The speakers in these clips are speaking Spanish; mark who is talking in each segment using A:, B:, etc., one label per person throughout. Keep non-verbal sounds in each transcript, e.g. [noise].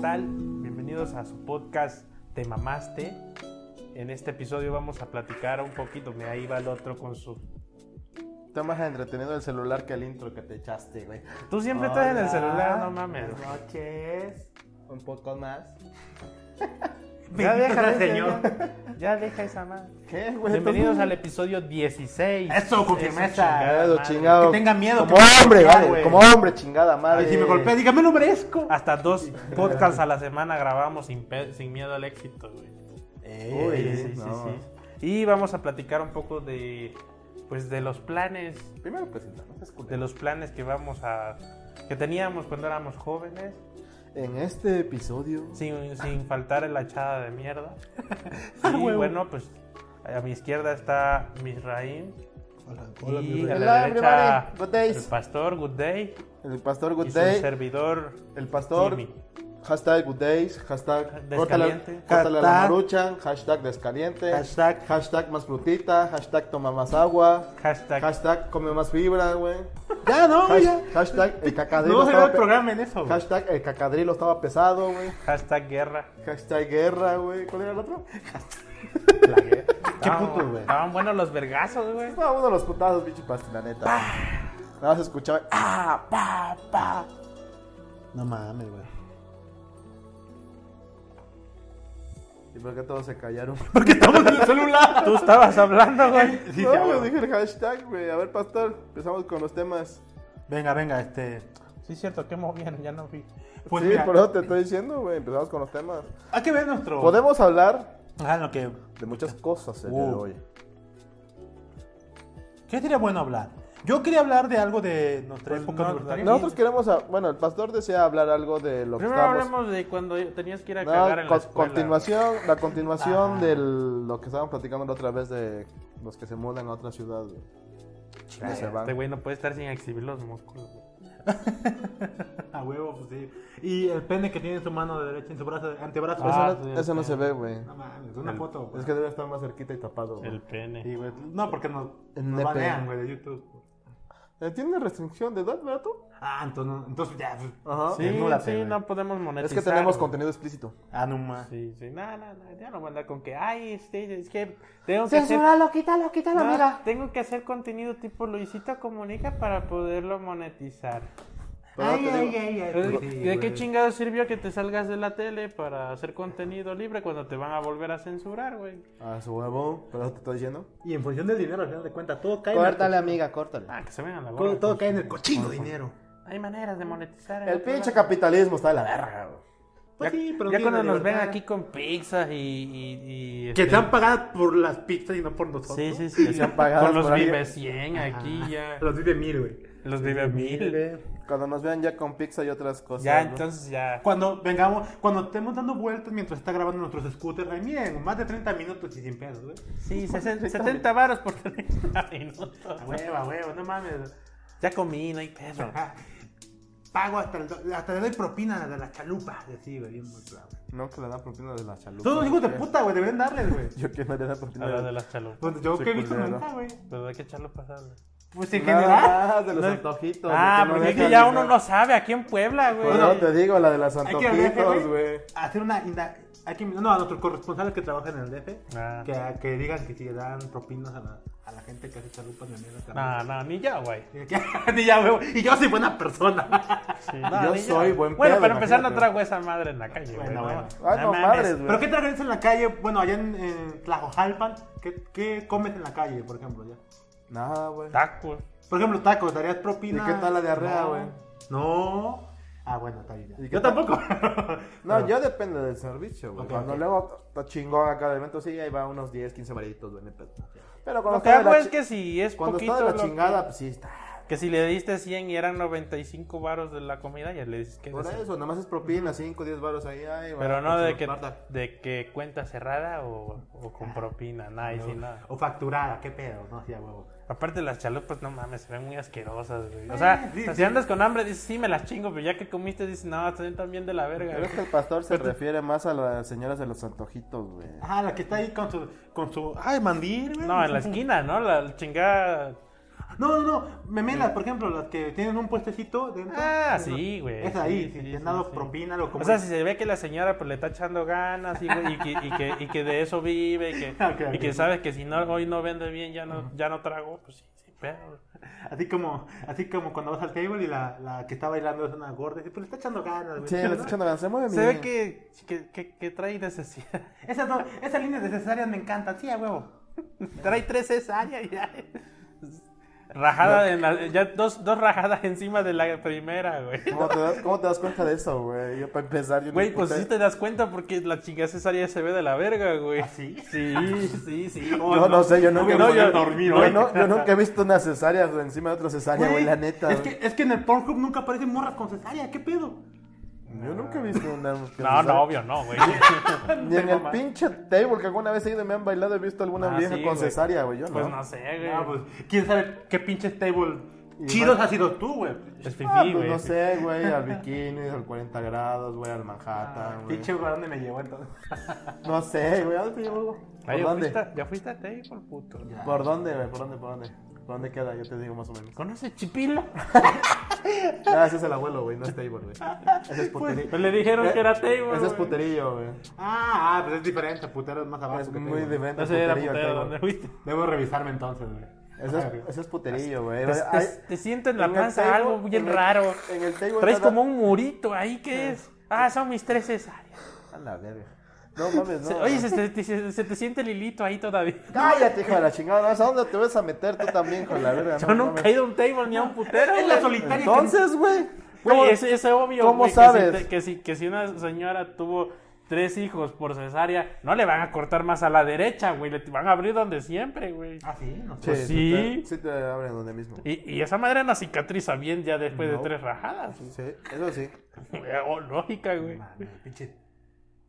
A: tal? Bienvenidos a su podcast Te Mamaste. En este episodio vamos a platicar un poquito. Me ahí va el otro con su.
B: Está más entretenido el celular que el intro que te echaste, güey.
A: Tú siempre estás en el celular, no mames.
B: Buenas noches. Un poco más.
A: Ya deja,
C: Pintura, señor.
A: ya deja esa madre.
B: ¿Qué, güey?
A: Bienvenidos
B: Estás-
A: al episodio 16.
C: Eso, con
A: Eso,
C: firmeza.
A: chingada
B: Chingado,
A: madre.
B: chingado.
C: Que tenga miedo,
B: Como
C: que me
B: hombre,
C: golpea,
B: vale.
C: güey.
B: Como hombre, chingada madre.
C: Ay, si me golpea, dígame, lo merezco.
A: Hasta dos podcasts a la semana grabamos sin, pe- sin miedo al éxito, güey.
B: Eh,
A: Sí, sí, sí,
B: no.
A: sí. Y vamos a platicar un poco de pues de los planes,
B: Primero presentamos. es culero.
A: de los planes que vamos a que teníamos cuando éramos jóvenes,
B: En este episodio.
A: sin, sin faltar en la echada de mierda.
C: [laughs] Ah,
A: Y
C: huevo.
A: bueno, pues a mi izquierda está Misraim y a
B: Hola,
A: la derecha
B: everybody. Good days.
A: el pastor Good Day
B: El pastor
A: y
B: Good
A: su
B: Day.
A: servidor
B: El pastor.
A: Jimmy.
B: Hashtag Good Days. Hashtag. Córtale,
A: Descaliente.
B: córtale a la
C: Hashtag-
B: maruchan. Hashtag descaliente.
C: Hashtag-
B: Hashtag más frutita. Hashtag toma más agua.
A: Hashtag,
B: Hashtag come más fibra, güey.
C: Ya, no,
B: Hash-
C: ya.
B: hashtag el cacadrilo.
C: No se ve
B: estaba
C: el
B: pe-
C: programa en eso. güey.
B: Hashtag el cacadrilo estaba pesado, güey.
A: hashtag guerra.
B: Hashtag guerra, güey. ¿Cuál era el otro?
C: Qué
A: Estaban-
C: puto, güey.
A: Estaban buenos los vergazos, güey.
B: Estaba uno de los putazos, bicho pasti, la neta. Nada más escuchaba. ¡Ah! ¡Pa! ¡Pa!
C: No mames, güey.
B: ¿Y por qué todos se [laughs] callaron?
C: Porque estamos en el celular.
A: Tú estabas hablando, güey.
C: [laughs] Sí,
B: no,
C: ya,
B: yo
C: güey.
B: dije el hashtag, güey. A ver, pastor, empezamos con los temas.
C: Venga, venga, este.
A: Sí, es cierto, que movieron, ya no vi.
C: Pues
B: sí,
C: mira,
B: por eso te estoy diciendo, güey. Empezamos con los temas.
C: hay que ver nuestro.
B: Podemos hablar
C: Ah, lo que.
B: de muchas cosas el día
C: Uh.
B: de hoy.
C: ¿Qué sería bueno hablar? Yo quería hablar de algo de nuestra
A: Pues
C: época
A: no,
C: universitaria.
B: Nosotros queremos. a- bueno, el pastor desea hablar algo de lo que
A: Primero
B: estábamos.
A: hablamos de cuando tenías que ir a
B: No,
A: cagar en
B: co-
A: la escuela.
B: continuación, la continuación
C: Ah.
B: de lo que estábamos platicando la otra vez de los que se mudan a otra ciudad. güey.
A: Ay,
B: Que se van.
A: Este güey no puede estar sin exhibir los músculos. güey.
C: A huevo, pues sí. Y el pene que tiene en su mano derecha, en su brazo, antebrazo.
A: Ah,
B: eso no,
A: sí,
B: eso no
A: sí.
B: se ve, güey.
C: No mames, una
A: El-
C: foto. güey.
B: Es que debe estar más cerquita y tapado. güey.
A: El pene.
C: Sí, güey. No, porque nos,
B: El
C: nos
B: nepe.
C: banean, güey, de YouTube.
B: Eh, ¿Tiene restricción de edad, verdad tú?
C: Ah, entonces, no- entonces ya. pues,
B: Ajá.
A: sí,
C: desnúdate,
A: sí,
C: güey.
A: no podemos
B: Es
A: monetizar.
B: que tenemos
A: güey.
B: contenido explícito.
C: Ah, no más.
A: Sí, sí, no, no, no, ya no voy a andar con que, ay, este, es que tengo que hacer...
C: Censúralo, quítalo, quítalo,
A: no,
C: mira.
A: tengo que hacer contenido tipo Luisito Comunica para poderlo monetizar.
B: Pero no te digo-
C: ay, ay.
A: Pero,
C: pues sí,
A: Eh, ¿De qué
C: güey.
A: chingado sirvió que te salgas de la tele para hacer contenido libre cuando te van a volver a censurar, güey?
B: A su huevo, pero te estoy diciendo.
C: Y en función del dinero, al final de cuentas, todo cae en
B: amiga, córtale.
A: Ah, que se vengan a la
C: el,
A: bola.
C: todo, todo cae en el cochino dinero.
A: Hay maneras de monetizar. en
B: El
A: otro
B: pinche
A: lado.
B: capitalismo está de la verga, güey.
C: Pues
A: ya,
C: sí, pero
A: ya
C: tiene
A: cuando nos ven
C: libertad.
A: aquí con pizzas y. y, y,
C: Que
A: este,
C: te han pagado por las pizzas y no por nosotros. Ah,
A: Sí, sí, sí.
B: sean pagadas
A: Con los
B: por alguien.
A: Vive 100 aquí ya.
C: Los vive mil, güey.
A: Los Vive 1000.
B: Cuando nos vean ya con pizza y otras cosas.
A: Ya,
B: ¿no?
A: entonces ya.
C: Cuando vengamos, cuando estemos dando vueltas mientras está grabando nuestros scooters, ay, miren, más de 30 minutos y 100 pesos, güey.
A: Sí, 60 70 varos por [laughs] 30 minutos.
C: A huevo, a huevo, no mames.
A: Ah, Ya comí, no hay pedo.
C: Ajá. Pago hasta, el do- hasta le doy propina de la chalupa. Así, güey, bien mostrado.
B: No, que le dan propina de la chalupa.
C: Todos los hijos de puta, güey, deberían darles, güey.
B: Yo que no le dan
A: A
B: propina
A: la
B: de
A: de
B: la
A: las chalupas.
C: Pues yo
B: pues, Sí,
C: que he visto
B: culero.
C: nunca, güey.
A: Pero hay que echarlo pasado.
C: Pues en general.
B: Nada más de los
A: No-
B: antojitos.
A: Ah,
B: de no
A: porque es que
B: dejan
A: ya
B: ni
A: uno
B: nada.
A: no sabe aquí en Puebla, güey.
B: Por eso te digo, la de los
C: Hay que ir al
A: ¿eh,
C: DF,
B: antojitos, güey.
C: Hacer una. inda- hay que- no, a nuestros corresponsales que trabajan en el DF.
A: Ah.
C: Que, que digan que si le dan propinas a la, a la gente que hace chalupas de
A: No,
C: mierda.
B: Ah.
C: también.
A: no, ni ya, güey.
C: Y que- [laughs] Ni ya, güey. Y yo soy
B: [laughs]
C: buena persona.
A: Sí, no,
B: Yo
A: ni ya.
B: soy buen
A: Bueno,
B: pedo,
A: para empezar, no
B: imagínate.
A: trago esa madre en la calle, güey.
C: Bueno,
A: no,
C: bueno.
B: Ay, no
A: mames.
B: madres, güey.
C: ¿Pero qué traes en la calle? Bueno, allá en, en Tlajojalpan, ¿qué, ¿qué comes en la calle, por ejemplo? ya?
B: Nada, güey.
A: Tacos.
C: Por ejemplo, tacos, ¿darías
B: ¿Y
C: propina?
B: qué tal la diarrea,
C: No.
B: güey?
C: No. Ah, bueno, está bien. ya.
B: ¿Y qué
C: Yo
B: tal? [laughs]
C: tampoco.
B: No, yo depende del servicio, güey.
C: Ok,
B: cuando
C: ok.
B: luego está chingón acá el evento, sí, ahí va unos 10, 15 varitos, güey. ni pedo. Pero cuando
A: Lo que
B: está de
A: hago
B: la
A: es
B: chi-
A: que si es
B: cuando
A: poquito.
B: está de la
A: lo que-
B: chingada, pues sí está.
A: Que si le diste 100 y eran 95 varos de la comida, ya le dices que es
B: Por
A: ese.
B: eso, nada más es propina, 5, 10 baros ahí, ahí,
A: Pero
B: va,
A: no
B: se
A: de
B: lo
A: que,
B: parta.
A: de que cuenta cerrada o, o
C: Ah,
A: con propina, nada, y sí, nada.
C: O facturada, qué pedo, no, sí, a huevo.
A: Aparte las chalupas, no mames, se ven muy asquerosas, güey. O sea,
C: Eh, sí,
A: o sea, si
C: sí.
A: andas con hambre, dices, sí, me las chingo, pero ya que comiste, dices, no, están también de la verga.
B: Creo
A: güey.
B: que el pastor se refiere más a las señoras de los antojitos, güey.
C: Ah, la que está ahí con su. Con su ay, mandir, güey.
A: No, en la esquina, ¿no? La chingada
C: No, no, no. Memelas, por ejemplo, las que tienen un puestecito dentro.
A: Ah, sí, güey.
C: Es ahí,
A: Sí,
C: si
A: sí,
C: te han
A: sí,
C: dado
A: sí.
C: propina, lo como.
A: O sea, si se ve que la señora pues le está echando ganas y, y que, y que- y que de eso vive y que,
C: [laughs] Ok,
A: y que
C: ok.
A: sabes que si no hoy no vende bien ya no, ya no trago, pues sí, sí, pero...
C: Así como, así como cuando vas al table y la, la que está bailando es una gorda, y dice, pero le está echando ganas, güey.
B: Sí, le está echando ganas. Se mueve
A: Se
B: bien.
A: ve que, que, que- que trae necesidad. [laughs]
C: [laughs] Esas, dos, esas líneas necesarias me encantan, sí, a huevo.
A: Trae tres cesáreas ya. Rajada en la- ya dos, dos rajadas encima de la primera, güey.
B: ¿Cómo te, das, cómo te das cuenta de eso, güey? Yo para empezar, yo ni
A: Güey, pues
B: puta-
A: sí te das cuenta porque la chingada cesárea se ve de la verga, güey.
C: ¿Ah, sí?
A: Sí, sí, sí.
B: [laughs]
C: No,
B: No, no sé, yo nunca, no,
C: No, yo-
B: yo,
C: dormido,
B: no,
C: ¿eh?
B: no, yo nunca he visto una cesárea güey, encima de otra cesárea, güey, la neta.
C: Es
B: güey.
C: que, es que en el Pornhub nunca aparecen morras con cesárea, ¿qué pedo?
B: Yo nunca he visto una.
A: No,
B: cesárea.
A: no, obvio, no,
B: [laughs]
A: güey.
B: Ni en el pinche table que alguna vez he ido y me han bailado, he visto alguna
A: Ah,
B: vieja
A: sí,
B: con
A: güey.
B: cesárea, güey. Yo no.
A: Pues no sé, güey.
C: Ah, pues, quién sabe qué pinche table
B: Y
C: chidos
B: más-
C: has sido tú, güey.
A: Es
B: Ah,
A: fifí,
B: pues
A: güey.
B: no sé, güey, al bikini, al 40 grados, güey, al Manhattan, güey.
C: Pinche güey, ¿a dónde me llevó entonces?
B: No sé, güey, ¿a dónde te llevo?
A: Ah,
B: ¿Por
A: ya,
B: dónde?
A: fuiste, a- ya fuiste a Tei, por puto.
B: ¿Por dónde, güey? ¿Por dónde, por dónde? ¿Por dónde queda? Yo te digo más o menos.
A: ¿Conoces Chipilo?
B: Ah, ese es el abuelo, güey, no es table, güey. Ese es puterillo. Eh,
A: Pues le dijeron que era table,
B: Ese es
A: güey.
B: puterillo, güey.
C: Ah, ah, pues es diferente, putero es más
A: Ah,
C: abajo.
B: Es
C: que
B: muy
C: table.
B: diferente.
A: No
B: al
A: sé, era
B: puterillo, al
A: putero,
B: table.
A: ¿dónde fuiste?
C: Debo revisarme entonces, güey.
B: Ese
A: Ah,
B: es, ese es puterillo, güey.
A: Te,
B: Hay-
A: te- te siento en la
B: en el
A: panza
B: table-
A: algo bien
B: en el-
A: raro.
B: en el table
A: Traes
B: nada-
A: como un murito ahí, ¿qué es? Ah, son mis tres cesáreas.
B: A la verga. No mames, no.
A: Se- [laughs] Oye, se, se- se- se te siente el hilito ahí todavía.
B: Cállate, hijo de la chingada. ¿A dónde te vas a meter tú también, hijo de la verga?
A: Yo
B: No,
A: nunca
B: mames.
A: he ido a un table ni a un putero.
C: Es
A: güey.
C: la solitaria. que-
B: Entonces, güey. ¿cómo-
A: Güey, es, es obvio.
B: cómo
A: güey, que
B: sabes?
A: si te- Que si, que si una señora tuvo tres hijos por cesárea, no le van a cortar más a la derecha, güey. Le van a abrir donde siempre, güey.
C: Ah, sí, no
B: Sí,
C: sé.
A: Pues
B: sí.
A: sí.
B: te- sí te abren donde mismo.
A: Y, y esa madre no cicatriza bien ya después
B: No.
A: de tres rajadas.
B: Sí, eso sí.
A: güey. [laughs] O lógica, güey.
C: Mami, pinche.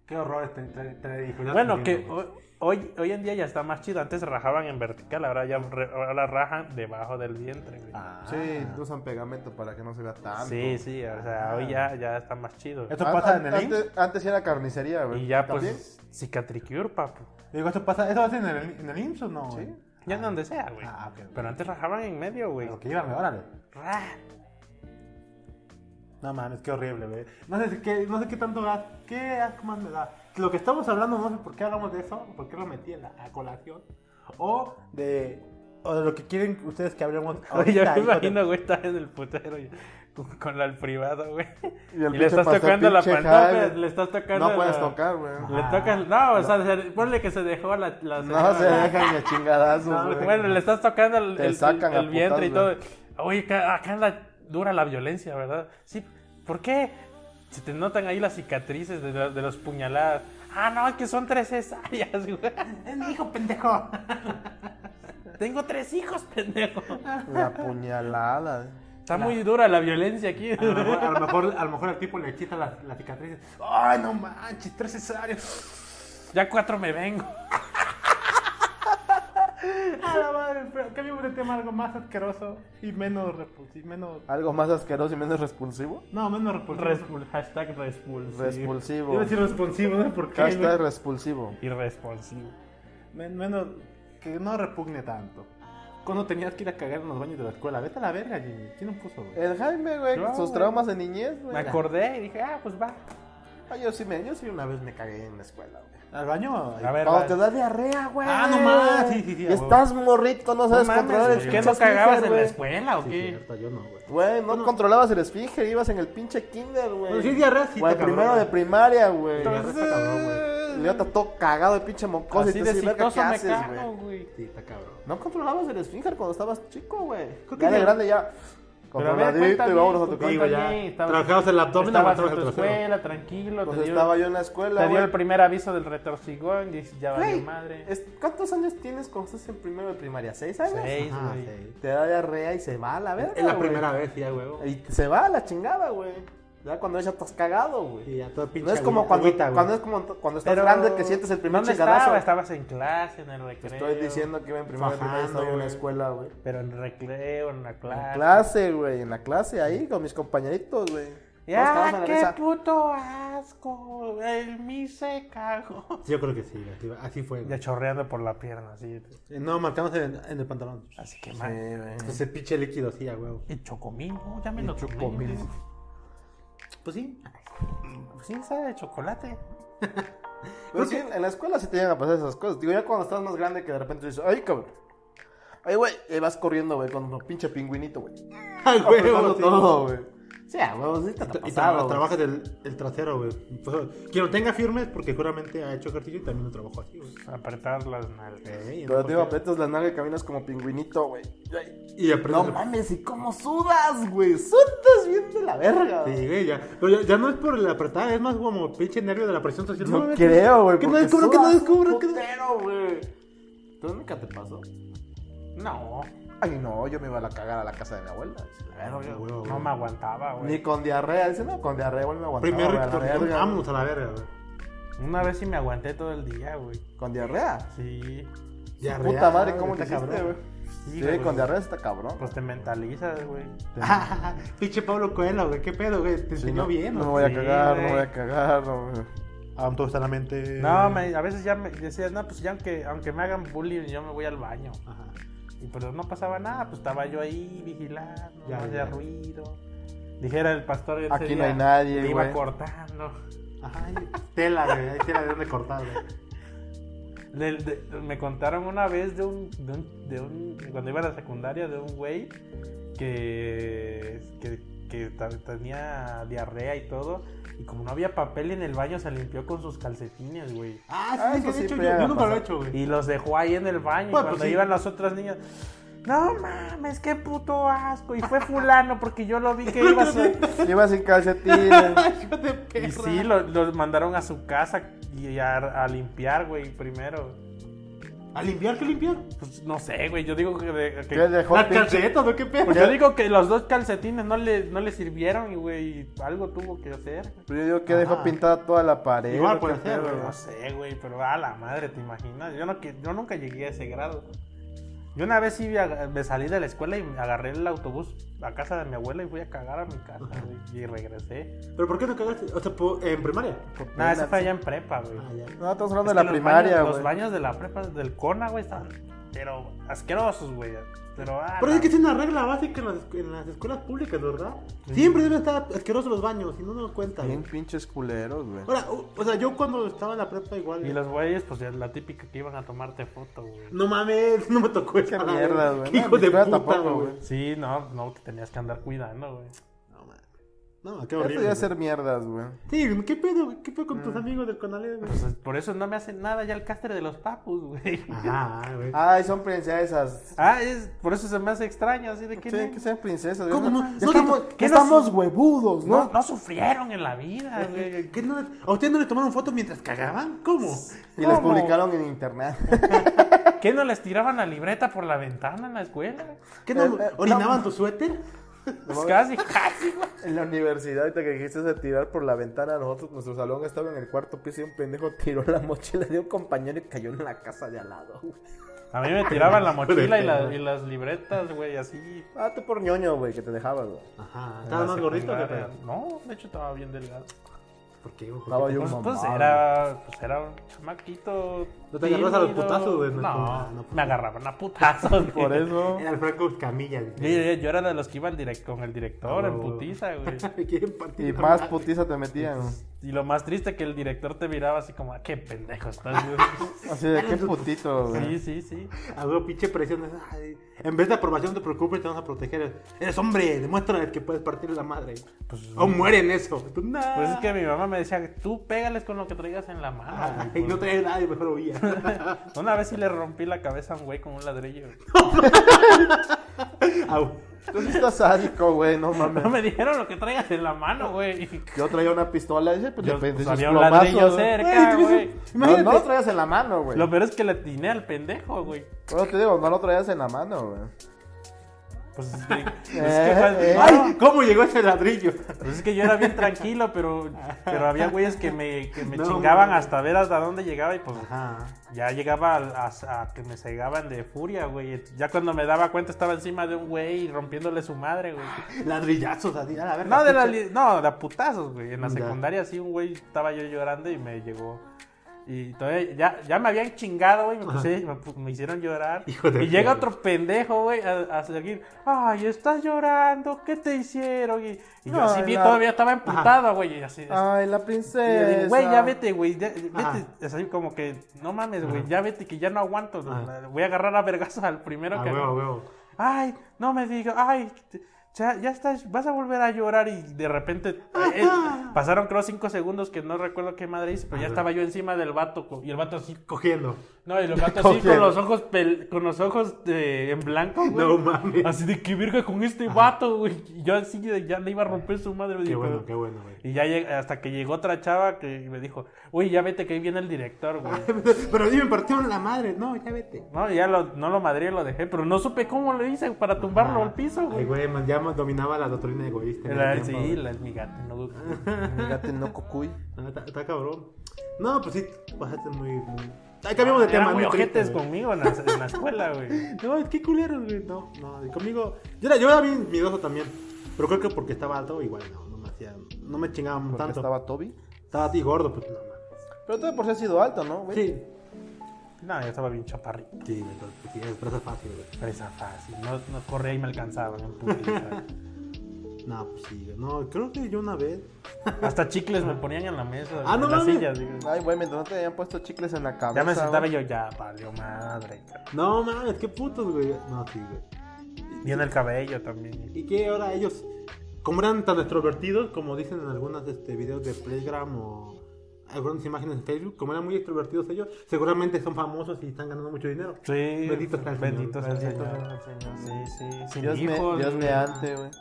C: Qué horror este traer traer hijos. ya
A: Bueno,
C: estoy
A: que
C: viendo, güey.
A: ho- hoy, hoy en día ya está más chido. Antes rajaban en vertical, ahora ya re- ahora rajan debajo del vientre, güey.
C: Ah.
B: Sí, usan pegamento para que no se vea tanto.
A: sí, sí, o sea,
B: Ah.
A: hoy ya, ya está más chido. güey.
C: Esto
B: An-
C: pasa
B: an-
C: en el IMSS.
B: antes, antes era carnicería, güey.
A: Y ya
B: ¿También?
A: pues cicatricure, papu.
C: Digo, ¿esto pasa eso pasa en el, en el IMSS o no? güey?
B: Sí.
A: Ya en donde sea, güey.
C: Ah, ok, ok.
A: Pero antes rajaban en medio, güey.
C: Pero que llévame, órale.
A: Ra.
C: No mames, qué horrible, güey. No sé si- qué, no sé qué tanto gas, qué asco más me da. Lo que estamos hablando, no sé por qué hablamos de eso, por qué lo metí en la a colación. O de, o de lo que quieren ustedes que hablemos
A: Oye, yo me
C: ahorita, hijo de-
A: imagino, güey, estás en el putero y- con, con la- el privado, güey.
B: Y
A: Y,
B: el
A: le
B: pinche
A: estás
B: pastel
A: tocando la
B: pinche
A: pantalla,
B: jale.
A: le estás tocando
B: No puedes
A: la-
B: tocar, güey.
A: Le tocas, no, o sea, se- ponle que se dejó la... la-
B: No se dejan ni a
A: No,
B: chingadazos, güey.
A: bueno, le estás tocando el,
B: Te
A: el-
B: sacan
A: el
B: a
A: vientre y todo.
B: putazos.
A: Oye, acá, acá anda dura la violencia, ¿verdad? Sí, ¿por qué? Se te notan ahí las cicatrices de, la- de los puñaladas. Ah, no, es que son tres cesáreas, [laughs] güey.
C: Es mi Eh, hijo, pendejo.
A: Tengo tres hijos, [laughs] pendejo.
B: La puñalada.
A: Está muy dura la Ah. violencia aquí.
C: A lo mejor, a lo mejor, a lo mejor al tipo le excita las, las cicatrices. Ay, no manches, tres cesáreos.
A: [laughs] Ya cuatro me vengo.
C: A la madre, pero cambiamos de tema a algo más asqueroso y menos repulsivo. y menos-
B: ¿Algo más asqueroso y menos respulsivo?
C: No, menos repulsivo.
A: Respul- hashtag respulsivo.
C: Yo
B: Respulsivo.
C: decir responsivo, no sé por qué. güey.
B: Hashtag respulsivo.
A: Irresponsivo.
C: Men- menos que no repugne tanto. Cuando tenías que ir a cagar en los baños de la escuela, vete a la verga, Jimmy. ¿Quién lo puso, güey?
B: El Jaime, güey,
A: No,
B: sus
A: güey.
B: traumas de niñez, güey.
A: Me acordé y dije, ah, pues va.
B: Ah, yo sí, me, yo sí una vez me cagué en la escuela, güey.
C: ¿Al baño?
A: A ver, va.
B: Cuando te da diarrea, güey.
C: Ah, no mames, sí, sí, sí,
B: Y
C: a huevo.
B: Estás morrito, no sabes
A: No mames,
B: controlar el
A: güey,
B: pinche
A: ¿Qué no cagabas
B: esfínter,
A: en la
B: güey.
A: escuela o
C: Sí,
A: qué?
C: cierto, yo no, güey.
B: Güey, no controlabas el esfínter, ibas en el pinche kinder, güey.
A: Pues
C: Pero sí, diarrea sí
B: O el
C: está cabrón,
B: primero de
C: güey.
B: primaria, güey.
C: Diarrea está cabrón, güey.
B: Y yo todo cagado de pinche mocosa
A: Así
B: y
A: de
B: te verga,
A: exitoso
B: ¿qué
A: me
B: haces,
A: cago,
B: güey?
A: güey.
C: Sí, está cabrón.
B: No controlabas el esfínter cuando estabas chico, güey.
C: Creo que
B: Ya de
C: ya-
B: grande ya.
A: Pero a ver,
B: Controladito y
A: cuéntame,
B: vámonos a tu
A: tú
B: casa.
C: Digo, ya.
A: Oye, estabas-
C: Trabajabas el abdomen,
A: Estabas
C: no
A: en tu
C: trabajabas el trasero.
A: escuela, tranquilo.
B: Pues
A: te dio,
B: estaba yo en la
A: te
B: escuela,
A: dio
B: güey.
A: el primer aviso del retorcigón y dices, ya valió
B: Güey,
A: madre.
B: es- ¿Cuántos años tienes cuando estás en primero de primaria? ¿Seis años?
A: Seis,
B: Ajá,
A: güey.
B: seis. Te da diarrea y se va a la verga.
C: Es la
B: güey.
C: primera vez, ya, güey.
B: Y se va a la chingada, güey. Ya cuando ya estás cagado, güey.
C: Sí, ya todo pinche
B: No es como
C: agüita,
B: cuando,
C: agüita, güey.
B: cuando, es como cuando estás
A: Pero,
B: grande que sientes el primer
A: ¿Dónde
B: chingadazo.
A: estaba? Estabas en clase, en el
B: Te
A: recreo.
B: Estoy diciendo que iba en primero de primaria y
C: Fajando,
B: estoy en la
C: güey.
B: escuela, güey.
A: Pero en recreo, en la
B: En
A: clase.
B: clase, güey. En la clase ahí con mis compañeritos, güey. Todos cagados en
A: Ya,
B: la
A: qué
B: risa.
A: puto asco. asco! ¡El mi se cago!
C: Sí, yo creo que sí, así, así fue.
A: [laughs] Ya
C: güey.
A: chorreando por la pierna, así.
C: Eh, No, marcándose en, en el pantalón.
A: Así que mal.
C: Ese pinche líquido, sí, a huevo.
A: Y chocomil, no, ya me lo tomé.
B: chocomil.
C: Pues sí.
A: Pues sí, sabe de chocolate.
B: Pero sí, en la escuela sí te llegan a pasar esas cosas. Digo, ya cuando estás más grande que de repente dices, ay, cabrón. Ay, güey, y vas corriendo, güey, con un pinche pingüinito, Ah, güey.
C: [laughs] A
B: Apretando
C: sí.
B: todo, güey. Sí, a huevos, sí te ha
C: Y
B: pasado,
C: tra-
B: güey.
C: trabajas el, el trasero, güey. Pues, quien lo tenga firme es porque seguramente ha hecho ejercicio y también lo trabajó así, güey.
A: Apretar las nalgas.
C: Ey,
B: Pero te
C: entonces-
B: aprietas la nalga y caminas como pingüinito, güey.
C: Y
B: No
C: aprendes.
B: mames, ¿y cómo sudas, güey? Sudas bien de la verga.
C: Sí, güey, ya. Pero ya, ya no es por la apretada, es más como pinche nervio de la presión social.
B: Yo
C: No mames,
B: creo, güey.
C: Que no
B: porque
C: descubran, que no
B: sudas,
C: descubran, que no-
B: putero, güey. ¿Tú nunca te pasó?
A: No,
B: Ay, no, yo me iba a la cagar a la casa de mi abuela. Dice, la verga,
C: Ah,
B: güey.
C: huevo,
A: no
C: güey.
A: me aguantaba, güey.
B: Ni con diarrea. Dice, no, con diarrea igual me aguantaba,
C: Primero
B: güey, a la
C: que
B: verga.
C: vámonos a la verga, güey.
A: Una vez sí me aguanté todo el día, güey.
B: ¿Con diarrea?
A: Sí.
C: Diarrea,
B: Puta madre, ¿cómo te
C: güey,
B: hiciste,
C: cabrón.
B: güey?
A: Sí,
B: Sí,
A: güey.
B: con diarrea está cabrón.
A: Pues te mentalizas, güey.
C: Ah, Pinche Pablo Coelho, güey, qué pedo, güey. Te
B: Sí,
C: enseñó
B: no,
C: bien,
B: No
C: ¿no?
B: voy a
A: Sí,
B: cagar, no
A: güey.
B: voy a cagar, no, güey.
C: Aún todo está en la mente.
A: No, me- a veces ya me decías, no, pues ya aunque, aunque me hagan bullying, yo me voy al baño.
C: Ajá.
A: Y pero no pasaba nada, pues estaba yo ahí vigilando,
C: Ya,
A: no
C: ya.
A: hacía ruido. Dijera el pastor ese
B: Aquí no
A: día,
B: hay nadie,
A: le iba
B: güey.
A: cortando.
C: Ajá, hay tela, güey. Hay tela de dónde cortar, güey.
A: Le- de- me contaron una vez de un, de un, de un- cuando iba a la secundaria, de un güey que, que, que ta- tenía diarrea y todo. Y como no había papel en el baño, se limpió con sus calcetines, güey.
C: Ah,
B: Ah,
C: sí,
B: eso
C: sí, de
B: sí
C: hecho, yo,
B: pega,
C: yo nunca lo he
B: pasa.
C: hecho, güey. [laughs]
A: Y los dejó ahí en el baño. y
C: Bueno,
A: cuando
C: pues sí.
A: iban las otras niñas, no mames, qué puto asco. Y fue fulano porque yo lo vi que iba a ser.
B: Iba sin calcetines.
C: Hijo de perra.
A: Y sí, lo- los mandaron a su casa y a, a limpiar, güey, primero.
C: ¿A limpiar qué limpiar?
A: Pues no sé, güey, yo digo que... de- que-
B: ¿Qué dejó
C: Las
B: pinche-
C: calcetas, ¿no? ¿Qué pedo?
A: pues yo digo que los dos calcetines no le, no le sirvieron y, güey, algo tuvo que hacer.
B: Pero Pues yo digo que dejó
C: Ajá.
B: pintada toda la pared.
C: Igual
B: ¿no?
C: puede
B: ¿Qué
C: ser,
B: pedo,
C: güey.
A: No sé, güey, pero a la madre, ¿te imaginas? Yo, no, que, yo nunca llegué a ese grado. Yo una vez sí aga- me salí de la escuela y agarré el autobús a casa de mi abuela y fui a cagar a mi casa, güey, y regresé.
C: ¿Pero por qué no cagaste? O sea, po- en primaria.
A: Nada, eso fue allá en prepa, güey.
C: Ah, ya.
B: No, estamos hablando
A: Es
B: de
A: que
B: la
A: los
B: primaria,
A: baños-
B: güey.
A: Los baños de la prepa del CONA, güey, estaban pero asquerosos, güey. Pero, ah,
C: Pero
A: la-
C: es que es una regla básica en las, en las escuelas públicas, ¿verdad? Siempre deben estar asquerosos los baños, si no nos cuentan.
B: Bien pinches culeros, güey.
C: Ahora, o, o sea, yo cuando estaba en la prepa igual...
A: Y los güeyes, pues ya es la típica que iban a tomarte foto, güey.
C: No mames, [laughs] no me tocó esa
B: Qué mierda, güey.
C: Qué
B: No,
C: hijo
B: ni
C: de puta,
B: siquiera tampoco,
C: güey.
B: güey.
A: Sí, no, no, te tenías que andar cuidando, güey.
C: No mames. No, qué
B: Esto
C: horrible.
B: debe
C: güey. Ah.
B: ser mierdas, güey.
C: Sí, ¿qué pedo? güey? ¿Qué pedo con tus amigos del Conalep, güey?
A: Pues, por eso no me hacen nada ya el castre de los papus, güey.
C: Ah. Ajá, güey.
B: Ay, son princesas.
A: Ah, es, por eso se me hace extraño, así de que...
B: Tienen que ser princesas.
C: ¿Cómo
B: güey.
C: no?
B: Ya
C: No,
B: estamos,
C: que-
B: ya
A: que no
B: estamos
A: son-
B: huevudos,
A: no,
B: ¿no?
A: no sufrieron en la vida, güey.
C: Ah, [laughs] ¿Qué no les- ¿A ustedes no le tomaron fotos mientras cagaban? ¿Cómo?
B: Y las
A: ¿Cómo?
B: publicaron en internet.
A: ¿Qué no les tiraban la libreta por la ventana en la escuela?
C: ¿Qué no
B: Eh, eh,
C: orinaban tu suéter?
A: Pues casi, casi, güey.
B: [laughs] en la universidad, ahorita que dijiste de tirar por la ventana, nosotros, nuestro salón estaba en el cuarto piso y un pendejo tiró la mochila de un compañero y cayó en la casa de al lado, güey.
A: A mí me
C: [laughs]
A: tiraban la mochila y, la- y las libretas, güey, así.
B: Ah, tú por ñoño, güey, que te dejabas, güey.
C: Ajá,
A: En
C: ¿estabas
A: la
C: más gordito que
A: secundaria. No, de hecho estaba bien delgado.
C: ¿Por qué, güey?
B: Estaba yo
A: Pues,
B: mamado.
A: pues era, pues era un chamaquito.
C: ¿No te agarras a los
A: tímido.
C: putazos, güey?
A: No,
C: No, no,
A: me agarraban a putazos.
B: Por
A: güey.
B: eso.
C: Era el Franco Camilla,
A: Yo, yo- yo era de los que iban direct con el director
C: Ah,
A: en
C: güey, güey.
A: putiza,
C: [laughs]
A: güey.
B: Y más putiza te metían.
A: Y lo más triste que el director te miraba así como, "Ah, qué pendejo estás, güey".
B: Así de qué putito, güey.
A: Sí, sí, sí.
C: A huevo, Ah, pinche presión. Ay, En vez de aprobación, no te preocupes, te vamos a proteger. Eres hombre, demuéstrales que puedes partir la madre.
A: Pues,
C: o muere en eso. Tú, no.
A: Pues es que mi mamá me decía, tú pégales con lo que traigas en la mano.
C: Ay,
A: güey, pues.
C: no traes nada y mejor huía.
A: Una vez sí le rompí la cabeza a un güey con un ladrillo.
C: [laughs] A huevo.
B: Tú sí estás sádico, güey, no mames.
A: No me dijeron lo que traigas en la mano, güey.
B: Yo traía una pistola, dije, pues
A: Yo,
B: depende
A: pues,
B: sus
A: había un
B: plomazos,
A: ladrillo
B: ¿no?
A: cerca,
C: Güey, tú
A: güey.
C: dices-
B: No, no
C: Imagínate.
B: lo traías en la mano, güey.
A: Lo peor es que le atiné al pendejo, güey.
B: Bueno, te digo, no lo traías en la mano, güey.
A: Pues,
C: [laughs]
A: es que- pues es que
B: Eh,
A: más-
B: eh.
C: ¡Ay! ¿Cómo llegó ese ladrillo?
A: Pues es que yo era bien tranquilo, pero, pero había güeyes que me, que me
C: No,
A: chingaban
C: güey.
A: hasta ver hasta dónde llegaba y pues
C: Ajá.
A: ya llegaba a, a- a que me cegaban de furia, güey. Ya cuando me daba cuenta estaba encima de un güey y rompiéndole su madre, güey.
C: Ladrillazos, así, a la verga.
A: [laughs] No, de la,
C: pinche-
A: li- no, de a putazos, güey. En la
C: Ya.
A: secundaria sí, un güey estaba yo llorando y me llegó. Y todavía ya, ya me habían chingado, güey. Me, puse- me pu- me hicieron llorar.
C: Hijo de
A: y llega
C: perro.
A: otro pendejo, güey, a, a seguir. Ay, estás llorando, ¿qué te hicieron? Y, y yo así
B: Ay,
A: bien,
B: la- Ah,
A: todavía estaba emputado, güey. Y así,
B: Ay, la
A: y yo
B: princesa.
A: digo, güey, ya vete, güey. ya-
C: Ajá.
A: Vete. Así como que, no mames, güey, ya vete, que ya no aguanto.
C: Ajá.
A: la- Voy a agarrar a vergazos al primero
C: A
A: que.
C: huevo, a huevo.
A: Ay, no me digas, ay, te- ya, ya estás, vas a volver a llorar y de repente eh, pasaron creo cinco segundos que no recuerdo qué madre hice, pero ya
C: Ajá.
A: estaba yo encima del vato co- y el vato así,
C: Cogiendo.
A: no,
C: [laughs]
A: y el vato así
B: Cogiendo.
A: con los ojos pel- con los ojos eh, en blanco, güey.
C: No mames.
A: Así de que virga con este vato, güey. Y yo así de- ya le iba a romper su madre.
C: Qué
A: dije,
C: bueno,
A: pero-
C: qué
A: [laughs]
C: bueno, güey.
A: Y ya lleg- hasta que llegó otra chava que me dijo, uy, ya vete que ahí viene el director, güey.
C: Pero sí me partieron la madre. No, ya vete.
A: No, y ya lo, no lo madré, lo dejé, pero no supe cómo lo hice para tumbarlo al piso,
C: Ay,
A: güey.
C: güey, man, ya más dominaba la doctrina egoísta. en
A: La-
C: el tiempo,
A: sí,
C: güey.
A: la, es mi gato, no
B: Fíjate, no cucuy.
C: Ah, Está está cabrón. No, pues sí, pasaste muy. muy- Ay, cambiamos de tema.
A: Eran Ah, muy
C: muy triste,
A: ojetes
C: güey.
A: conmigo en la, en la escuela, güey.
C: No, qué culeros, güey. No, no, y conmigo. Yo era, yo era bien miedoso también. Pero creo que porque estaba alto, igual no, no me hacía. No me chingaban
B: Porque
C: tanto.
B: estaba Toby.
C: Estaba así gordo, pues no mames.
B: Pero tú de por sí has sido alto, ¿no? güey?
C: Sí.
A: No, yo estaba bien chaparrito.
C: Sí, güey, pero pues, sí, es presa fácil, güey.
A: Presa fácil. No, no corría y me alcanzaban en putiza.
C: No, pues sí, güey. No, creo que yo una vez.
A: Hasta chicles me ponían en la mesa.
C: Ah,
A: en
C: no
A: las
C: mames.
A: sillas, digo.
B: Ay, güey, mientras no te habían puesto chicles en la cabeza.
A: Ya me sentaba
B: güey.
A: y yo, ya, valió madre. cabrón.
C: No mames, qué putos, güey. No, sí, güey.
A: Y en el cabello también.
C: Y que ahora ellos, como eran tan extrovertidos, como dicen en algunos este, videos de Playgram o algunas imágenes en Facebook, como eran muy extrovertidos ellos, seguramente son famosos y están ganando mucho dinero.
A: Sí,
C: Bendito sea el
A: bendito sea
C: Señor.
A: el
B: Bendito
A: Señor.
B: sea el Señor.
A: Sí, sí. Sin
B: Dios,
A: hijos.
B: me, Dios
A: güey.
B: mediante, güey.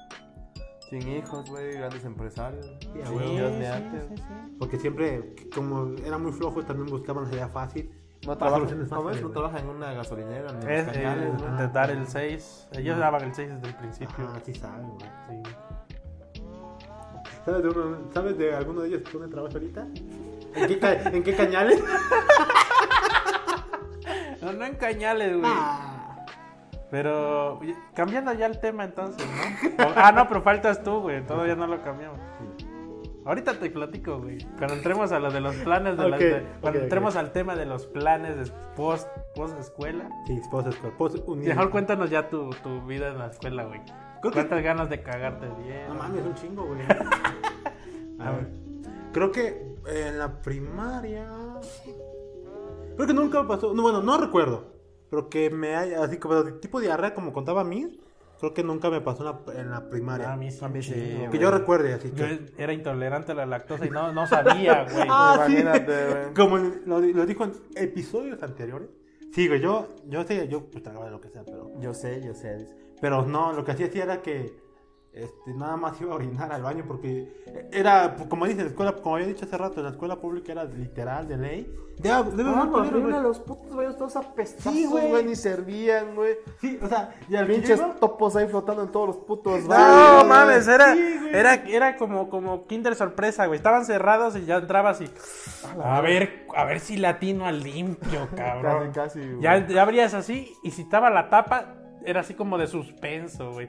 B: Sin hijos, güey, grandes empresarios.
C: Sí, a
A: Sí,
C: huevo.
A: sí,
B: Dios mediante.
A: sí, sí, sí.
C: Porque siempre, como eran muy flojos, también buscaban la idea fácil.
B: No
C: trabaja-
B: trabaja,
C: no ves, no
B: no trabaja en una gasolinera ni en
A: Es,
B: los Ah.
A: eh,
B: cañales, güey.
A: de dar el 6. Ellos
C: Ajá.
A: daban el 6 desde el principio.
B: Ah,
C: Ajá, sí saben, güey.
A: Sí.
C: ¿Sabes de, uno- sabes de alguno de ellos que pone trabajo ahorita? ¿En qué, ca- en qué cañales?
A: No, no en cañales, güey.
C: [laughs] Ah,
A: Pero oye, cambiando ya el tema entonces, ¿no? O- ah, no, pero faltas tú, güey. Todavía no lo cambiamos. Ahorita te platico, güey. Cuando entremos a lo de los planes de, la-
C: Ok,
A: de-
C: ok,
A: cuando
C: ok.
A: entremos al tema de los planes de post post escuela.
C: Sí, esposa, esposa, esposa, unida.
A: Mejor cuéntanos ya tu, tu vida en la escuela, güey.
C: Creo que-
A: ¿Cuántas ganas de cagarte bien?
C: No mames, un chingo, güey. [laughs] A ver. Creo que en la primaria. Creo que nunca pasó. No, bueno, no recuerdo. Pero que me haya. Así como de tipo diarrea, como contaba a mí. Creo que nunca me pasó en la, en la primaria.
A: a mí Ah, sí,
B: mí sí,
A: chingo,
B: güey.
C: que
A: güey.
C: yo recuerde, así
A: Yo
C: que.
A: era intolerante a la lactosa y no, no sabía, güey.
C: Ah, sí.
B: Imagínate, güey.
C: [laughs] Como en- lo, di- lo dijo en episodios anteriores. Sí, güey, yo, yo sé, yo pues tragaba de lo que sea, pero.
B: Yo sé, yo sé.
C: Pero no, lo que hacía sí era que este, nada más iba a orinar al baño porque era, pues, como dices, escuela, como había dicho hace rato, la escuela pública era literal de ley. De, de-
B: No,
C: de- de- de-
B: los putos baños todos apestosos,
C: Sí, güey.
B: güey, ni servían, güey.
C: Sí, o sea, y al pinche
B: Pinches topos ahí flotando en todos los putos
A: No
B: baños.
A: mames,
C: güey.
A: era,
C: Sí, güey.
A: era, era como, como Kinder sorpresa, güey. Estaban cerrados y ya entrabas y. A ver, a ver si latino al
C: [laughs]
A: limpio, cabrón.
B: Casi, casi, güey.
A: ya, ya abrías así y si estaba la tapa, era así como de suspenso, güey.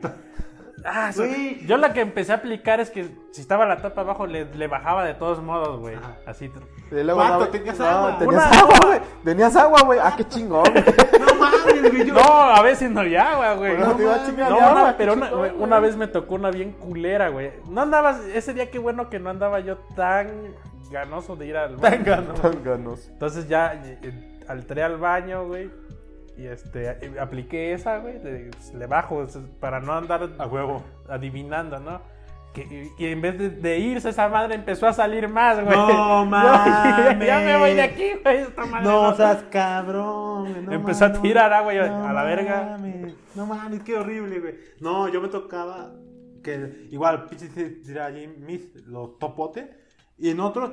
A: Ah, sí.
C: Güey.
A: Yo la que empecé a aplicar es que si estaba la tapa abajo, le, le bajaba de todos modos, güey.
C: Ajá.
A: Así. tr-
B: Y luego,
C: Vato,
B: no,
C: tenías
B: no,
C: agua.
B: Tenías
A: Una-
B: agua, güey. Tenías agua, güey. Ah, qué chingón, güey.
C: No mames,
B: [laughs]
C: güey, yo.
A: No, a veces no hay agua, güey.
B: Bueno,
A: No,
B: te iba a
A: mames.
B: chingar
A: No,
B: de
A: una-
B: agua,
A: pero
B: qué
A: una,
B: chingón,
A: una
B: güey.
A: vez me tocó una bien culera, güey. No andabas, ese día qué bueno que no andaba yo tan ganoso de ir al baño.
B: Tánganos.
A: Entonces ya eh, eh, entré al baño, güey. Y este, eh, apliqué esa, güey. de- pues, le bajo s- para no andar
C: A huevo.
A: adivinando, ¿no? Que, y en vez de, de irse esa madre empezó a salir más, güey. [laughs]
C: No
A: Yo-
C: mames.
A: Ya me voy de aquí, güey. Esta madre
C: No
A: no- [laughs]
C: seas cabrón, güey, no
A: Empezó a
C: mames.
A: tirar agua y yo, a la verga.
C: mames, no mames, qué horrible, güey. No, yo me tocaba que igual, pinche, se tiraba allí mis, los topotes. Y en otros,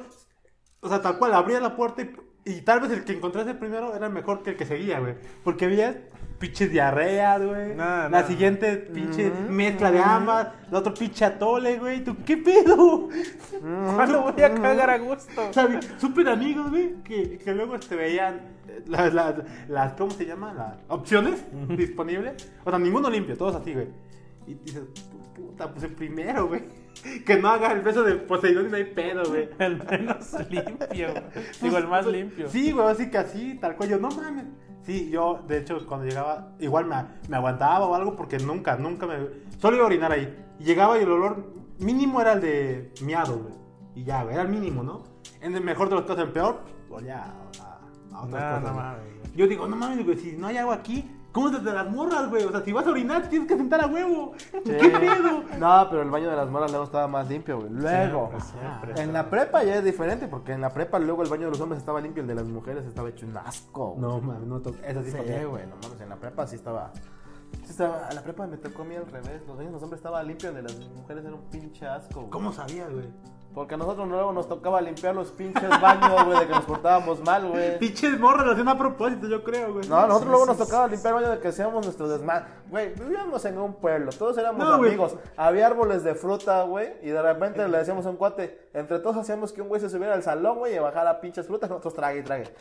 C: o sea, tal cual, abría la puerta y Y tal vez el que encontraste primero era mejor que el que seguía, güey. Porque veías pinches diarreas, güey.
A: No,
C: la
A: no.
C: siguiente pinche mezcla de ambas. La otra pinche atole, güey. ¿Tú qué pedo? [laughs]
A: ¿Cuándo voy a cagar a gusto?
C: O sea, súper amigos, güey, que, que luego te veían eh, las, las, las- ¿cómo se llama? Las opciones disponibles. O sea, ninguno limpio, todos así, güey. Y dices, "Pu- puta, pues el primero, güey. [laughs] Que no haga el beso de Poseidón y no hay pedo, güey.
A: [laughs] El menos limpio. güey.
B: Pues,
A: Digo, el más limpio.
C: Pues, Sí, güey, así que así, tal cual. Yo, no mames. Sí, yo, de hecho, cuando llegaba, igual me, me aguantaba o algo porque nunca, nunca me. Solo iba a orinar ahí. Y llegaba y el olor mínimo era el de miado, güey. Y ya, güey, era el mínimo, ¿no? En el mejor de los casos, el peor, pues olía a,
A: No,
C: a
A: no
C: otras cosas, güey.
A: mames. güey.
C: Yo digo, no mames, güey, si no hay agua aquí, ¿cómo te de las morras, güey? O sea, si vas a orinar, tienes que sentar a huevo. [laughs] ¿Qué pedo?
B: No, pero el baño de las moras luego estaba más limpio, güey. Luego.
A: Siempre, siempre.
B: en la prepa ya es diferente, porque en la prepa luego el baño de los hombres estaba limpio, el de las mujeres estaba hecho un asco. güey.
C: No mames, no toques. Eso sí,
B: Sí,
C: pa' qué.
B: güey, no mames, en la prepa sí estaba. Sí estaba, a la prepa me tocó a mí al revés. Los baños de los hombres estaba limpio, el de las mujeres era un pinche asco, güey.
C: ¿Cómo sabías, güey?
B: Porque a nosotros luego nos tocaba limpiar los pinches baños, güey, de que nos portábamos mal, güey.
C: Pinches morras lo hacían a propósito, yo creo, güey.
B: No, nosotros
C: Sí,
B: luego
C: sí,
B: nos
C: sí.
B: tocaba limpiar baño de que hacíamos nuestros desmadres. Güey, vivíamos en un pueblo, todos éramos
C: No, güey.
B: amigos. Había árboles de fruta, güey, y de repente le decíamos a un cuate, entre todos hacíamos que un güey se subiera al salón, güey, y bajara pinches frutas, nosotros trague y trague.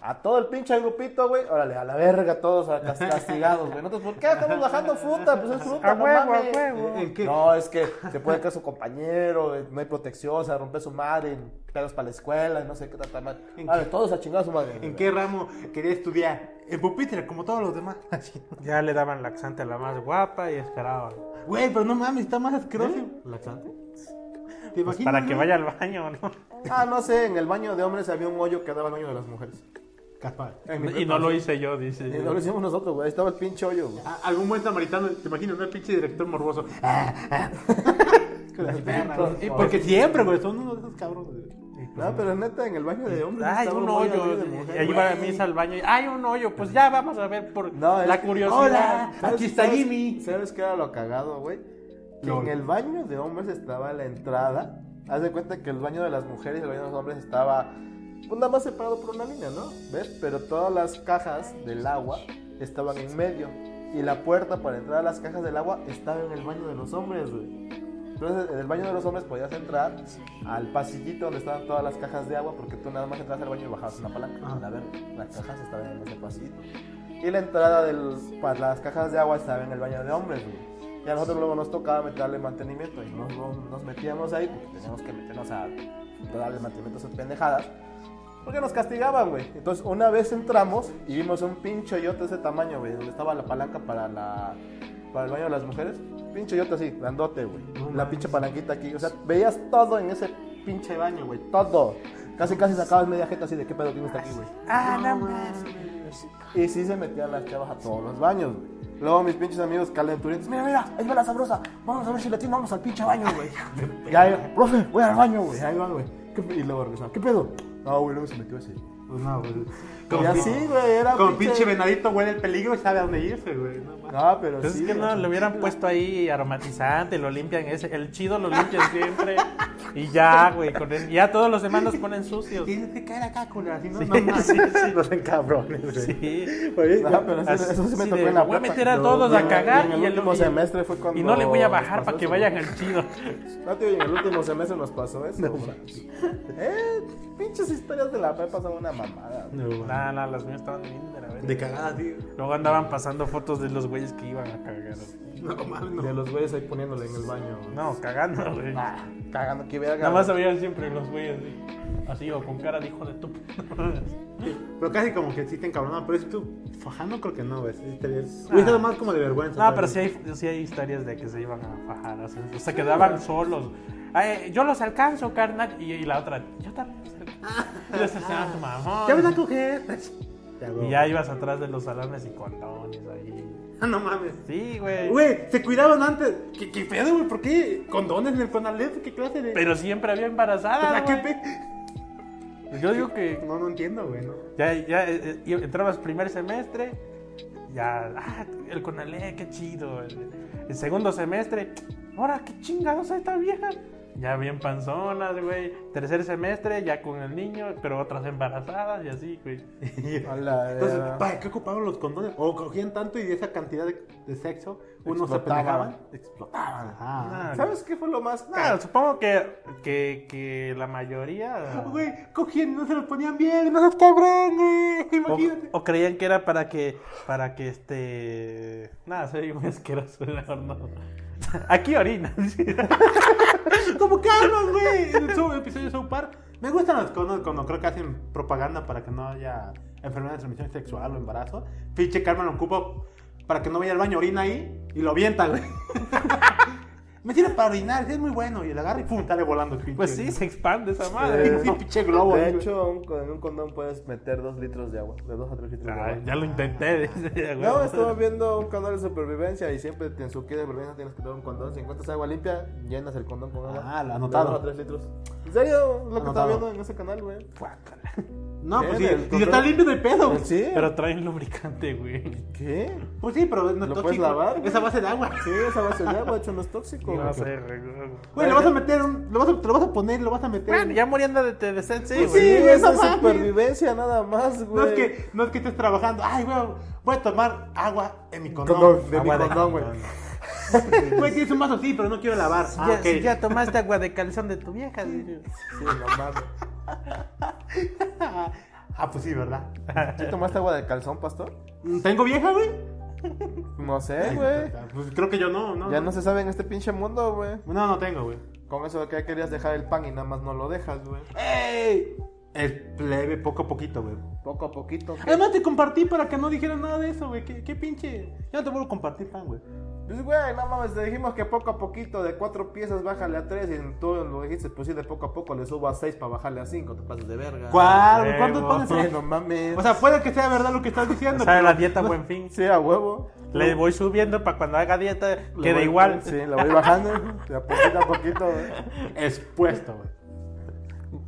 B: A todo el pinche grupito, güey, órale, a la verga, todos a- cas- castigados, güey. Nosotros, ¿por qué estamos bajando fruta? Pues es fruta,
A: A
B: no
A: huevo, a
B: mames".
A: huevo.
C: ¿En qué?
B: No, es que se puede caer su compañero, güey, no hay protección, se rompe su madre, y pegas para la escuela, y no sé qué tanta madre.
C: ¿En
B: Vale, todos a chingar a su madre.
C: ¿En qué ramo quería estudiar? En pupitre, como todos los demás. [laughs]
A: Ya le daban laxante a la más guapa y esperaban.
C: Güey, pero no mames, está más asqueroso. ¿Laxante? ¿Te
A: Pues
C: imaginas?
A: para que
C: güey?
A: vaya al baño, ¿no?
B: Ah, no sé, en el baño de hombres había un hoyo que daba al baño de las mujeres.
C: Caspar.
B: En mi
A: Y
B: prepa,
A: no lo
B: sí.
A: hice yo, dice.
B: Y Eh, no lo hicimos nosotros, güey. Ahí estaba el pinche hoyo, güey.
C: A- Algún buen samaritano, te imagino, no el pinche director morboso. [laughs] Ah, ah. Con las pernas, güey.
B: Y
C: Porque siempre, güey, son uno de esos cabrones. güey.
A: pues,
B: No, pero neta, en el baño de hombres.
A: Ah, Ay,
B: estaba
A: un
B: así
A: hoyo.
B: de mujer,
A: Y ahí
B: güey.
A: va a misa al baño. y, Ay, un hoyo. Pues ya vamos a ver por
B: No, es
A: la
B: que-
A: curiosidad.
C: Hola.
B: ¿Sabes-
C: Aquí está
B: sabes-
C: Jimmy.
B: ¿Sabes qué era lo cagado, güey? Que
C: Lol.
B: en el baño de hombres estaba la entrada. Haz de cuenta que el baño de las mujeres y el baño de los hombres estaba pues, nada más separado por una línea, ¿no? ¿Ves? Pero todas las cajas del agua estaban en medio. Y la puerta para entrar a las cajas del agua estaba en el baño de los hombres, güey. Entonces, en el baño de los hombres podías entrar al pasillito donde estaban todas las cajas de agua, porque tú nada más entras al baño y bajabas una palanca.
C: Ah.
B: A ver, las cajas estaban en ese pasillito. Y la entrada del, para las cajas de agua estaba en el baño de hombres, güey. Y a nosotros luego nos tocaba meterle mantenimiento. Y nos, nos metíamos ahí porque teníamos que meternos a darle mantenimiento a esas pendejadas. Porque nos castigaban, güey. Entonces, una vez entramos y vimos un pincho yote de ese tamaño, güey. Donde estaba la palanca para la para el baño de las mujeres. Pincho yote así, grandote, güey. la
C: No mames.
B: pinche palanquita aquí. O sea, veías todo en ese pinche baño, güey. Todo. Casi, casi sacabas media jeta así de qué pedo tienes aquí, güey.
A: Ah,
C: No
A: no
C: mames.
A: más.
B: Y sí se metían las chavas a todos los baños, güey. Luego mis pinches amigos calenturientos, mira, mira, ahí va la sabrosa, vamos a ver si la tiene, vamos al pinche baño,
A: [laughs]
B: güey. ya, ya, profe, voy al baño, güey, ahí va, güey. ¿Qué pe- Y luego regresaban, ¿qué pedo? No, güey, luego se metió ese.
C: Pues no, güey.
B: Y así, güey, era
C: Con pinche venadito, güey, el peligro y sabe a dónde irse, güey. No, mames.
B: No, pero
A: Entonces
B: sí.
A: Pues es que
B: güey.
A: no, le
B: [laughs]
A: hubieran puesto ahí aromatizante, lo limpian ese. El chido lo limpian siempre. Y ya, güey. con el- ya todos los demás los ponen sucios.
C: Tienes que caer acá, culera, si no,
A: Sí,
C: no mames.
A: sí,
C: Los encabrones, güey.
A: Sí.
B: No, pero eso,
A: Así-
B: eso sí me
A: sí,
B: tocó
A: de,
B: en la
A: voy a
B: prepa.
A: meter a todos
B: y
A: a
B: en-
A: cagar
B: y en
A: y
B: el
A: el-
B: último
A: y-
B: semestre fue cuando
A: Y no le voy a
B: nos
A: bajar
B: pasó
A: para que
B: eso,
A: vayan
B: güey.
A: al chido. [laughs]
B: No, te digo, en el último semestre nos pasó eso. güey. eh, pinches historias de la prepa son una mamada, güey.
C: No, mames.
A: Nada, nada, las mías estaban bien de la verga.
C: De cagada, tío.
A: Luego andaban pasando fotos de los güeyes que iban a cagar.
C: No mames, no.
B: De los güeyes ahí poniéndole en el baño, güey.
A: No, cagando, güey.
B: Ah, cagando que verga.
A: Nada más habían siempre los güeyes así, así o con cara de hijo de tu.
B: [laughs]
C: Sí, Pero casi como que sí te encabronaban, pero si tú fajando creo que no, güey. Sí te ves. Hubiese dado más como de vergüenza.
A: Ah. no,
C: tal
A: pero
C: vez.
A: sí hay, sí hay historias de que se iban a fajar, o sea, se quedaban solos. Ay, yo los alcanzo, carnal. Y, y la otra, yo también. los
B: [laughs]
A: alcanzo. Y los alcanzas, mamón.
C: Ya ven a coger.
A: Y ya ibas atrás de los salones y condones ahí.
C: Ah, [laughs] no mames.
A: Sí, güey.
C: Güey, se cuidaban antes. ¿Qué, qué pedo, güey? ¿Por qué condones en el Conalep? ¿Qué clase [laughs] de.?
A: Pero siempre había
C: O sea,
A: embarazada.
C: ¿qué
A: güey. Pues
C: pe-
A: Yo digo que
C: No, no entiendo, güey.
A: [laughs]
C: No.
A: Ya, ya eh, eh, entrabas primer semestre, ya, ah, el Conalé, qué chido. El, el segundo semestre, ahora qué chingados a esta vieja. ya bien panzonas, güey. Tercer semestre, ya con el niño, pero otras embarazadas y así,
C: [laughs]
A: güey.
B: Hola,
C: Entonces,
B: verga.
C: ¿para qué ocupaban los condones? O cogían tanto y de esa cantidad de, de sexo, unos se
B: Explotaban.
C: apendejaban, explotaban. Ajá.
A: Nah,
B: ¿Sabes qué fue lo más?
A: nah, Ah, supongo que, que, que la mayoría...
C: Güey, cogían y no se los ponían bien, no seas cabrón, güey. [laughs]
A: O,
C: Imagínate.
A: o creían que era para que, para que este... Nada, soy un asqueroso, la verdad. Aquí orina. [laughs]
C: Como Carlos, güey. En su episodio de South Park. Me gustan los conos cuando creo que hacen propaganda para que no haya enfermedad de transmisión sexual o embarazo. Pinche Carmen lo ocupa para que no vaya al baño, orina ahí y lo avienta, güey. [laughs] Me sirve para orinar, sí, es muy bueno. Y le agarra y pum, sale volando el pinche.
A: Pues sí, se expande esa
C: Sí,
A: madre.
C: sí, pinche globo.
B: De
C: ahí, güey.
B: hecho, un- en un condón puedes meter dos litros de agua, de dos a tres litros de
A: Ah,
B: agua.
A: ya lo intenté. dice, güey.
B: No, estaba viendo un canal de supervivencia y siempre te- en su kit de supervivencia tienes que tener un condón. Si encuentras agua limpia, llenas el condón con agua.
C: Ah, lo
B: De
C: anotado.
B: dos a tres litros. ¿En serio? Lo que estaba
C: Anotado.
B: viendo en ese canal, güey.
C: No, pues sí.
B: Bien, el
C: Y
B: control. Pues
C: está limpio de pedo, güey.
B: ¿Sí?
A: Pero traen lubricante, güey.
B: ¿Qué?
C: Pues sí, pero no es
B: ¿Lo
C: tóxico.
B: puedes lavar, güey?
C: Esa base de agua.
B: Sí, esa base de agua, de hecho, no es tóxico.
A: No
B: güey.
A: sé, güey.
C: Güey, le vas a meter un. Lo vas a, te lo vas a poner, lo vas a meter.
A: Bueno, ya muriendo de, de decencia,
B: Pues
A: güey.
B: sí,
C: güey,
B: esa
C: no
B: es
C: mames.
B: supervivencia nada más, güey.
C: No es, que, no es que estés trabajando, ay, güey, voy a tomar agua en mi condón.
B: Condón, de
A: Agua
B: mi
A: de
B: condón, güey.
A: condón.
C: Güey, tienes un vaso, sí, pero no quiero lavar.
A: Si
C: Ah,
A: ya,
C: ok.
A: si ya tomaste agua de calzón de tu vieja. dice.
B: Sí, no mames.
C: Ah, pues sí, ¿verdad?
B: ¿Sí tomaste agua de calzón, pastor?
C: ¿Tengo vieja, güey?
B: No sé, güey.
C: Pues creo que yo no, no.
B: Ya no se sabe en este pinche mundo, güey.
C: No, no tengo, güey.
B: Con eso de que querías dejar el pan y nada más no lo dejas, güey.
C: ¡Ey! El plebe poco a poquito, güey.
B: Poco a poquito. ¿qué?
C: Además te compartí para que no dijeran nada de eso, güey. ¿Qué, qué pinche? Ya no te vuelvo a compartir pan, güey.
B: Pues, güey, no mames, te dijimos que poco a poquito, de cuatro piezas, bájale a tres. Y tú lo dijiste, pues sí, de poco a poco le subo a seis para bajarle a cinco. Te pasas de verga.
C: ¿Cuál? güey?
A: huevo.
C: ¿Cuántos panes
B: Sí,
C: son?
B: no mames.
C: O sea, puede que sea verdad lo que estás [laughs]
A: O
C: diciendo.
A: sea,
C: pero-
A: la dieta buen fin.
B: sí, a huevo.
A: Le voy subiendo para cuando haga dieta
B: Le
A: quede
B: voy-
A: igual.
B: Sí, lo voy bajando. De a poquito a poquito, güey.
C: Expuesto, güey.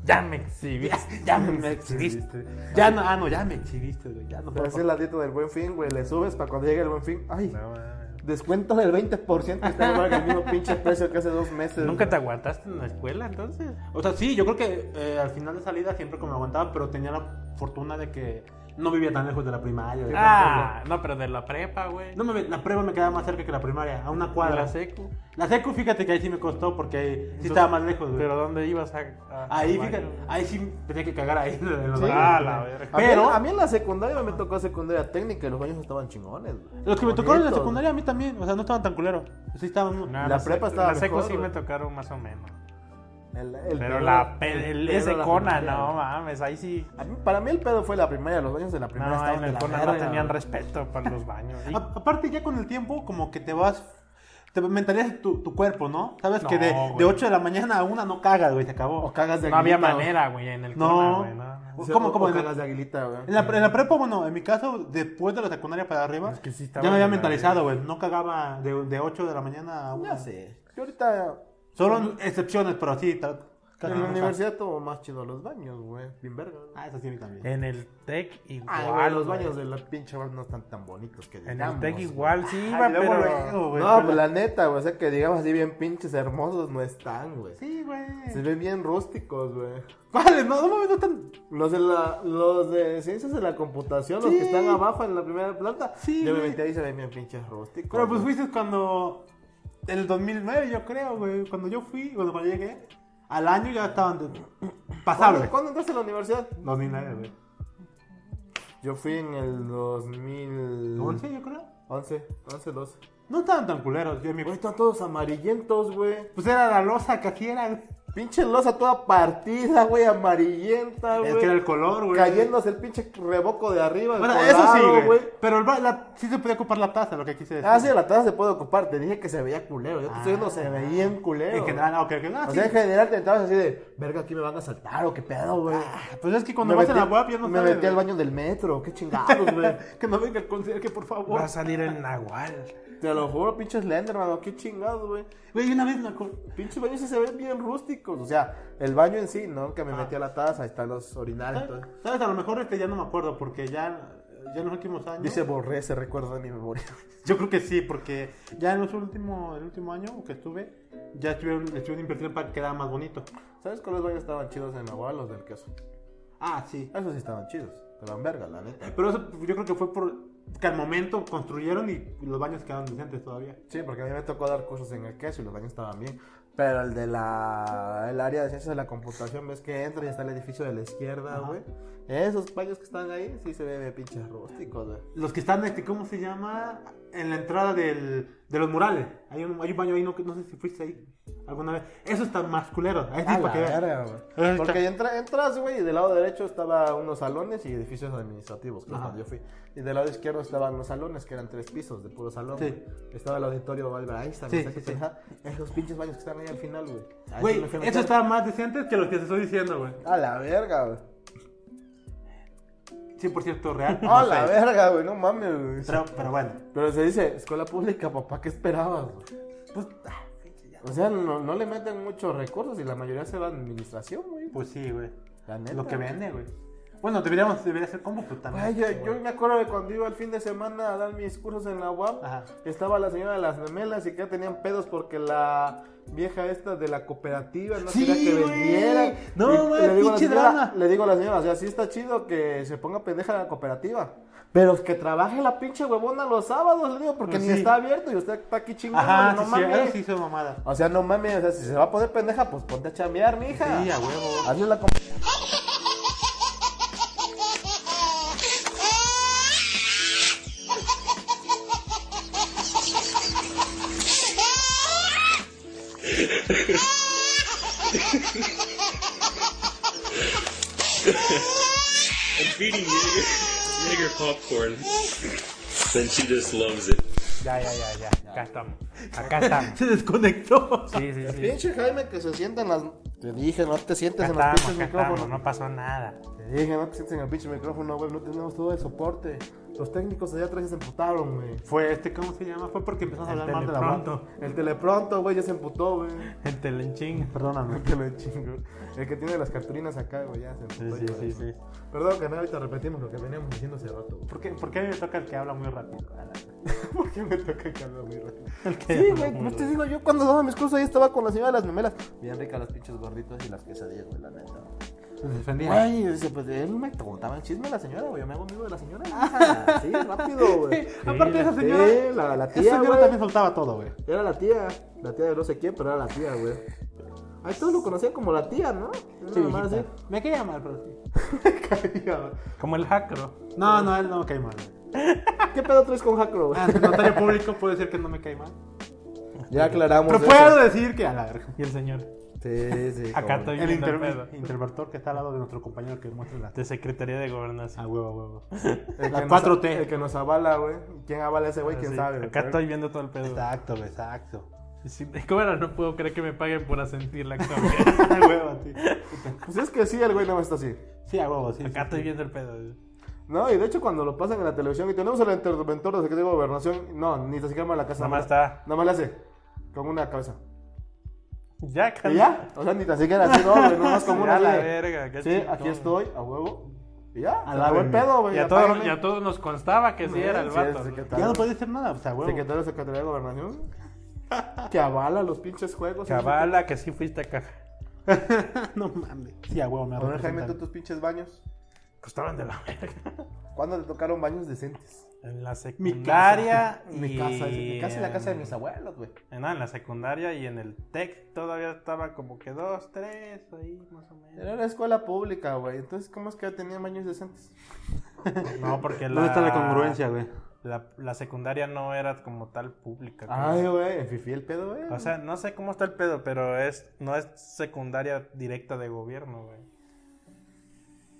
A: Ya me exhibiste.
C: Ya me exhibiste. Ya no, ah, no, ya me exhibiste, güey. Ya no
B: Pero así es la dieta del buen fin, güey. Le subes para cuando llegue el buen fin. Ay,
A: No, mames.
B: descuento del 20%. Está igual que el mismo pinche precio que hace dos meses.
A: Nunca
B: güey.
A: te aguantaste en la escuela, entonces.
C: O sea, sí, yo creo que eh, al final de salida siempre como aguantaba, pero tenía la fortuna de que no vivía tan lejos de la primaria. de
A: Ah, no, pero de la prepa, güey.
C: tanto- No, me, la prueba me quedaba más cerca que la primaria, a una
A: de
C: cuadra.
A: la secu.
C: La secu, fíjate que ahí sí me costó porque ahí sí estaba más lejos, güey.
A: Pero ¿dónde ibas a.? a-
C: ahí,
A: al baño,
C: fíjate,
A: güey?
C: ahí sí tenía que cagar ahí. [laughs] en los
B: Sí.
C: baños.
A: Ah, la verga.
B: A mí-
C: Pero-
B: a mí en la secundaria me tocó secundaria técnica y los baños estaban chingones. güey.
C: Los que me tocaron en la
B: Bonitos.
C: secundaria a mí también, o sea, no estaban tan culeros. Sí estaban...
A: No,
B: la
A: sé,
B: prepa estaba
A: La secu
B: mejor,
A: sí
B: güey.
A: me tocaron más o menos.
B: El- el
A: Pero
B: pedo-
A: la. pe- el-
B: pedo de
A: Ese
B: la
A: cona,
B: secundaria.
A: no mames. Ahí sí.
B: A mí- para mí el pedo fue la primaria, los baños de la
A: No,
B: primaria estaban
A: en
B: de
A: el
B: la
A: cona no
B: verga,
A: tenían
B: güey. Ah,
A: respeto para los
B: [laughs]
A: baños. Y-
C: A- aparte ya con el tiempo como que te vas, te mentalizas tu, tu cuerpo, ¿no? Sabes que de,
A: No, güey.
C: de 8 de la mañana a 1 no cagas, güey, se acabó.
B: O cagas de
A: No había
B: aguilita, güey.
A: manera, güey, en el
C: No.
A: cona, güey. No.
B: O sea,
C: ¿Cómo,
B: o-
C: cómo?
B: o cagas de aguilita, güey.
C: En la, en la prepa, bueno, en mi caso, después de la secundaria para arriba,
A: Es que sí
C: ya
A: estaba
C: me había
A: de la
C: mentalizado, güey. No cagaba de, de 8 de la mañana a 1.
B: Ya sé. Yo ahorita
C: Solo en excepciones, pero así. ta- casi
B: en la
C: nunca.
B: universidad tomo más chido los baños, güey. Bien verga. güey.
C: Ah, eso sí, a mí también.
A: En el TEC igual.
B: Ay, Ah, güey, los
A: Ah, güey.
B: baños de la pinche bar no están tan bonitos que
A: En
B: digamos,
A: el TEC
B: güey.
A: igual sí
C: Ay,
A: iba,
C: luego,
A: pero...
C: luego, güey,
B: No,
C: pero-
B: pues la neta, güey, o sea que digamos así bien pinches hermosos no están, güey.
C: Sí, güey.
B: Se ven bien rústicos, güey.
C: ¿Cuáles? No, no mames, no tan...
B: Los de, la, los de ciencias de la computación, los
C: Sí.
B: que están abajo en la primera planta.
C: Sí,
B: Yo me
C: güey.
B: metí ahí y se ven bien pinches rústicos.
C: Pero pues
B: güey.
C: fuiste cuando... En el 2009, yo creo, güey. Cuando yo fui, bueno, cuando llegué, al año ya estaban de...
B: ¿Cuándo,
C: pasables.
B: cuándo entraste a la universidad?
C: 2009, güey.
B: Yo fui en el 2000...
C: 11, yo creo.
B: 11, 11, 12.
C: No estaban tan culeros. Yo en mi...
B: Güey, están todos amarillentos, güey.
C: Pues era la losa que aquí era, güey.
B: Pinche losa toda partida, güey, amarillenta, güey.
C: Es que era el color, güey.
B: Cayéndose el pinche reboco de arriba. el
C: Bueno, eso sí,
B: colado,
C: güey. Pero el ba- la- sí se podía ocupar la taza, lo que quise decir.
B: Ah, sí, la taza se puede ocupar. Te dije que se veía culero. Yo te estoy
C: Ah.
B: diciendo, se veía en culero.
C: En general, ah, ok, ok. Ah,
B: O
C: sí. [laughs]
B: sea, en general te entrabas así de, verga, aquí me van a saltar o qué pedo, güey.
C: Pues es que cuando
B: Me
C: vas a la
B: metí-
C: web ya no
B: Me
C: sabes,
B: metí al
C: güey.
B: baño del metro,
C: [laughs]
B: qué chingados, güey.
C: que no venga el conserje, por favor.
A: Va a salir el Nahual.
B: Te lo juro, pinche Slenderman, qué chingados, güey.
C: Güey, una vez me acuerdo.
B: Pinches baños sí se ven bien rústicos. O sea, el baño en sí, ¿no? Que me
C: Ah.
B: metí a la taza, ahí están los orinales. todo.
C: ¿Sabes? A lo mejor este ya no me acuerdo porque ya ya en los últimos años.
B: Dice borré ese recuerdo de mi memoria. [laughs]
C: Yo creo que sí, porque ya en los últimos, el último año que estuve, ya estuvieron, estuvieron invirtiendo para que quedara más bonito.
B: ¿Sabes cuáles baños estaban chidos en Nahual? Los del queso.
C: Ah, sí.
B: Esos sí estaban chidos. Pero en verga, la neta.
C: Pero eso yo creo que fue por que al momento construyeron y los baños quedaron decentes todavía.
B: Sí, porque a mí me tocó dar cursos en el queso y los baños estaban bien. Pero el de la el área de ciencias de la computación, ves que entra y está el edificio de la izquierda,
C: Ajá.
B: güey. Esos baños que están ahí sí se ven de pinches rústicos, güey.
C: Los que están, este, ¿cómo se llama? En la entrada del, de los murales. Hay un, hay un baño ahí, no, no sé si fuiste ahí alguna vez. Eso está más culero. Ahí sí,
B: A
C: para que
B: la
C: veas.
B: verga, güey. Porque entra- entras, güey, y del lado derecho estaba unos salones y edificios administrativos, que es
C: Ajá.
B: donde yo fui. Y del lado izquierdo estaban los salones, que eran tres pisos de puro salón.
C: Sí.
B: güey. Estaba el auditorio Albert Einstein,
C: Sí,
B: no sé
C: sí,
B: qué
C: sí.
B: pendejada. Esos pinches baños que están ahí al final, güey. Ahí sí
C: Güey,
B: me fui a
C: eso
B: meter.
C: está más decente que lo que te estoy diciendo, güey.
B: A la verga, güey.
C: 100% real.
B: A
C: no
B: la
C: sé.
B: verga, güey, no mames, güey.
C: Pero, pero bueno.
B: Pero se dice, escuela pública, papá, ¿qué esperabas? güey? ah,
C: Pues,
B: O sea, no, no le meten muchos recursos y la mayoría se va a administración, güey.
C: pues sí, güey.
B: La neta.
C: Lo que vende, güey. Bueno, deberíamos, debería ser combo, pero también.
B: Ay, yo, yo me acuerdo de cuando iba el fin de semana a dar mis cursos en la UAM.
C: Ajá.
B: Estaba la señora de las memelas y que tenían pedos porque la vieja esta de la cooperativa no
C: Sí,
B: quería que
C: güey.
B: vendiera.
C: No,
B: Y
C: mames,
B: le digo a la
C: pinche
B: señora-
C: drama.
B: Le digo a la señora, o sea, sí está chido que se ponga pendeja la cooperativa. Pero que trabaje la pinche huevona los sábados, le digo, porque
C: Pues
B: ni
C: sí.
B: está abierto y usted está aquí chingando.
C: Ajá,
B: no
C: sí, sí,
B: mames.
C: eso sí hizo mamada.
B: O sea, no mames, o sea, si se va a poner pendeja, pues ponte a chambear, mija.
C: Sí, a
B: [laughs]
C: huevo.
B: Hazle la com-
D: I'm feeding Jaeger, Jaeger popcorn. Then she just loves it.
A: Ya, ya, ya, ya. Acá estamos. Acá
B: [laughs]
A: estamos.
C: Se desconectó.
A: Sí, sí, sí.
B: Pinche Jaime que se sienta en las. Te dije, no te sientes
A: Acá
B: en los
A: estamos,
B: pinches
A: acá estamos.
B: micrófonos.
A: No pasó nada. [laughs]
B: Te dije, no te sientes en el pinche micrófono, güey. No tenemos todo el soporte. Los técnicos allá atrás ya se emputaron, güey.
C: Fue este, ¿cómo se llama? Fue porque empezamos a
A: El
C: hablar mal de la
A: telepronto.
C: banda.
B: El telepronto, güey, ya se emputó, güey. [laughs]
A: El telenchín.
B: Perdóname. Que lo chingo. El que tiene las cartulinas acá, güey, ya se
A: Sí,
B: emputó.
A: sí, sí,
B: güey.
A: sí.
B: Perdón, que ahorita repetimos lo que veníamos diciendo hace rato, güey.
C: ¿Por qué, ¿Por qué a mí me toca el que habla muy rápido?
B: ¿Por qué me toca que hablo muy rápido?
A: que
B: Sí,
A: habla
B: güey,
A: muy
B: pues te
A: rápido.
B: digo, yo cuando daba mis cursos ahí estaba con la señora de las memelas. Bien ricas las pinches gorditas y las quesadillas, güey, la neta.
C: defendía.
B: Güey, dice, pues él me contaba el chisme de la señora, güey. Yo me hago amigo de la [laughs] señora. hija. sí, rápido, güey.
C: Aparte de
A: la
C: esa señora.
B: tía, la- la tía,
C: Esa señora
B: güey.
C: también soltaba todo, güey.
B: Era la tía, la tía de no sé quién, pero era la tía, güey. Ahí todos lo conocían como la tía, ¿no? Una mamá así. [laughs]
C: Me caía mal, pero sí.
B: Caía, güey.
A: Como el hackro.
C: No, no, él no me cae mal. güey.
B: ¿Qué pedo traes con Jacro, güey?
C: Ah, el notario público puede decir que no me cae mal.
B: Ya aclaramos.
C: Pero
B: eso.
C: puedo decir que a la verga.
A: Y el señor.
B: Sí, sí.
A: Acá
B: cómo no.
A: estoy.
C: El
A: viendo el
C: inter-
A: pedo.
C: interventor que está al lado de nuestro compañero que muestra la.
A: De Secretaría de Gobernación.
C: A huevo, a huevo.
B: El
C: La
B: que nos-
C: 4T.
B: El que nos avala, güey. ¿Quién avala a ese güey? ¿Quién
A: Ah, Sí,
B: sabe?
A: Acá
B: güey?
A: estoy viendo todo el pedo.
C: Exacto, güey, exacto.
A: Sí, ¿Cómo era? No puedo creer que me paguen por asentir la
B: [laughs]
A: cámara.
C: A huevo, sí.
B: Pues es que sí, el güey no está así.
C: Sí, a huevo, sí. sí,
A: Acá estoy
C: sí.
A: viendo el pedo.
B: No, y de hecho cuando lo pasan en la televisión y tenemos al interventor de Secretaría de Gobernación, no, ni te siquiera va a la casa.
A: Nada más
B: nada-
A: está.
B: Nada más le hace, con una cabeza.
A: Ya, acá.
B: ¿Y ya? O sea, ni tan siquiera así, no, güey, nada más como una
A: Ya, la
B: así de,
A: verga, qué
B: Sí,
A: chingón.
B: aquí estoy, a huevo. Y ya,
C: A
B: a
C: la
B: la buen
C: verga.
B: pedo, güey.
A: Y a, todos,
B: apágame.
A: y a todos nos constaba que sí era el
B: Sí,
A: vato.
B: el
A: ¿no?
B: secretario.
C: Ya no puede decir nada, o sea, a huevo.
B: Secretario de Secretaría de Gobernación. [laughs] Que avala los pinches juegos.
A: Chavala, que sí fuiste a caja.
C: [laughs] no mames. Sí, a huevo, me
B: A ver, Jaime, tú
C: representan.
B: tus pinches baños.
A: Costaban de la verga.
B: ¿Cuándo te tocaron baños decentes?
A: En la
C: Mi
A: secundaria.
C: casa.
A: y...
B: Mi casa, es- mi casa es la casa de mis abuelos, güey.
A: Eh, no, en la secundaria y en el TEC todavía estaba como que dos, tres, ahí más o menos.
B: Era una escuela pública, güey. Entonces, ¿cómo es que tenían baños decentes?
A: No, porque la...
C: ¿Dónde está la congruencia, güey?
A: La, la secundaria no era como tal pública. como-
B: Ay, güey, enfifié el pedo, güey.
A: o sea, no sé cómo está el pedo, pero es no es secundaria directa de gobierno, güey.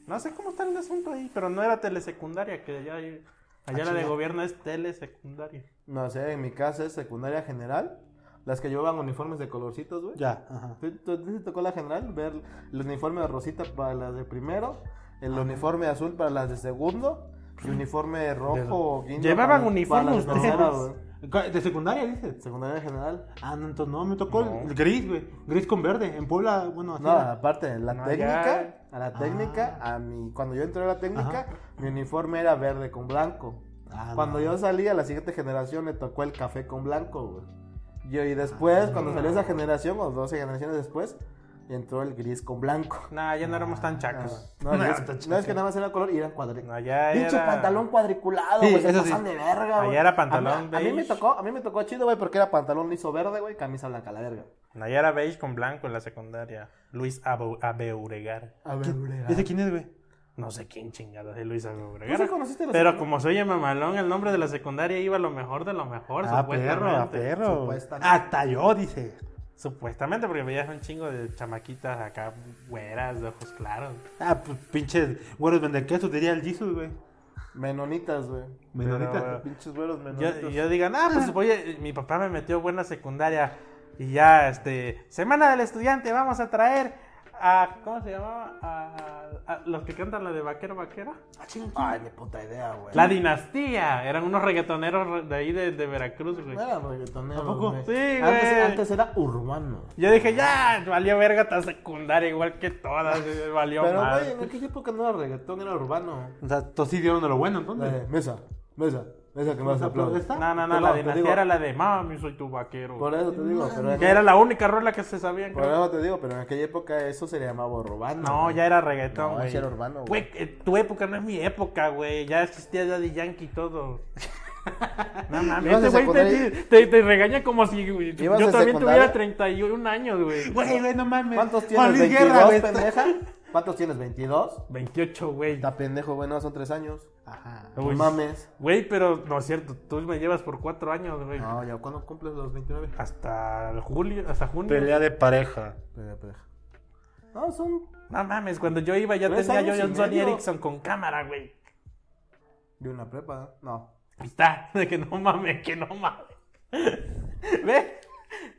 A: No sé cómo está el asunto ahí, pero no era telesecundaria, que allá, hay- allá la de gobierno es telesecundaria.
B: no sé, en mi casa es secundaria general. Las que llevaban uniformes de colorcitos, güey.
C: Ya, ajá.
B: ¿Te, te- te tocó la general ver el uniforme de rosita para las de primero, el uniforme azul para las de segundo, el uniforme rojo o guinda
A: Llevaban
B: para- para
A: uniforme
B: las de tercero,
A: ustedes.
B: güey.
C: ¿De secundaria, dices?
B: Secundaria en general.
C: Ah, no, entonces no, me tocó el-
A: No.
C: el gris, güey. Gris con verde. En Puebla, bueno, así.
B: No,
C: era.
B: aparte, la
A: No,
B: técnica, a la
C: Ah.
B: técnica, a mi, cuando yo entré a la técnica, mi uniforme era verde con blanco.
C: Ah,
B: Cuando
C: no.
B: yo salí a la siguiente generación me tocó el café con blanco, güey. Yo, y después, cuando salió esa generación, o 12 generaciones después, entró el gris con blanco. Ah,
A: Nah, ya no éramos
C: Ah,
A: tan chacos.
B: No, el
C: No,
B: gris-
C: está
B: no,
C: chido.
B: es que nada más era color y eran cuadriculado.
A: No, ya
B: Pinche
A: era-
B: pantalón cuadriculado,
C: Sí,
B: güey. se
C: eso sí.
B: pasan de verga, güey.
A: Allá era pantalón
B: a mí, a mí me
A: beige.
B: tocó, a mí me tocó chido, güey, porque era pantalón liso verde, güey, camisa blanca, la verga.
A: No, ya era beige con blanco en la secundaria. Luis Abu- Abeuregar.
B: A
C: ¿Ese quién es, güey?
A: No sé quién chingados es Luis
B: ¿Tú
A: Abeuregar.
B: sí conociste la
A: Pero
B: secundaria?
A: como soy oye mamalón, el nombre de la secundaria iba a lo mejor de lo mejor,
C: Ah, perro,
A: supuestamente.
C: ah, perro.
B: Supuestamente.
C: Hasta yo, dice.
A: Supuestamente, porque veías un chingo de chamaquitas acá, güeras, de ojos claros.
C: Ah, pues pinches güeros vendequesos, diría el Jesus, güey.
B: Menonitas, güey.
C: Menonita.
A: Pero-
B: Pinches güeros menonitas.
A: Yo, yo digan, ah, pues oye, mi papá me metió buena secundaria y ya, este, Semana del Estudiante, vamos a traer a, ¿cómo se llamaba? A, a los que cantan la de Vaquero Vaquero.
B: Ah, Ay, ni puta idea, güey.
A: La Dinastía, eran unos reggaetoneros de ahí de, de Veracruz, güey.
B: No era reggaetonero,
C: ¿A poco?
B: güey.
A: Sí, güey.
B: Antes, antes era urbano.
A: Yo dije, ya, valió verga tu secundaria, igual que todas, güey, valió
B: Pero, güey,
A: madre.
B: en aquella época no era reggaetón, era urbano.
C: O sea, todos sí dieron de lo bueno,
B: La
C: entonces.
B: de mesa, mesa, mesa que más aplaude.
C: ¿Esta?
A: No, no,
B: No,
A: no, la
B: te
A: Dinastía
B: digo-
A: era la de, mami, soy tu vaquero.
B: Por eso te digo, pero en-
A: Que era la única rola que se sabían.
B: por
A: creo.
B: eso te digo, pero en aquella época eso se le llamaba urbano.
A: No,
B: güey.
A: ya era reggaetón,
B: No,
A: güey.
B: ese era urbano, güey.
A: güey. eh, tu época no es mi época, güey. Ya existía Daddy Yankee y
B: [laughs]
A: todo. No mames,
B: Ibas
A: este
B: a
A: güey te,
B: secundaria-
A: te, te regaña como si güey, yo
B: Ibas a
A: también
B: secundaria-
A: tuviera 31 años, güey.
C: Güey, güey, no mames.
B: ¿Cuántos
C: Juan
B: tienes?
C: Luis
B: ¿22,
C: Guerra, güey.
B: pendeja? ¿Cuántos tienes? ¿22?
A: 28, güey.
B: Está pendejo, güey, no, son 3 años.
C: Ajá.
B: No
A: Uy.
B: mames.
A: Güey, pero no es cierto, tú me llevas por 4 años, güey.
B: No, ya, ¿cuándo cumples los 29?
A: Hasta julio, hasta junio.
C: de pareja.
B: Pendeja, pendeja. No, son...
A: No mames, cuando yo iba ya
B: Tres
A: tenía yo
B: años y
A: a un Sony
B: medio.
A: Ericsson con cámara, güey.
B: De una prepa, no.
A: Ahí está, [laughs] de que no mames, que no mames. [laughs] ¿Ve?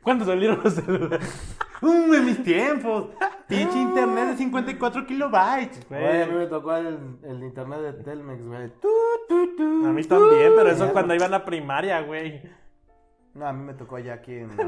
A: ¿Cuándo salieron los celulares?
B: [laughs]
C: ¡Uh, en mis tiempos! Pinche internet de 54 kilobytes.
A: Güey.
B: Oye, a mí me tocó el, el internet de Telmex, güey. Tú, tú, tú.
A: A mí también, pero eso
B: Mierda.
A: cuando iba a la primaria, güey.
B: No, a mí me tocó ya aquí en
C: En la
A: Eh,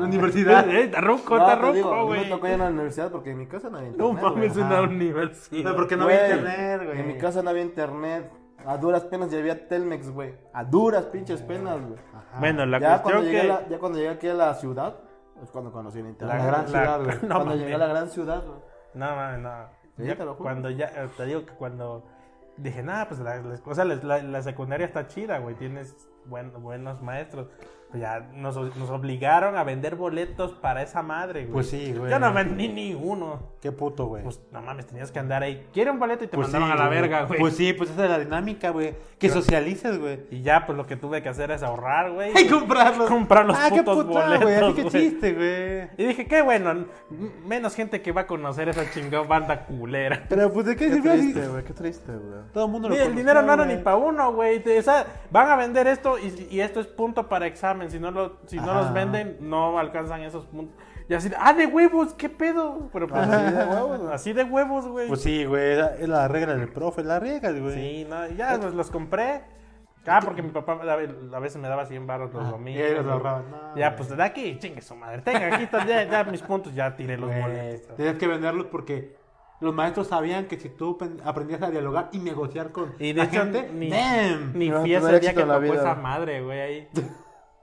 A: [laughs]
C: universidad.
A: eh, Está
B: No,
A: ruco,
B: te
A: está
B: digo, a
A: ruco,
B: mí me
A: güey.
B: tocó ya en la universidad porque en mi casa no había
A: No
B: internet.
A: mames,
B: güey.
A: una
B: Ajá.
A: universidad.
C: No, porque no había
B: Güey,
C: internet, güey.
B: En mi casa no había internet. A duras penas ya había Telmex, güey. A duras pinches
C: Ah,
B: penas, güey.
A: Bueno, la
B: ya, cuando
A: cuestión
B: llegué
A: que...
B: a la- ya cuando llegué aquí a la ciudad, es cuando conocí el internet.
A: La gran ciudad,
B: [laughs]
A: güey.
B: Cuando
A: No mames.
B: llegué a la gran ciudad, güey.
A: No, mames, no.
B: Sí,
A: Ya
B: te lo juro.
A: Cuando ya, eh, te digo que cuando dije, nada, pues la, la- o sea, la, la- la secundaria está chida, güey, tienes buen- buenos maestros. Pues ya nos, nos obligaron a vender boletos para esa madre, güey.
C: Pues sí, güey.
A: Yo no vendí ni uno.
C: Qué puto, güey.
A: Pues no mames, tenías que andar ahí. Quiere un boleto y te
C: Pues
A: mandaban
C: sí,
A: a la
C: güey.
A: verga, güey.
C: Pues sí, pues esa es la dinámica, güey. Que socialices, güey. [laughs]
A: Y ya, pues lo que tuve que hacer es ahorrar, güey.
C: Hay que comprarlos.
A: Comprar los
C: ah, qué
A: putos
C: putada, güey. Así
A: boletos,
C: que
A: güey.
C: chiste, güey.
A: Y dije, qué bueno, m- menos gente que va a conocer esa chingón banda culera.
C: Pero pues de qué,
B: Qué
C: sirvió así.
B: triste, güey. Qué triste, güey.
C: Todo el mundo lo
A: Mira, el
C: conoció,
A: dinero no era
C: güey.
A: ni para uno, güey. Te- o sea, van a vender esto y, y esto es punto para examen. Si no, lo, si no
C: Ajá.
A: los venden, no alcanzan esos puntos. Y así, ah, de huevos, qué pedo. Pero pues, así de huevos, así de huevos, güey.
C: Pues sí, güey. era- Es la regla del profe, la regla, güey.
A: sí, no, ya pues, los compré. Ah, porque mi papá a ve- a veces me daba 100 baros los domingos.
C: y ahí Ah, eh, los ahorraban. No,
A: ya,
C: güey.
A: pues de aquí, chingue su madre. Tenga, aquí está, ya, ya mis puntos, ya tiré los
C: Güey,
A: boletos.
C: Tenías que venderlos porque los maestros sabían que si tú pen- aprendías a dialogar y negociar con
A: Y de
C: la
A: hecho,
C: gente,
A: ni,
C: ¡damn!
A: ni
B: No,
A: fui
B: no
A: ese
B: era
A: día
B: éxito
A: que
B: en la
A: tocó
B: vida.
A: esa madre, güey, ahí. [laughs]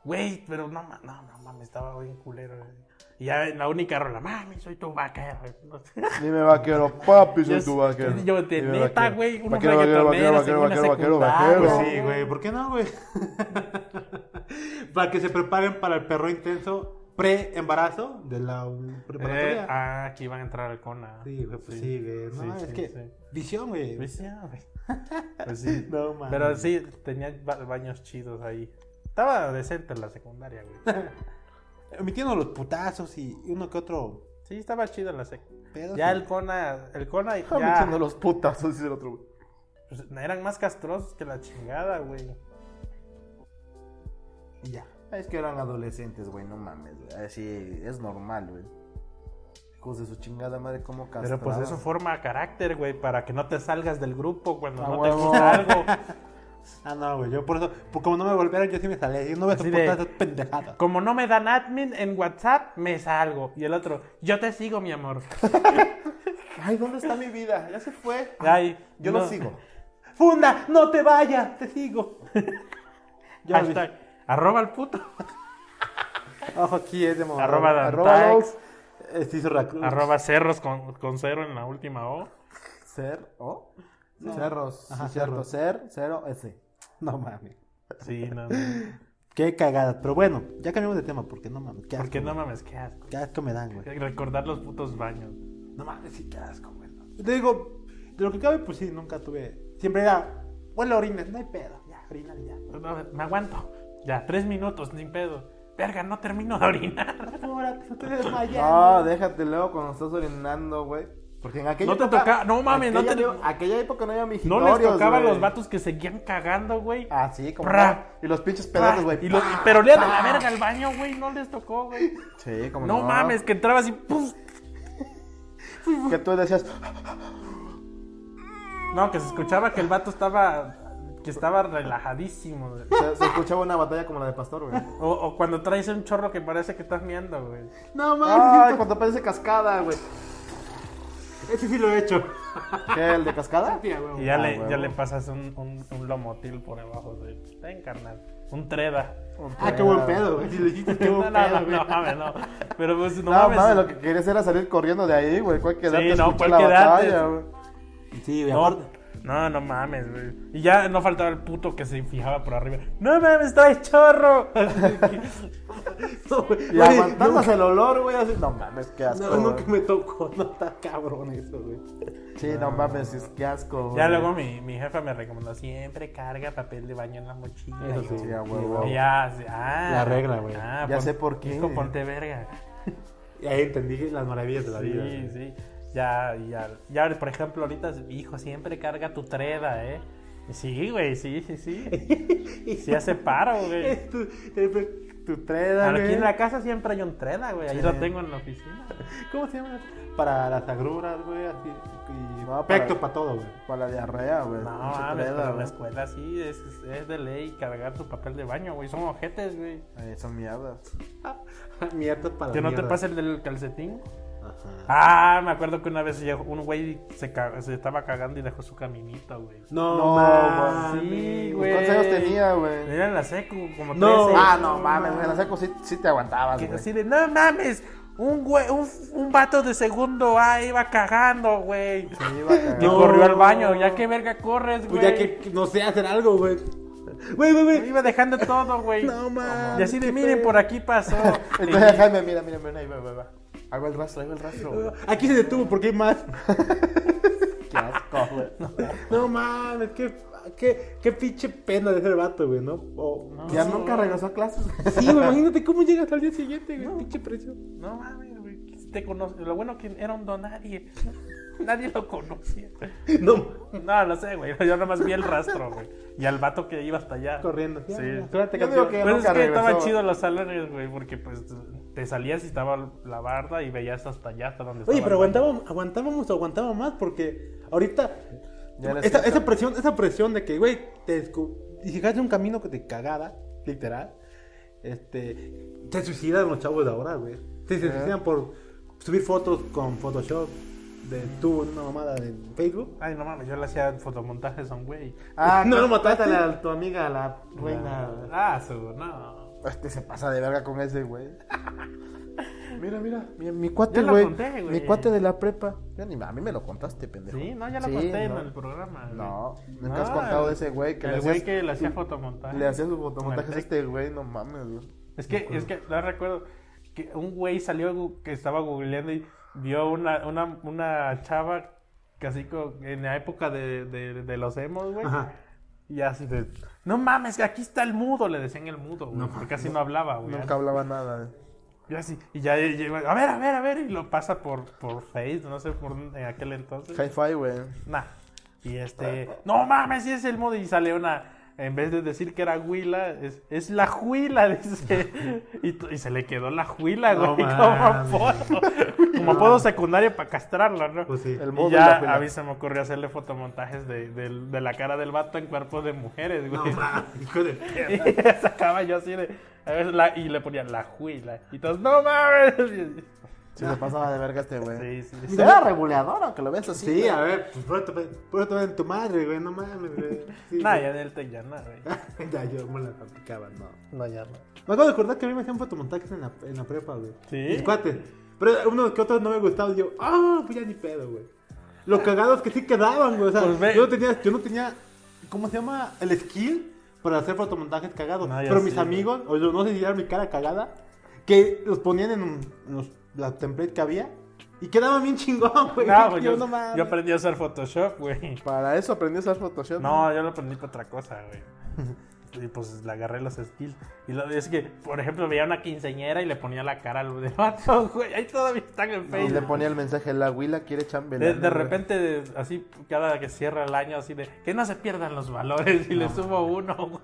A: Güey, pero no, ma- no, no, mames, estaba bien culero, güey. Y ya la única rola, mami, soy tu vaquero. [laughs]
B: Dime vaquero, papi, soy
A: Yo-
B: tu vaquero.
A: yo de
B: Dime
A: neta,
B: vaquero.
A: güey, unos
B: Vaquero, vaquero, vaquero,
A: reggaetoneros
B: vaquero,
A: en una
B: vaquero, vaquero,
A: secundaria.
B: vaquero.
C: Pues sí, güey, ¿por qué no, güey? [laughs] para que se preparen para el perro intenso pre-embarazo de la um, preparatoria.
A: Eh, ah, aquí van a entrar al Cona.
C: Sí, güey, pues sí, güey. No,
A: Sí,
C: es
A: sí,
C: que
A: sí.
C: visión, güey.
A: [laughs] Pues sí, ah, güey. Pues sí.
C: [laughs] No, mames.
A: Pero sí, tenía ba- baños chidos ahí. Estaba decente en la secundaria,
C: [laughs]
A: güey.
C: Omitiendo los putazos y uno que otro
A: Sí, estaba chido en la sec.
C: pedo.
A: Ya
C: sí.
A: el Cona, el
C: [laughs]
A: Cona
B: Ah, me echando
A: ya
B: los putazos, dice el otro, güey.
A: pues, eran más castrosos que la chingada, güey.
C: Y ya.
B: Es que eran adolescentes, güey, no mames, güey. Así es normal, güey. Hijos de su chingada madre, cómo
A: Pero
B: castraban.
A: pues eso forma carácter, güey, para que no te salgas del grupo cuando
B: A
A: no te
B: huevo.
A: gusta algo.
C: Ah, no, güey. Yo por eso, por- como no me golpearon, yo sí me salí. Yo no voy a
A: Así
C: soportar
A: de-
C: esas pendejadas.
A: Como no me dan admin en WhatsApp, me salgo. Y el otro, yo te sigo, mi amor.
B: Ay, ¿dónde está mi vida? Ya se fue.
A: Ay,
B: Yo lo sigo.
C: Funda, no te vayas, te
B: [laughs]
C: sigo. Ya, güey.
A: Hashtag, arroba al puto.
C: Ojo aquí es de momento.
A: Arroba Dan
C: Arroba
A: Tax.
C: Laux. Eh, se hizo racu-
A: Arroba cerros con, con cero en la última O.
B: Ser o
C: Cerros.
B: Ajá,
C: sí, cierto.
B: cerros.
C: Ser, cero, S. No mames.
A: Sí, no, no.
C: Qué cagada. Pero bueno, ya cambiamos de tema porque no mames. Qué asco,
A: Porque no
C: güey.
A: mames, qué asco.
C: Qué asco me dan, güey.
A: Recordar los putos baños.
C: No mames, sí, qué asco, güey. Te digo, de lo que cabe, pues sí, nunca tuve. Siempre era, huele a orines, no hay pedo. Ya, orina ya.
A: No, me aguanto. Ya, tres minutos, sin pedo. Verga, no termino de orinar.
C: Ahora te estoy desmayando.
B: No, déjate luego cuando estás orinando, güey. Porque en aquella
A: No te
B: época-
A: toca- no mames, no
B: aquella
A: te-
B: época- Aquella época no había
A: No
B: mijitorios,
A: les tocaba a
B: güey.
A: los vatos que seguían cagando, güey.
B: Ah, sí, como...
A: Pra.
B: Y los pinches pedazos,
A: Ah,
B: güey. Ah.
A: y los-
B: pa,
A: pero lean a
B: pa.
A: la verga al baño, güey. No les tocó, güey.
B: Sí, como
A: No mames, que entrabas y ¡pum!
B: Que tú decías...
A: No, que se escuchaba que el vato estaba. que estaba relajadísimo. güey.
B: Se, se escuchaba una batalla como la de
A: [laughs]
B: Pastor, güey.
A: O, o cuando traes un chorro que parece que estás miando, güey.
C: No
B: Ay,
A: Ah.
C: mames,
B: cuando parece cascada, güey.
C: ese sí lo he hecho.
B: ¿Qué, el de cascada?
C: Tía, güey.
A: Y ya,
B: Ah,
A: le,
B: huevo.
A: ya le pasas un, un, un lomotil por abajo, güey. Ten, carnal. Un treda.
C: Ah, qué buen pedo, güey. Si lo hiciste, qué
A: No,
C: buen
A: no, no,
C: pedo, güey.
A: no, mames, no. Pero pues no,
B: No,
A: mames.
B: mames, lo que querías era salir corriendo de ahí, güey. ¿Cuál quedarte?
A: Sí, no,
B: escuchar
A: cuál
B: la
A: quedarte.
B: batalla, güey.
C: Sí, güey.
A: No,
C: aparte-
A: no, no mames, güey. Y ya no faltaba el puto que se fijaba por arriba. ¡No mames, traes
C: [laughs]
A: chorro!
C: No, güey.
B: Y
C: Oye,
B: aguantabas
C: nunca-
B: el olor, güey. Así, no mames, qué asco.
C: No, nunca
B: güey.
C: me tocó. [laughs] No está cabrón eso, güey.
B: Sí, no mames, es que asco.
A: ya
B: güey.
A: luego mi, mi jefa me recomendó siempre carga papel de baño en la mochila.
C: Eso
A: Y
C: sí,
A: yo,
B: Sí, a huevo.
A: y ya, sí, ah,
C: La regla, güey.
A: ah,
B: Ya sé por qué.
A: Hijo, ponte verga.
C: Y ahí entendí las maravillas de la
A: Sí,
C: vida. güey.
A: sí. Ya, ya, ya, por ejemplo, ahorita, hijo, siempre carga tu treda, ¿eh? Sí, güey, sí, sí, sí.
C: [laughs] Y
A: Sí hace paro, güey.
C: tu, eh, tu treda,
A: Aquí
C: güey.
A: en la casa siempre hay un treda, güey. Ahí
B: Sí.
A: lo tengo en la
C: [laughs]
A: oficina.
C: ¿Cómo se llama? Para las agruras, güey, así. Y
B: No,
C: perfecto
B: para-
C: Ah, para todo, [laughs] güey.
B: Para la diarrea, güey.
A: No,
B: pinche
A: mames,
B: peda,
A: pero en la
B: güey.
A: escuela sí es, es de ley cargar tu papel de baño, güey. Son ojetes, güey.
B: Ay, son mierdas.
C: Mierda para
A: Que no te
C: Ah, mierda.
A: pase el del calcetín.
C: Ajá.
A: Ah, me acuerdo que una vez llegó un güey se, ca- se estaba cagando y dejó su caminito, güey.
C: No,
B: No,
C: mames.
A: Sí, güey.
B: ¿Cuántos años tenía, güey?
A: Era en la secu, como
C: No.
A: 13.
B: Ah, no mames, güey. En la seco sí, sí te aguantabas,
A: Que
B: güey.
A: así de, no mames, un güey, un, un vato de segundo A iba cagando, güey.
B: Sí, iba a cagar.
A: Y
C: No.
A: corrió al baño, ya que verga corres, güey.
C: Pues ya que que no sé hacer algo, güey. Güey, güey, güey.
A: Iba dejando todo, güey.
C: [laughs] No mames.
A: Y así de,
C: qué
A: miren,
C: feo".
A: por aquí
B: [laughs]
A: pasó.
B: [laughs] Entonces, Jaime, mira, mira, mira, ahí va, va, va. Hago el rastro, hago el rastro, güey.
C: Aquí se detuvo porque hay más.
B: Qué asco, güey.
C: [laughs] No mames, qué, qué, qué pinche pena de ese vato, güey, ¿no? O-
B: Ya nunca regresó a clases. [laughs]
C: Sí, güey, imagínate cómo llegas al día siguiente, güey. Pinche presión.
A: No mames, güey. que Te conoce. Lo bueno que era un don nadie. Nadie lo conocía.
C: No,
A: No, no sé, güey. Yo nomás vi el rastro, güey. Y al vato que iba hasta allá.
C: corriendo. Ya,
A: Sí.
C: suerte,
B: Yo digo
C: campeón.
B: que
A: Pues es
B: nunca
A: que estaban
B: regresó.
A: chidos los salones, güey, porque pues te salías y estaba la barda y veías hasta allá, hasta donde
C: Oye,
A: estaba
C: pero
A: el baño.
C: aguantábamos, aguantábamos, aguantábamos más porque ahorita
B: Ya era
C: esa,
B: cierto.
C: esa presión, esa presión de que, güey, te descu- y llegaste a un camino que te cagada, literal. Este, te suicidan los chavos de ahora, güey. Sí, se
B: Ajá.
C: suicidan por subir fotos con Photoshop de tú una mamada en Facebook.
A: Ay, no mames, yo le hacía fotomontajes a un güey.
B: Ah,
C: [laughs] No
B: no,
C: lo mataste.
B: mátale a tu amiga, la reina.
A: Ah, su, no.
B: Este se pasa de verga con
A: [laughs]
B: ese, güey. Mira, mira, mi, mi
A: Ya
B: cuate,
A: lo
B: güey.
A: conté, güey.
B: Mi cuate de la prepa. Ya ni- a mí me lo contaste, pendejo.
A: Sí, no, ya lo
B: Sí,
A: conté
B: no.
A: en el programa. güey.
B: No, nunca has
A: No,
B: contado
A: el-
B: de ese güey que le
A: El güey
B: hacías,
A: que le hacía fotomontajes.
B: le hacía sus fotomontajes a
A: Con el
B: este güey, no mames, güey.
A: Es que, es que, no recuerdo que un güey salió gu- que estaba googleando y vio una, una, una chava que así co- en la época de, de, de los emos, güey.
C: Ajá.
A: Y así de, no mames, que aquí está el mudo, le decían el mudo, güey, porque casi no hablaba, güey.
B: Nunca hablaba nada. güey.
A: Y así, y ya llegó, a ver, a ver, a ver, y lo pasa por, por Face, no sé, por en aquel entonces.
B: Hi-Fi, güey.
A: Nah. Y este, no mames, sí es el mudo, y sale una, en vez de decir que era Huila, es, es la Huila, [laughs] dice. Y, t- y se le quedó la Huila,
C: No
A: güey, [laughs] como
C: mames.
A: apodo. Como apodo secundario para castrarlo, ¿no?
C: Pues sí.
B: El
A: Y
B: modo y la
A: ya
B: pila.
A: a mí se me ocurrió hacerle fotomontajes de, del- de la cara del vato en cuerpos de mujeres,
C: No,
A: güey.
C: mames, hijo de perra.
A: [laughs] y sacaba yo así de. a ver, la- y le ponía la Huila. Y todos, ¡no mames! [laughs]
B: Si se pasaba de verga este güey.
A: Sí, sí, sí.
B: Será regulador, aunque lo ves así. [laughs]
C: Sí,
B: güey.
C: a ver, pues por eso te ven tu madre, güey, no mames, güey. Sí,
A: Nah,
C: güey.
A: ya del Tec ya nada, güey.
C: [laughs] ya yo me la aplicaba, no.
B: No, ya no.
C: Me acabo de acordar que a mí me hacían fotomontajes en la, en la prepa, güey.
A: ¿Sí?
C: Mis cuates. Pero uno que otro no me gustaba. y Yo, ah, pues ya ni pedo, güey. Los cagados que sí quedaban, güey. O sea,
A: Pues ve.
C: yo, no tenía, yo no tenía, ¿cómo se llama? El skill para hacer fotomontajes cagados.
A: No, ya
C: Pero
A: sí,
C: mis
A: güey.
C: amigos, o yo no sé si era mi cara cagada, que los ponían en, un- en los, la template que había y quedaban bien chingón, güey. [laughs]
A: No, güey, yo,
C: no pues mames.
A: yo aprendí a usar Photoshop, güey.
B: Para eso aprendí a usar Photoshop.
A: No, yo lo aprendí para otra cosa, güey. Y pues le agarré los skills. Y lo, es que, por ejemplo, veía una quinceñera y le ponía la cara al del vato, [laughs] güey. Ahí todavía están en
B: Y le
A: Facebook.
B: ponía el mensaje, la huila quiere
A: de,
B: chambelán.
A: de repente, de- así, cada que cierra el año, así de que no se pierdan los valores. Y le subo uno, [laughs] güey.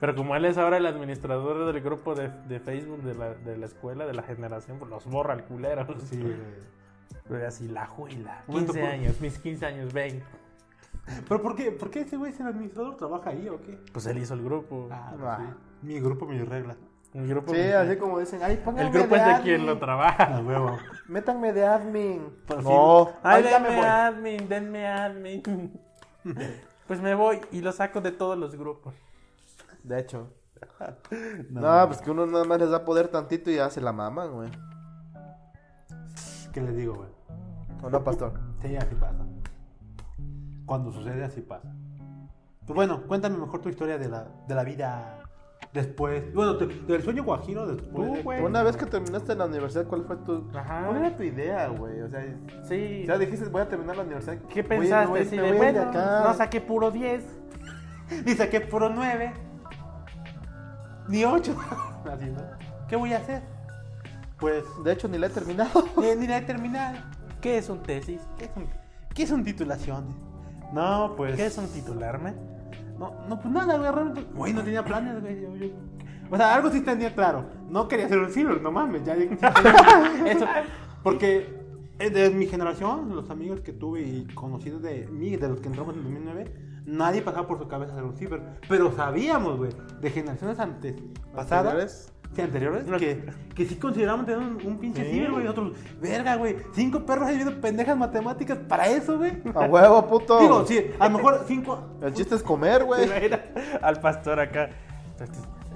A: Pero como él es ahora el administrador del grupo de, de Facebook de la, de la escuela, de la generación, pues los borra el culero.
C: Sí,
A: Sí.
C: güey.
A: así, la juela.
C: Bueno,
A: 15
C: por-
A: años, mis 15 años, ven.
C: Pero ¿por qué, ¿por qué ese güey es el administrador? ¿Trabaja ahí o qué?
A: Pues él hizo el grupo.
C: Ah,
B: Ah.
C: sí. Mi grupo, mi regla.
A: El grupo,
B: Sí, así como dicen, ay, pónganme
A: el grupo es de quien
B: admin,
A: lo trabaja.
C: A huevo.
B: Métanme de admin.
A: [laughs]
C: Por
B: no,
A: Pues Ay,
B: ahí ya me
A: denme
B: voy.
A: admin, denme admin. Pues me voy y lo saco de todos los grupos.
B: De hecho. [laughs]
C: No.
B: No. pues que uno nada más les da poder tantito y ya se la maman, güey.
C: ¿Qué les digo, güey?
B: ¿O no, pastor?
C: Sí, así pasa. Cuando sucede, así pasa. Pues bueno, cuéntame mejor tu historia de la, de la vida después. Bueno, te- del sueño guajiro después.
A: Tú,
C: de-
A: güey.
B: Una vez que terminaste la universidad, ¿cuál fue tu...
A: Ajá.
B: ¿Cuál era tu idea, güey? O sea,
A: Sí.
B: ya dijiste, voy a terminar la universidad.
A: ¿Qué
B: Voy a-
A: pensaste?
B: voy a-
A: Así
B: me
A: de,
B: voy a ir de
A: bueno,
B: acá.
A: no saqué puro 10.
C: Ni saqué puro 9. Ni 8. [laughs] Así, ¿no? ¿Qué voy a hacer? Pues,
B: De hecho, ni la he terminado.
C: eh, ni la he terminado.
A: ¿Qué es un tesis?
C: ¿Qué son, qué son titulaciones? No, pues.
A: ¿Qué es un titularme? [laughs]
C: No, no, pues nada, güey, realmente. Güey, no tenía planes, güey. yo- yo- O sea, algo sí tenía claro. No quería ser un filler, no mames, ya. [laughs] Eso, porque eh, de mi generación, los amigos que tuve y conocidos de mí, de los que entramos en 2009, nadie pasaba por su cabeza ser un ciber. Pero sabíamos, güey, de generaciones antes, pasadas.
B: ¿Anteriores?
C: Sí, anteriores,
A: No.
C: que, que sí consideramos tener un, un pinche
A: Sí.
C: ciber, güey. y Nosotros, verga, güey, cinco perros ahí viendo pendejas matemáticas para eso, güey.
B: A huevo, puto.
C: Digo, sí, a lo mejor cinco.
B: Oh. El chiste es comer, güey.
A: Mira, al pastor acá.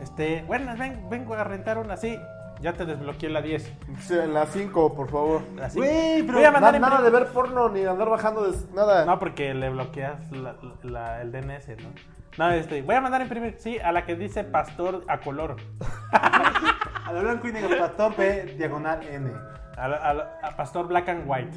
A: Este, bueno, ven- vengo a rentar una así. Ya te desbloqueé la 10.
B: Sí, En las 5, por favor.
A: Así.
C: Güey, pero
A: Voy a mandar
B: Na-
A: en
B: nada de
A: privado.
B: ver porno ni andar bajando de nada.
A: No, porque le bloqueas la- la- el DNS, ¿no? No, este, voy a mandar a imprimir, sí, a la que dice pastor a color.
C: A lo blanco y negro, pastor P, diagonal N. [laughs]
A: A, la- a la- a pastor black and white.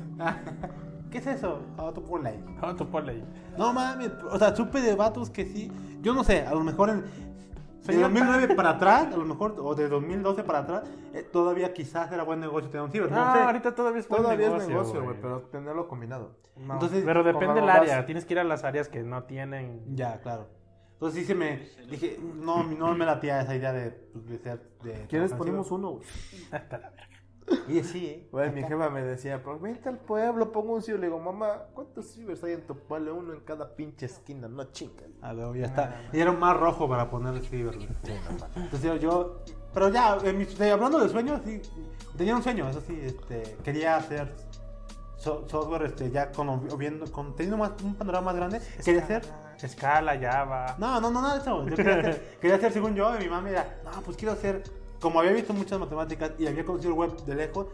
C: ¿Qué es eso? Ah, tú ponle ahí.
A: No, tú ponle ahí.
C: No mames, o sea, supe de vatos que sí. Yo no sé, a lo mejor en. De
A: Señor,
C: 2009 para atrás, a lo mejor, o de 2012 para atrás, eh, todavía quizás era buen negocio tener un ciber. No,
A: No,
C: sé.
A: Ah, ahorita todavía es buen
B: Todavía
A: negocio,
B: es negocio, güey, pero tenerlo combinado.
A: No,
C: Entonces,
A: pero
B: por
A: depende del
B: lo más-
A: área. Tienes que ir a las áreas que no tienen.
C: Ya, claro. Entonces sí se me. Dije, no, no me latía esa idea de, pues, de ser. De
B: ¿Quieres ponemos uno, güey?
C: Y sí, eh.
B: Güey, mi jefa me decía, pues vente al pueblo, pongo un ciber. Le digo, mamá, ¿cuántos cibers hay en tu pueblo? Uno en cada pinche esquina, no chingas.
C: A ver, ya está. Y era un más rojo para poner el ciber. güey. Entonces yo, yo- Pero ya, en mis- de- hablando de sueños, sí. Tenía un sueño, eso sí. Este, quería hacer so- software este, ya con, o viendo, con, teniendo más, un panorama más grande. Quería hacer.
A: Escala, Java.
C: No, no, no, nada de eso. Yo quería hacer, quería hacer, según yo, y mi mamá era, no, pues quiero hacer. Como había visto muchas matemáticas y había conocido el web de lejos,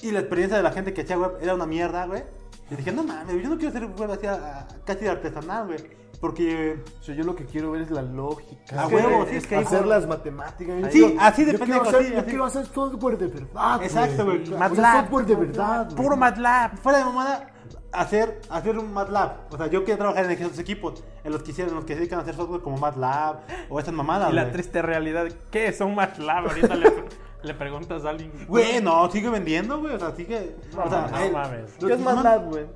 C: y la experiencia de la gente que hacía web era una mierda, güey. Y dije, no mames, yo no quiero hacer web así, a- a- casi de artesanal, güey. Porque
B: O sea, yo lo que quiero ver es la lógica.
C: A
B: Ah, güey.
C: huevo, sí, es que
B: hacer
C: hijo-
B: las matemáticas. Yo
C: Sí,
B: digo,
C: así
B: yo
C: depende
B: quiero
C: de
B: hacer-
C: ti,
B: Yo
C: así.
B: quiero hacer software de verdad.
C: Exacto, güey.
B: O sea,
A: MATLAB.
B: software de verdad. güey.
A: Puro MATLAB.
C: fuera de mamada, hacer, hacer un MATLAB. O sea, yo quería trabajar en esos equipos, en los que hicieron, en los que se dedican a hacer software como MATLAB o esas mamadas.
A: Y la
C: güey.
A: triste realidad, ¿qué es un MATLAB? Ahorita le, [laughs] le preguntas a alguien.
C: Güey, no, sigue vendiendo, güey. O sea, eh, sigue. o sea,
A: No
C: hay-
A: mames.
B: ¿Qué es MATLAB, güey? Eh,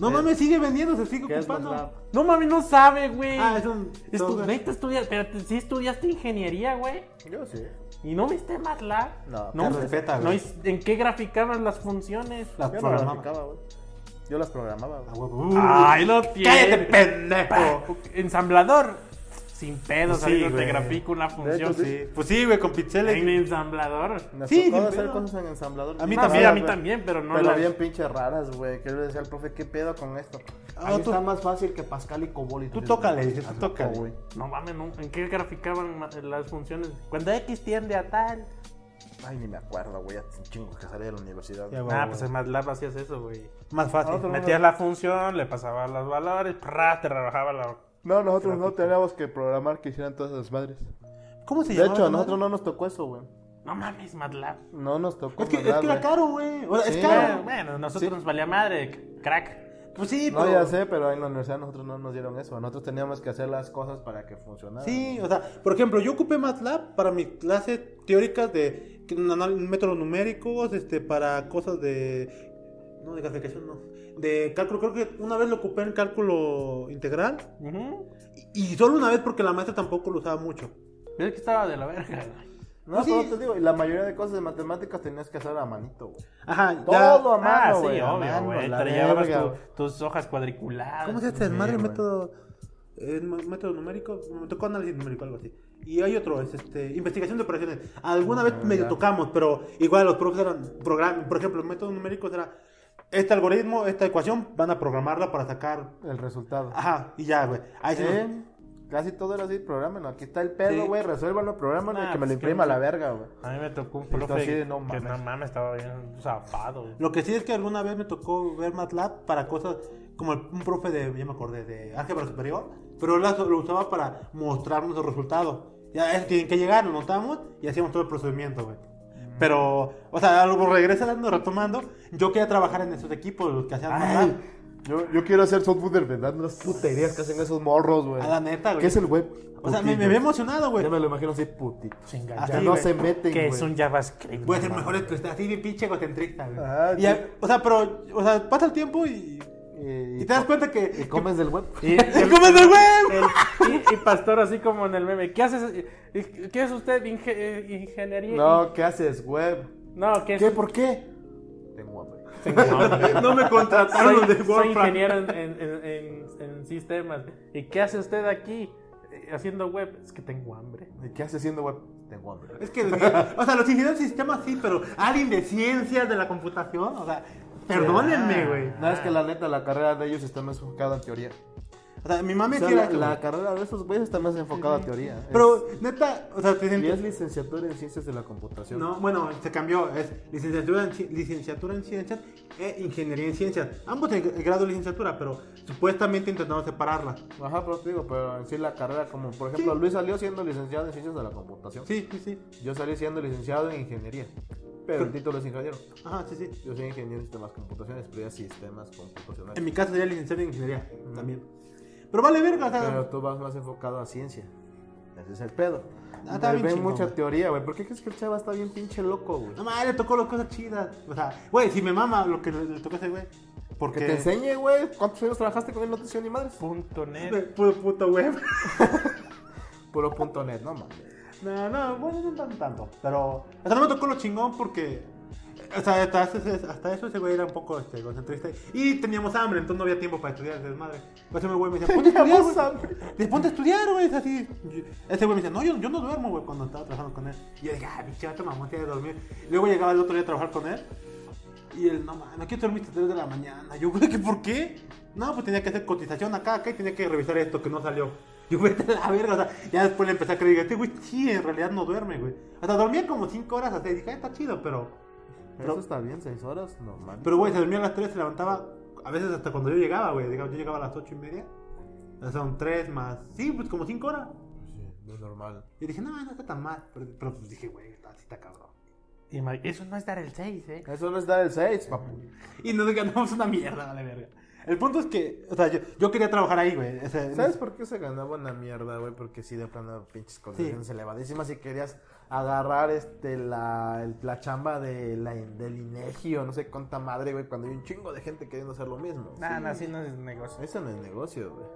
C: No mames, sigue vendiendo, se sigue
B: ¿Qué es
C: ocupando.
B: MATLAB?
A: No mami, no sabe, güey.
C: Ah, es un
A: Estu-
C: software.
A: neta estudias, pero te- sí estudiaste ingeniería, güey.
B: Yo sí.
A: Y no viste MATLAB.
B: No,
A: no
C: te respeta,
A: no
C: güey.
A: es- ¿En qué graficabas las funciones?
C: Las
B: Yo no las
C: programaba.
B: aplicaba, güey. Yo las programaba,
C: Ah,
B: güey.
C: huevo.
A: ¡Ay, lo
C: [laughs] ¡Cállate,
A: tiene!
C: pendejo!
A: Pa- Ensamblador. Sin pedos,
C: Sí,
A: ahorita te
C: güey.
A: grafico una función.
B: hecho,
A: sí.
C: Pues sí, güey, con pixeles.
A: En ensamblador.
B: Nos
C: Sí,
B: tocó
C: sin
B: hacer
C: pedo.
B: cosas en ensamblador.
C: A mí
B: bien
A: Ah, sí,
C: también,
B: raras,
A: a mí
B: güey.
A: también, pero no
B: pero
A: las-
B: bien pinches raras, güey. Que yo le decía al profe, ¿qué pedo con esto?
C: Ah,
B: A mí
C: tú-
B: está más fácil que Pascal y Cobol. y
C: Tú
B: dices,
C: tócale, dices,
B: "Ah,
C: tú
B: loco,
C: tócale".
B: güey.
A: No mames, no. ¿en qué graficaban ma- las funciones? Cuando X tiende a tal.
B: Ay, ni me acuerdo, güey. Ya un chingo que salí de la universidad.
C: Ya, güey.
A: Ah, pues en MATLAB hacías eso, güey.
C: Más fácil.
B: Otro.
A: Metías la función, le pasabas los valores, ¡prá! te rebajaba la...
B: No, nosotros no teníamos que programar que hicieran todas esas madres.
C: ¿Cómo se
B: De
C: llama?
B: hecho, a nosotros no nos tocó eso, güey.
A: No mames, MATLAB.
B: No nos tocó.
C: Es que, es
B: nada,
C: que era
B: güey.
C: caro, güey. O sea,
B: eh. Sí.
C: es
A: Bueno,
C: caro.
A: bueno, nosotros
B: Sí.
A: nos valía madre, crack.
C: Pues sí, pero.
B: No, ya sé, pero en la universidad nosotros no nos dieron eso. Nosotros teníamos que hacer las cosas para que funcionaran.
C: Sí, o sea, por ejemplo, yo ocupé MATLAB para mis clases teóricas de anal- métodos numéricos, este, para cosas de. No, de calificación, no. De cálculo, creo que una vez lo ocupé en cálculo integral.
A: Ujú.
C: Y, y solo una vez porque la maestra tampoco lo usaba mucho.
A: Pero es que estaba de la verga.
B: No,
C: Pues
B: pero
C: sí.
B: te digo, y la mayoría de cosas de matemáticas tenías que hacer a manito, güey.
C: Ajá, ya.
B: Todo a
A: Ah,
B: mano, güey.
A: sí,
B: a
A: obvio,
B: mano,
A: güey.
B: la
A: Te llevabas
B: verga,
A: tu-
B: güey.
A: tus hojas cuadriculadas.
C: ¿Cómo se hace
B: Sí,
C: madre el
B: güey.
C: método? eh, ma- método numérico, me tocó análisis numérico, algo así. Y hay otro, es este, investigación de operaciones. Alguna vez medio
B: ya.
C: tocamos, pero igual los profes eran programas. Por ejemplo, los métodos numéricos era este algoritmo, esta ecuación, van a programarla para sacar.
B: El resultado.
C: Ajá, y ya, güey. Ahí Ah, sí
B: ¿Eh?
C: nos-
B: Casi todo era así, programenlo. Aquí está el
C: Sí.
B: pedo, güey. Resuélvanlo, programenlo
A: Nah,
B: y que me
A: pues,
B: lo
A: que
B: imprima
A: no-
B: la verga, güey.
A: A mí me tocó un
B: Y tú
A: profe
B: así de, no
A: que
B: mames.
A: no mames, estaba bien zapado.
C: Lo que sí es que alguna vez me tocó ver MATLAB para cosas como el- un profe de, ya me acordé, de álgebra superior, pero la- lo usaba para mostrarnos el resultado. Ya eso tienen que llegar, lo notamos y hacíamos todo el procedimiento, güey.
B: Mm.
C: Pero, o sea, algo regresa dando, retomando. Yo quería trabajar en esos equipos, los que hacían MATLAB.
B: Yo, yo quiero hacer software de verdad, no las puterías que hacen esos morros, güey.
C: A la neta, güey.
B: ¿Qué es el web?
C: O sea, me, me
B: Putito.
C: había emocionado, güey.
B: Ya me lo imagino así, putito.
C: Ah,
B: Ya
C: sí,
B: no
C: güey.
B: se meten,
A: Que
B: güey.
A: es un JavaScript.
C: Voy a
A: no
C: ser
A: mames.
C: mejor que usted, así bien pinche egocentrista, güey.
B: Ah,
C: Y
B: sí.
C: a- o sea, pero, o sea, pasa el tiempo y,
B: Y,
C: y te das cuenta que...
B: y
C: [laughs]
B: comes del web.
A: Y-
C: ¡El comes del web!
A: El- y, y Pastor así como en el meme, ¿qué haces? ¿Qué es usted? Inge- eh, ingeniería.
B: No, ¿qué haces, web?
A: no ¿qué es?
B: ¿Qué? ¿Por qué? Tengo hambre.
C: No me contrataron
A: soy,
C: de
A: soy
C: WordPress.
A: ingeniero en, en- en- en- en sistemas. ¿Y qué hace usted aquí eh, haciendo web? Es que tengo hambre.
B: ¿Y qué haces siendo web? Tengo hambre.
C: Es que, o sea, los ingenieros de sistemas sí, pero alguien de ciencias de la computación, o sea, perdónenme, güey.
B: No, es que la neta, la carrera de ellos está más enfocada a teoría.
C: O sea, mi mami
B: O sea,
C: sí era
B: la,
C: como-
B: la carrera de esos güeyes está más enfocada a teoría. Es-
C: Pero, neta, o sea, te
B: y
C: sientes-
B: es licenciatura en ciencias de la computación.
C: No, bueno, se cambió, es licenciatura en, ci- licenciatura en ciencias e ingeniería en ciencias. Ambos en el grado de licenciatura, pero supuestamente intentaron separarla.
B: Ajá, pero te digo, pero en sí la carrera, como por ejemplo,
C: Sí.
B: Luis salió siendo licenciado en ciencias de la computación.
C: Sí, sí, sí.
B: Yo salí siendo licenciado en ingeniería. Pero el título es ingeniero.
C: Ajá, sí, sí.
B: Yo soy ingeniero en sistemas computacionales, pero ya sistemas computacionales.
C: En mi caso sería licenciado en ingeniería también. Pero vale verga, o sea,
B: Pero tú vas más enfocado a ciencia. Ese es el pedo.
C: Ah, está
B: Me
C: bien
B: ven
C: chingón,
B: mucha
C: güey.
B: teoría, güey. ¿Por qué crees que el chava está bien pinche loco, güey?
C: No mames, le tocó las cosas chidas. O sea, güey, si me mama lo que le, le tocó a ese güey. Porque
B: Que te enseñe, güey. ¿Cuántos años trabajaste con él? No te enseñó ni madres.
A: Punto net.
C: Puro puto web. [laughs]
B: Puro punto net, no mames.
C: No, no, bueno, no tanto, tanto. Pero. Hasta no me tocó lo chingón porque. O sea, hasta, ese- hasta eso ese güey era un poco este, concentrista. Y teníamos hambre, entonces no había tiempo para estudiar, desmadre. Por eso mi güey me decía, ponte a estudiar,
B: Teníamos
C: güey. Dice, Ponte a estudiar, güey. Es así. Ese güey me decía, no, yo, yo no duermo, güey, cuando estaba trabajando con él. Y yo dije, ah, pinche vato mamón, tiene que dormir. Luego llegaba el otro día a trabajar con él. Y él, no, mames, no quiero dormir hasta 3 de la mañana. Yo, güey, ¿qué por qué? No, pues tenía que hacer cotización acá, acá y tenía que revisar esto que no salió. [laughs] Yo, vete a la verga, o sea, ya después le empecé a creer, este güey, sí, en realidad no duerme, güey. Hasta dormía como 5 horas hasta y dije, "Ah, está chido, pero.
B: Eso está bien, seis horas, no mames.
C: Pero, güey, se dormía a las 3, se levantaba a veces hasta cuando yo llegaba, güey. Digamos, Yo llegaba a las 8 y media. O sea, Son 3 más, sí, pues como 5 horas.
B: Sí, no es normal.
C: Y dije, no, no está tan mal. Pero, pero, pues dije, güey, está, sí está cabrón.
A: Ima- Eso no es dar el 6, ¿eh?
B: Eso no es dar el 6, papu.
C: Y nos ganamos una mierda, vale verga. El punto es que, o sea, yo, yo quería trabajar ahí, güey. O sea,
B: ¿Sabes por qué se ganaba una mierda, güey? Porque sí, de plano, pinches condiciones elevadísimas. Si querías agarrar este, la, el- la chamba de la, del INEGI o no sé cuánta madre, güey, cuando hay un chingo de gente queriendo hacer lo mismo.
A: Nah, nah, así no es negocio.
B: Eso no es negocio, güey.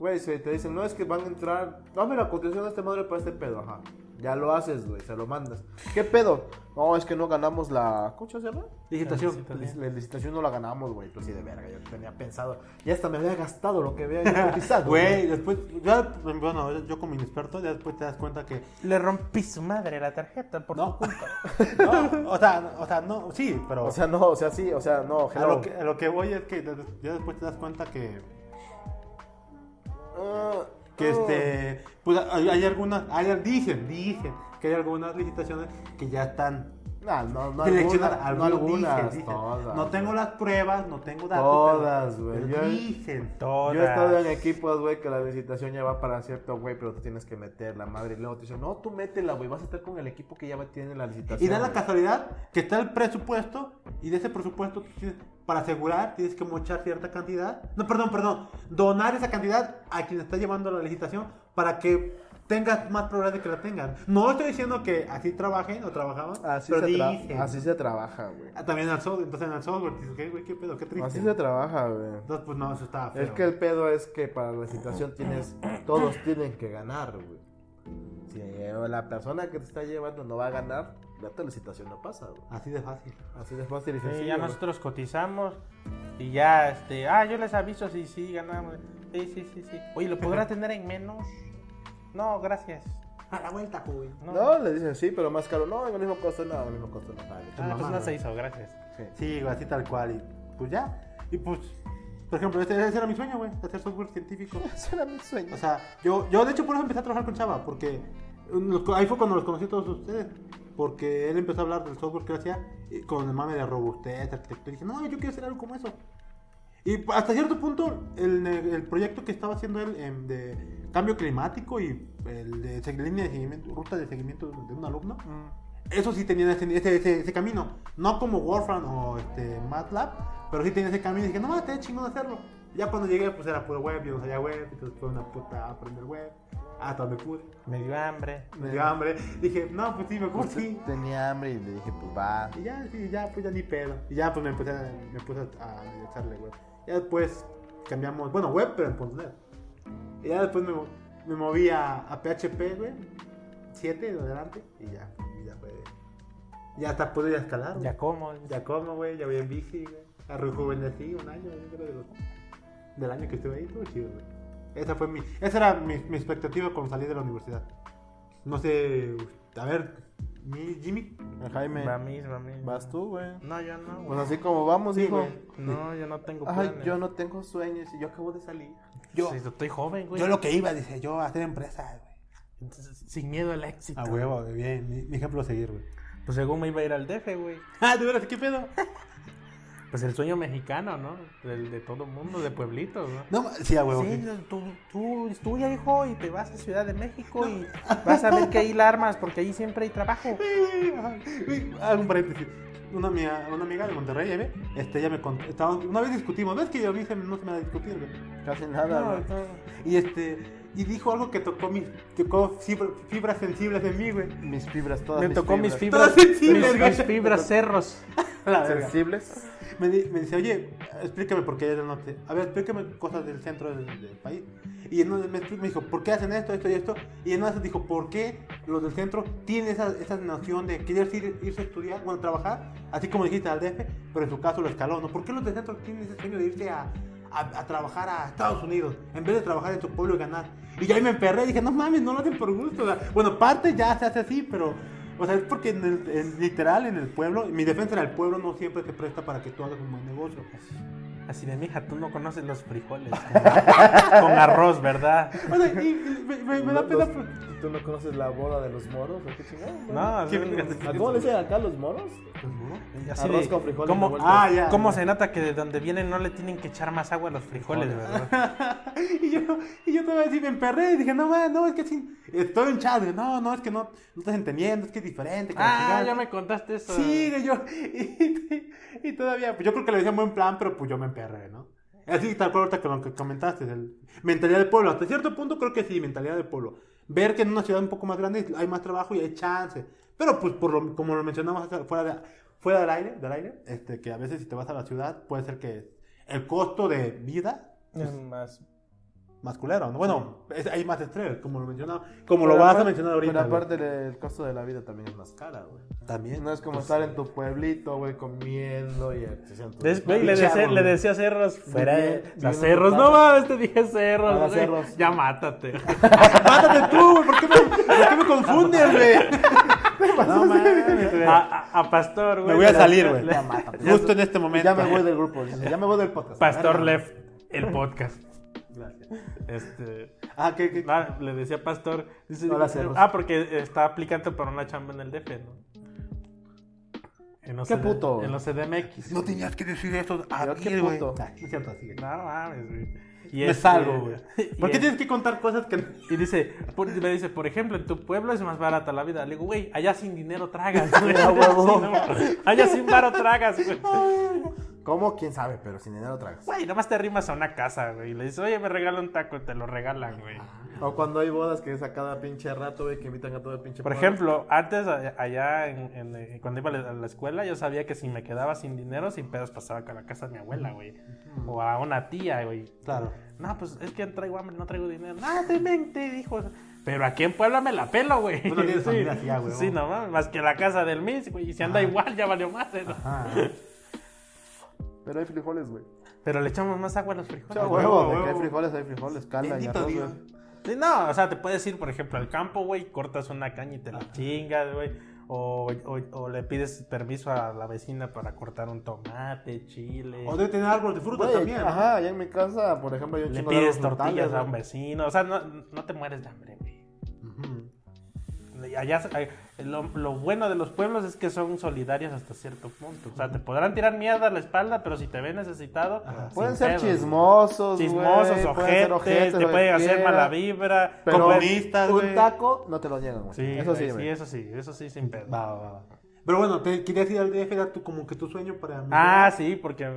B: Güey, si te dicen, no, es que van a entrar, dame la cotización a este madre para este pedo, ajá. Ya lo haces, güey, se lo mandas. ¿Qué pedo? No, es que no ganamos la... ¿Cómo se llama?
C: Licitación.
A: Está bien.
B: La licitación no la ganamos, güey. Pues sí, de verga, yo tenía pensado. Ya hasta me había gastado lo que había yo
C: [laughs]
B: cotizado.
C: Güey, después, ya, bueno, yo como inexperto, ya después te das cuenta que
A: Le rompí su madre la tarjeta por
C: No.
A: tu culpa.
C: [laughs] No, o sea, o sea, no, sí, pero
B: O sea, no, o sea, sí, o sea, no,
C: a,
B: hello.
C: lo que, a lo que voy es que des- ya después te das cuenta que,
B: Ah,
C: que
B: ah.
C: este, pues hay, hay algunas, hay, dicen, dicen que hay algunas licitaciones que ya están
B: Nah, no, no
C: seleccionadas,
B: alguna- no
C: algunos
B: algunas,
C: dicen, dicen.
B: todas,
C: no tengo las pruebas, no tengo datos,
B: Todas,
C: pero-
B: güey,
C: pero
B: yo-
C: dicen,
A: Todas.
B: Yo he estado en equipos, güey, que la licitación ya va para cierto, güey, pero tú tienes que meter la madre. Y luego te dicen, no, tú métela, güey, vas a estar con el equipo que ya va- tiene la licitación.
C: Y da la
B: güey.
C: casualidad que está el presupuesto y de ese presupuesto tú tienes- para asegurar tienes que mochar cierta cantidad. No, perdón, perdón. Donar esa cantidad a quien está llevando la licitación para que tengas más probabilidades de que la tengan. No estoy diciendo que así trabajen o trabajaban,
B: Así,
C: pero
B: se tra-
C: dicen.
B: así se trabaja, güey.
C: Ah, También al software, entonces en el software dices, "¿Qué, güey, qué pedo, qué triste.
B: Así se trabaja, güey.
C: Entonces, pues no, eso estaba feo.
B: Es que el pedo es que para la licitación tienes, todos tienen que ganar, güey. Si eh, la persona que te está llevando no va a ganar, ya tu licitación no pasa, güey.
C: Así de fácil.
B: Así de fácil y
A: Sí,
B: sencillo.
A: Eh, ya
B: güey.
A: nosotros cotizamos y ya, este, ah, yo les aviso si sí ganamos. Sí, sí, sí, sí. Oye, ¿lo
C: [laughs]
A: podrá tener en menos? No, gracias.
C: A la vuelta, güey.
A: No,
B: No, le dicen sí, pero más caro. No, el mismo costo, no, el mismo costo no. Vale,
A: Ah, pues
C: mamá,
A: no se
C: güey.
A: hizo, gracias.
B: sí.
C: Sí, güey, así tal cual. Y pues ya. Y pues, por ejemplo, ese, ese era mi sueño, güey, hacer software científico.
B: [laughs] Ese era mi sueño.
C: O sea, yo, yo de hecho por eso empecé a trabajar con Chava, porque mm, los co- ahí fue cuando los conocí a todos ustedes. Porque él empezó a hablar del software que él hacía y con el mame de robustez, arquitectura. Y dije, no, yo quiero hacer algo como eso. Y p- hasta cierto punto, el, ne- el proyecto que estaba haciendo él em, de cambio climático y el de se- línea de seguimiento, ruta de seguimiento de un alumno, eso sí tenía ese, ese- ese- ese camino. No como Warframe o este, MATLAB, pero sí tenía ese camino. Y dije, no, mames, está chingón hacerlo. Ya cuando llegué, pues era puro web, yo no sabía web, entonces fue una puta aprender web. Hasta donde pude.
A: Me dio hambre.
C: Me dio hambre. Dije, no, pues sí, mejor sí.
B: Tenía hambre y le dije, pues va.
C: Y ya, sí, ya, pues ya ni pedo. Y ya, pues me empecé a, me puse a, a echarle web. Ya después cambiamos, bueno, web, pero en .NET. Y ya después me, mo- me moví a, a PHP, güey. 7 de adelante. Y ya, y ya fue. Ya hasta pude ir a escalar, güey.
A: Ya como.
C: Ya como, güey, ya voy en bici, güey. A rejuvenecí un año, yo creo, de los- del año que estuve ahí, todo chido, güey. Esa fue mi, esa era mi, mi expectativa cuando salí de la universidad. No sé, a ver, mi Jimmy.
B: Jaime,
A: Va a mí, va a mí.
B: vas tú, güey.
A: No, yo no.
B: Pues
A: güey.
B: así como vamos,
C: Sí,
B: hijo.
C: güey.
A: No, yo no tengo
B: Ay,
A: planes.
B: yo no tengo sueños y yo acabo de salir.
A: Yo. estoy joven, güey.
C: que iba, dice, yo a hacer empresa, güey.
A: Entonces, Sin miedo al éxito.
C: A huevo, güey, bien, mi, mi ejemplo a seguir, güey.
A: Pues según me iba a ir al DF, güey.
C: [laughs] Ah, de veras, ¿qué pedo?
A: Pues el sueño mexicano, ¿no? Del de todo mundo, de pueblitos, ¿no?
C: No, ma- sí, a huevo.
A: Sí,
C: [laughs] sí.
A: tú, tú estudia, hijo, y te vas a Ciudad de México y vas a ver que ahí la armas, porque ahí siempre hay trabajo.
C: Uy, Hago un paréntesis. Una amiga, una amiga de Monterrey, ¿eh? este, ella me contó, estaba- una vez discutimos, ¿ves que yo dije, no se me da a discutir, güey?
B: Casi
A: No,
B: nada, güey.
A: no.
C: Y este y dijo algo que tocó mis tocó fibra- fibras sensibles en mí, güey.
B: Mis fibras, todas
A: Me
B: mis
A: tocó mis
B: fibras.
A: fibras,
C: Todas sensibles,
A: mis,
C: güey.
A: mis fibras cerros.
C: La verga.
B: sensibles.
C: Me, di- me dice, "Oye, explícame por qué eres del norte. A ver, explícame cosas del centro del, del país." Y en una- me, expli- me dijo, "¿Por qué hacen esto, esto y esto?" Y en una se dijo, "¿Por qué los del centro tienen esa, esa noción de querer ir- irse a estudiar, bueno, trabajar, así como dijiste al DF, pero en su caso lo escaló, ¿no? ¿Por qué los del centro tienen ese sueño de irse a a, a trabajar a Estados Unidos en vez de trabajar en tu pueblo y ganar. Y ya ahí me emperré y dije, no mames, no lo hacen por gusto. o sea, bueno, parte ya se hace así, pero, o sea, es porque en el, en- literal en el pueblo, mi defensa era el pueblo no siempre te presta para que tú hagas un buen negocio.
A: Así de, mija, tú no conoces los frijoles. con- con arroz, ¿verdad?
C: O sea, y- y me, me- me da
B: Los-
C: pena.
B: los- ¿Tú no pues conoces la boda de los moros? ¿O qué chingado?
A: No,
C: ¿Qué
A: no, no.
C: vergas?
B: ¿A cómo le dicen acá los moros?
A: Así
B: Arroz
A: de,
B: con frijoles
A: ¿cómo,
B: revueltos.
A: ah,
C: Ah, ya.
A: ¿Cómo se nota que de donde vienen no le tienen que echar más agua a los frijoles,
B: Frijoles.
A: verdad?
C: [laughs] y yo, y yo todavía así me emperré y dije, no mames, no, es que así, estoy en chat. No, no, es que no, no estás entendiendo, es que es diferente. que la
A: ah,
C: chingada".
A: ya me contaste eso.
C: [laughs] Sí, güey, yo. Y, y todavía, pues yo creo que lo decía en buen plan, pero pues yo me emperré, ¿no? Así tal cual ahorita que lo que comentaste, el- mentalidad de pueblo. Hasta cierto punto creo que sí, mentalidad de pueblo. Ver que en una ciudad un poco más grande hay más trabajo y hay chance. Pero pues por lo- como lo mencionamos hasta- fuera, de- fuera del aire, del aire este, que a veces si te vas a la ciudad puede ser que el costo de vida
A: Es más.
C: masculero, ¿no? Bueno, es- hay más estrés, como lo mencionaba, como lo
B: Pero
C: vas a
B: aparte-
C: mencionar ahorita.
B: Pero
C: güey.
B: aparte el costo de la vida también es más cara, güey.
C: también. Pues
B: No es como estar en tu pueblito, güey, comiendo y accesando.
A: Des- güey, le,
C: Pinche
A: decía,
C: árbol,
A: le
C: güey.
A: decía a Cerros, fuera de.
B: bien,
A: a
B: bien
A: Cerros, no
B: ocupado.
A: mames, te dije Cerros,
B: Ahora
A: güey.
B: Cerros.
A: Ya mátate.
C: Mátate tú, güey, ¿por qué me, por qué me confundes, güey?
B: [laughs]
C: [laughs] No mames, güey.
A: a, a- a Pastor, güey.
C: Me voy a
A: le-
C: salir, güey.
A: le-
C: Justo en este momento.
B: Ya me voy del grupo, dice, ya me voy del podcast.
A: Pastor Left, el podcast.
B: Gracias.
A: Este.
B: Ah, ¿qué, qué?
A: Ah, le decía Pastor. dice,
B: Hola, Cerros.
A: ah, porque está aplicando para una chamba en el DF, ¿no? En los
B: Qué
A: CD
B: puto.
A: En los CDMX.
C: No tenías que decir eso a
B: Yo,
C: mí,
B: qué
C: güey.
B: puto.
C: Ay, No es cierto, sigue.
A: No mames, güey. Y
C: Me
A: este-
C: salgo, güey.
A: [laughs] y este.
C: ¿Por qué
A: es-
C: tienes que contar cosas que no?
A: Y dice, por- me dice, por ejemplo, en tu pueblo es más barata la vida. Le digo, güey, allá sin dinero tragas,
B: [laughs]
A: güey.
B: Ah, huevo.
A: Sí, no, allá sin varo tragas, güey.
B: ¿Cómo? ¿Quién sabe? Pero sin dinero tragas.
A: Güey, nomás te arrimas a una casa, güey. Y le dices, oye, me regala un taco, te lo regalan, güey.
B: O cuando hay bodas que es a cada pinche rato, güey, que invitan a todo el pinche
A: Por
B: pueblo.
A: ejemplo, antes, a- allá, en, en- eh, cuando iba a la- a la escuela, yo sabía que si me quedaba sin dinero, sin pedos pasaba con la casa de mi abuela, güey. O a una tía, güey.
C: Claro.
A: No, pues es que traigo hambre, no traigo dinero. No, te vente, dijo. Pero aquí en Puebla me la pelo, güey.
C: Tú no tienes familia así, ah, güey.
A: Sí, no mames, más que la casa del Miss, güey. Y si anda igual, ya valió más, ¿eh?
C: Ah,
B: Pero hay frijoles, güey.
A: Pero le echamos más agua a los frijoles.
B: Chao,
A: güey.
B: huevo,
C: huevo,
B: de que hay
C: huevo.
B: frijoles, hay frijoles, cala y
C: Bendito
B: arroz,
C: Dios.
B: güey.
A: Sí, no, o sea, te puedes ir, por ejemplo, al campo, güey, cortas una caña y te la chingas, güey. O, o- o le pides permiso a la vecina para cortar un tomate, chile.
C: O debe tener árbol de fruta
B: Güey,
C: también.
B: Ajá, allá en mi casa, por ejemplo, yo
A: le pides tortillas a un vecino. O sea, no, no te mueres de hambre, güey.
C: Ujú.
A: Allá, eh, lo, lo bueno de los pueblos es que son solidarios hasta cierto punto. O sea, te podrán tirar mierda a la espalda, pero si te ven necesitado, sin
B: Pueden ser
A: pedos,
B: chismosos, güey,
A: Chismosos,
B: pueden
A: ojetes,
B: ser ojetes,
A: te
B: lo que
A: pueden hacer
B: quieran,
A: mala vibra.
B: Pero
A: como-
C: comunistas,
B: un
C: güey.
B: taco no te lo niegan, güey.
A: Sí,
B: eso sí,
A: güey,
B: güey.
A: sí, eso sí, eso sí, sin pedo.
C: Va, va, va. Pero bueno, te querías ir al DF, era tu, como que tu sueño para mí.
A: Ah, sí, porque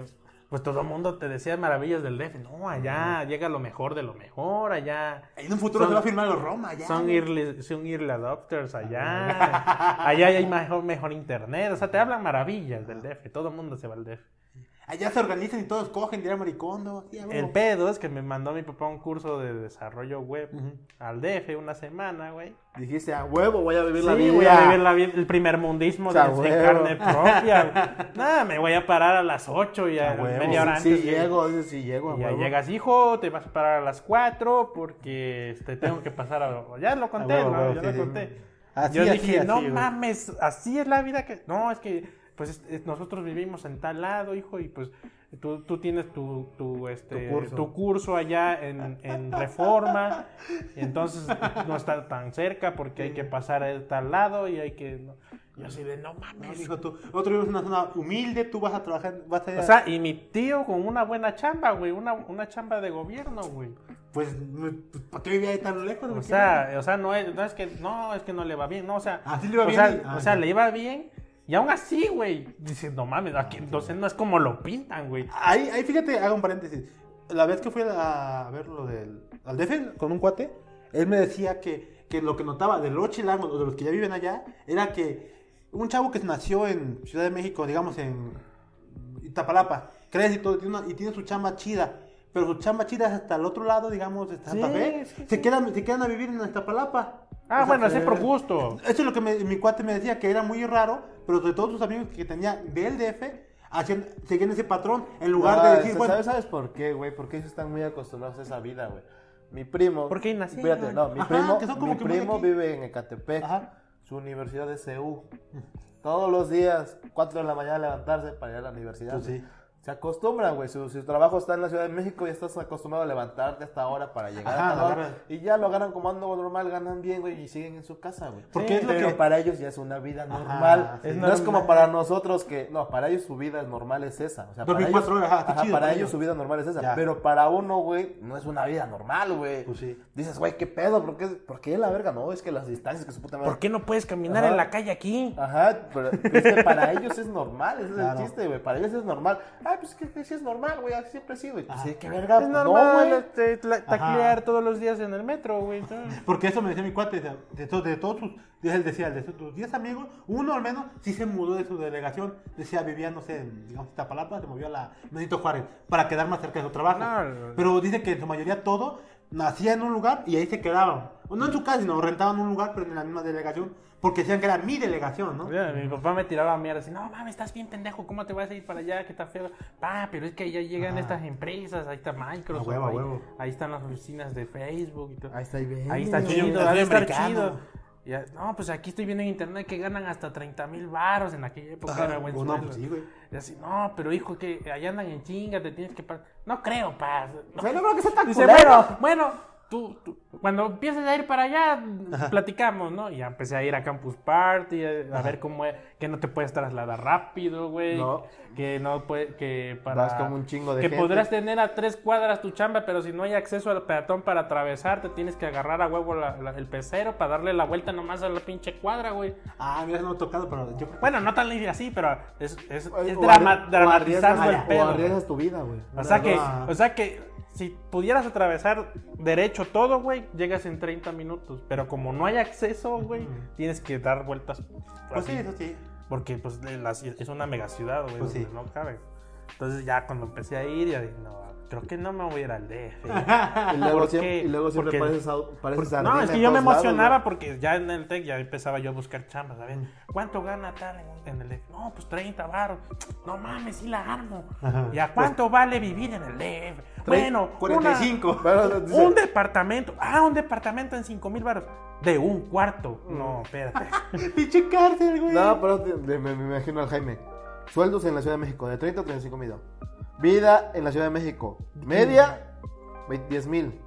A: pues todo el mundo te decía maravillas del DF. No, allá llega lo mejor de lo mejor, allá
C: En un futuro
A: Son-
C: te va a firmar los Roma, ya.
A: son
C: güey.
A: early, son early adopters allá, allá hay mejor, mejor internet, o sea, te hablan maravillas del DF, todo el mundo se va al DF.
C: Allá se organizan y todos cogen, dirá maricondo. sí, a huevo.
A: El pedo es que me mandó mi papá un curso de desarrollo web
C: Ujú.
A: al DF una semana, güey.
B: Dijiste, a huevo, voy a vivir la
A: Sí,
B: vida.
A: voy a vivir la vida, el primer mundismo
B: O sea,
A: de, de
B: huevo.
A: carne propia. güey. Nada, me voy a parar a las 8 y a,
B: A huevo,
A: media hora
B: sí,
A: antes.
B: sí
A: de-
B: llego, dices, sí llego, a
A: Y ya
B: huevo.
A: llegas, hijo, te vas a parar a las 4 porque este, tengo que pasar a... Ya lo conté,
C: A huevo,
A: ¿no?
C: a huevo,
A: ya
C: sí,
A: lo
C: sí.
A: conté.
C: Así,
A: Yo
C: así,
A: dije,
C: así,
A: no
C: güey.
A: mames, así es la vida que... No, es que pues es- es- nosotros vivimos en tal lado, hijo, y pues tú, tú tienes tu, tu, este,
B: Tu
A: tu,
B: curso.
A: curso. allá en, en Reforma, y entonces no está tan cerca porque hay que pasar a tal lado y hay que... no. Yo así de, no
C: No,
A: mames.
C: dijo tú. Nosotros vivimos en una zona humilde, tú vas a trabajar, vas a ir
A: O
C: a-
A: sea, y mi tío con una buena chamba, güey, una, una chamba de gobierno, güey.
C: Pues, no, pues, ¿para qué vivía ahí tan lejos?
A: O
C: güey?
A: sea, o sea, no es, no es que no, es que no le va bien, no, o sea,
C: Ah, sí le iba
A: o
C: bien
A: sea,
C: y- ah,
A: o sea,
C: ya.
A: le iba bien y aún así, güey, dices, no mames, aquí entonces no es como lo pintan, güey.
C: Ahí, ahí fíjate, hago un paréntesis. La vez que fui a, a ver lo del. al DF con un cuate, él me decía que, que lo que notaba de los chilangos, o de los que ya viven allá, era que un chavo que nació en Ciudad de México, digamos en Iztapalapa, crece y todo, tiene una- y tiene su chamba chida. Pero su chamba chida es hasta el otro lado, digamos, de Santa
A: Sí,
C: Fe.
A: sí,
C: se, Quedan, se quedan a vivir en Iztapalapa. O
A: Ah,
C: sea,
A: bueno,
C: que-
A: así por gusto.
C: eso es lo que me- mi cuate me decía, que era muy raro, pero de todos sus amigos que tenía del DF, hacían, seguían ese patrón en lugar
B: Ah,
C: de decir,
B: ¿sabes-
C: bueno,
B: ¿sabes, ¿sabes por qué, güey? Porque ellos están muy acostumbrados a esa vida, güey. Mi primo.
A: Porque ahí nacieron.
B: Fíjate, no, mi
C: Ajá,
B: primo,
C: que son como
B: mi
C: que muy de
B: primo
C: aquí.
B: vive en Ecatepec.
C: Ajá.
B: Su universidad es CU. Todos los días, 4 de la mañana levantarse para ir a la universidad.
C: Pues
B: güey.
C: sí.
B: Se acostumbran, güey. Su, su trabajo está en la Ciudad de México y estás acostumbrado a levantarte hasta ahora para llegar
C: Ajá,
B: a
C: lo
B: tal hora.
C: agarran.
B: Y ya lo ganan como ando normal, ganan bien, güey, y siguen en su casa, güey.
C: Porque
B: Sí,
C: es lo
B: pero
C: que-
B: para ellos ya es una vida normal.
C: sí.
B: no
A: Es
B: es
A: normal.
B: como para nosotros que. No, para ellos su vida normal es esa. O sea, para
C: Dormir
B: ellos,
C: cuatro horas, ajá, está chido
B: para
C: para
B: ellos
C: ellos.
B: su vida normal es esa.
C: Ya.
B: Pero para uno, güey, no es una vida normal, güey.
C: Pues sí.
B: Dices, güey, qué pedo, ¿por qué, por qué la verga? No, es que las distancias que su
C: Ah.
B: puta madre.
A: ¿Por qué no puedes caminar
B: Ajá.
A: en la calle aquí?
B: Ajá, pero es que para ellos es normal, ese es
C: Claro.
B: el chiste, güey. Para ellos es normal. Ah, ay, pues que, que sí es normal, güey, así siempre ha sido. Y pues,
C: Ajá.
B: sí, qué verga.
A: Es
B: pues,
A: normal
B: no, güey.
A: este, tla- taclear todos los días en el metro, güey. ¿no?
C: Porque eso me decía mi cuate, de, de to- de todos sus, de- él decía, de sus 10 amigos, uno al menos sí se mudó de su delegación, decía, vivía, no sé, en, digamos, Iztapalapa, se movió a la Benito Juárez, para quedar más cerca de su trabajo.
A: No, no, no.
C: Pero dice que en su mayoría todo nacía en un lugar y ahí se quedaban. O No en su casa, sino rentaban un lugar, pero en la misma delegación, porque decían que era mi delegación, ¿no?
A: Mira, Mi papá me tiraba a mierda así, no mames, estás bien pendejo, ¿cómo te vas a ir para allá? Que está feo. Pa, pero es que ya llegan
C: Ah.
A: estas empresas, ahí está Microsoft,
C: A huevo, a
A: ahí,
C: huevo.
A: ahí están las oficinas de Facebook y todo.
B: Ahí está, ahí ven.
A: Ahí está
C: Sí,
A: chido,
C: está
A: ha de estar
C: americano.
A: chido. Ya, no, pues aquí estoy viendo en internet que ganan hasta 30 mil baros en aquella época.
C: Ajá,
A: era buen
C: bueno,
A: sueldo.
C: pues sí, güey.
A: Y así, no, pero hijo, que allá andan en chinga, te tienes que parar. No creo, pa. No.
B: Güey, no creo que sea tan
A: Dice,
B: culero.
A: bueno, bueno, tú, tú- cuando empieces a ir para allá, platicamos, ¿no? Y ya empecé a ir a Campus Party, a, a ver cómo es, que no te puedes trasladar rápido, güey.
B: No.
A: Que no puede, que para...
B: Vas como un chingo de
A: Que
B: gente.
A: podrás tener a tres cuadras tu chamba, pero si no hay acceso al peatón para atravesar, te tienes que agarrar a huevo la- la- el pecero para darle la vuelta nomás a la pinche cuadra, güey.
C: Ah, mira, no he tocado, pero yo...
A: Bueno, no tan así, pero es, es,
B: O-
A: es
B: o
A: drama-
B: arrie-
A: dramatizando
B: o
A: el
B: arriesgas-
A: pedo.
B: O
A: güey.
B: arriesgas tu vida, güey.
A: O sea, que,
C: Ah.
A: o sea que si pudieras atravesar derecho todo, güey, llegas en 30 minutos. Pero como no hay acceso, güey, tienes que dar vueltas.
C: Pues sí,
A: así,
C: eso sí.
A: Porque pues, de la ci- es una mega ciudad, güey,
C: Pues
A: donde
C: sí.
A: no cabe. Entonces ya cuando empecé a ir, ya dije, no, creo que no me voy a ir al DF.
B: Y luego
A: ¿Por
B: siempre,
A: qué?
B: y luego siempre
A: Porque-
B: pareces, au- pareces
A: Porque- no,
B: sardina
A: es
B: en
A: que yo me
B: todos lados,
A: emocionaba porque ya en el TEC ya empezaba yo a buscar chambas. A ver, ¿cuánto gana tal en, en el DF? No, pues 30 baros. No mames, sí la armo.
C: Ajá.
A: ¿Y a cuánto vale vivir en el DF?
B: güey.
A: Bueno, una-
C: 45.
B: Bueno, dice-
A: un departamento. Ah, un departamento en 5 mil baros. De un cuarto. No, espérate.
C: Pinche cárcel, güey.
B: No,
A: pues,
B: pero te- de- me, me imagino al Jaime. Sueldos en la Ciudad de México, de 30 a 35 mil. Vida en la Ciudad de México, media, 20 10 mil.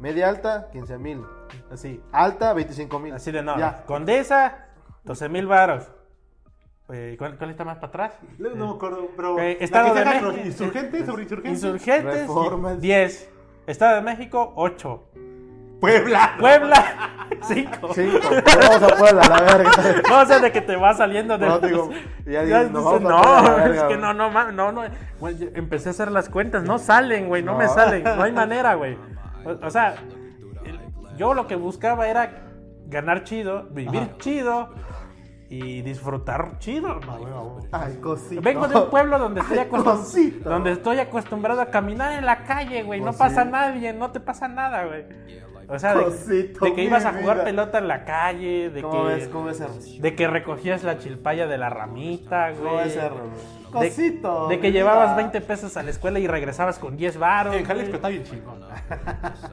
B: Media alta, 15 mil.
A: Así.
B: Alta, 25 mil.
A: Así de no.
B: Ya.
A: Condesa, 12 mil baros. Eh, ¿cuál, cuál está más para atrás?
C: No, no me acuerdo, pero...
A: Eh,
C: la que
A: Estado de
C: saca
A: México.
C: Insurgente, sobre insurgente.
A: Insurgentes,
B: Reformas.
A: 10. Estado de México, 8.
C: Puebla.
A: Puebla,
B: [laughs]
A: 5.
B: Sí, con- vamos a Puebla, la verga.
A: No, [laughs] o sea, de que te va saliendo de...
B: No, digo, ya dices,
A: dices,
B: nos vamos a
A: no,
B: Puebla,
A: [laughs]
B: la
A: es
B: verga,
A: que
B: güey.
A: no, no, ma- no, no. Güey, yo empecé a hacer las cuentas, no salen, güey, no,
B: No.
A: me salen, no
B: [laughs]
A: hay manera, güey. O, o sea, el- yo lo que buscaba era ganar chido, vivir chido y disfrutar chido.
C: Ah, güey, ah, güey.
B: Ay, cosita.
A: Vengo de un pueblo donde estoy,
B: Ay,
A: acostum-
B: cosita.
A: donde estoy acostumbrado a caminar en la calle, güey. No pasa nadie, no te pasa nada, güey. O sea, de,
B: Cosito,
A: de que ibas a
B: mi
A: jugar
B: vida.
A: pelota en la calle, de
B: ¿Cómo
A: que,
B: ves? ¿Cómo ves, Hermes?
A: de que recogías la chilpaya de la ramita, güey.
B: ¿Cómo ves, Hermes?
A: De-
B: Cosito.
A: De, que
B: mi
A: llevabas
B: vida.
A: 20 pesos a la escuela y regresabas con 10 varos.
C: En Jalisco
A: güey.
C: está bien chingón.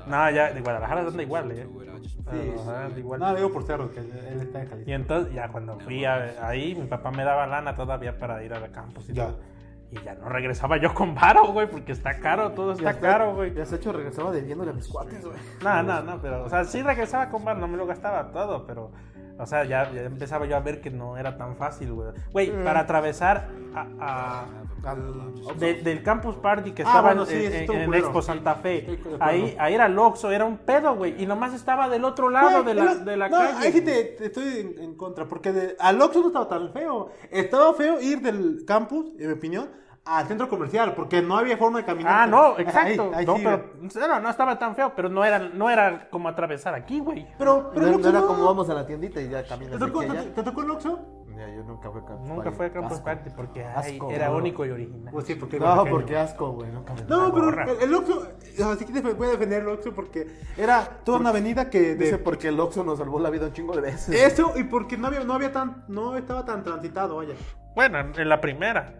A: No, ya, de Guadalajara anda igual, eh. Guadalajara anda igual.
C: No, digo por cerro, que él está en
A: Y
C: Jalisco.
A: entonces, ya cuando fui a- ahí, mi papá me daba lana todavía para ir al campus y
C: Ya.
A: todo. Y ya no regresaba yo con varo, güey, porque está caro, todo está
B: Ya está-
A: caro, güey.
B: Ya se ha hecho regresaba debiéndole a mis cuates, güey.
A: No, no, no, pero, o sea, sí regresaba con varo, no me lo gastaba todo, pero, o sea, ya, ya empezaba yo a ver que no era tan fácil, güey. Güey,
C: Mm.
A: para atravesar a- a- de- del campus party que
C: Ah,
A: estaba
C: bueno,
A: en-
C: sí,
A: en,
C: estuvo
A: en el
C: culero.
A: Expo Santa Fe,
C: estoy de acuerdo.
A: ahí, ahí era el Oxxo, era un pedo, güey, y nomás estaba del otro lado de la, de la
C: no,
A: calle.
C: ahí sí te, te estoy en, en contra, porque de- al Oxxo no estaba tan feo. Estaba feo ir del campus, en mi opinión, al centro comercial, porque no había forma de caminar.
A: Ah, no, exacto.
C: Ahí- ahí
A: no,
C: sí,
A: pero, no, no estaba tan feo, pero no era, no era como atravesar aquí, güey.
C: Pero,
B: no,
C: pero el
B: no
C: Oxxo
B: era
C: no.
B: como vamos a la tiendita y ya
C: ¿Te
B: caminas. de
C: tocó,
B: aquí a
C: te,
B: allá.
C: te tocó el Oxxo?
B: Mira, yo nunca fui a Campus
A: Nunca
B: Party.
A: fue a Campus
B: Asco.
A: Party porque ay,
B: Asco,
A: era
B: güey.
A: único y original.
C: Pues sí, porque.
B: No, porque asco, güey. Nunca me
C: No, pero
A: Gorra.
C: el, el Oxxo, así que te voy a defender el Oxxo porque era toda una avenida que de
B: Dice porque el Oxxo nos salvó la vida un chingo de veces.
C: Eso y porque no había, no había tan, no estaba tan transitado, vaya.
A: Bueno, en la primera.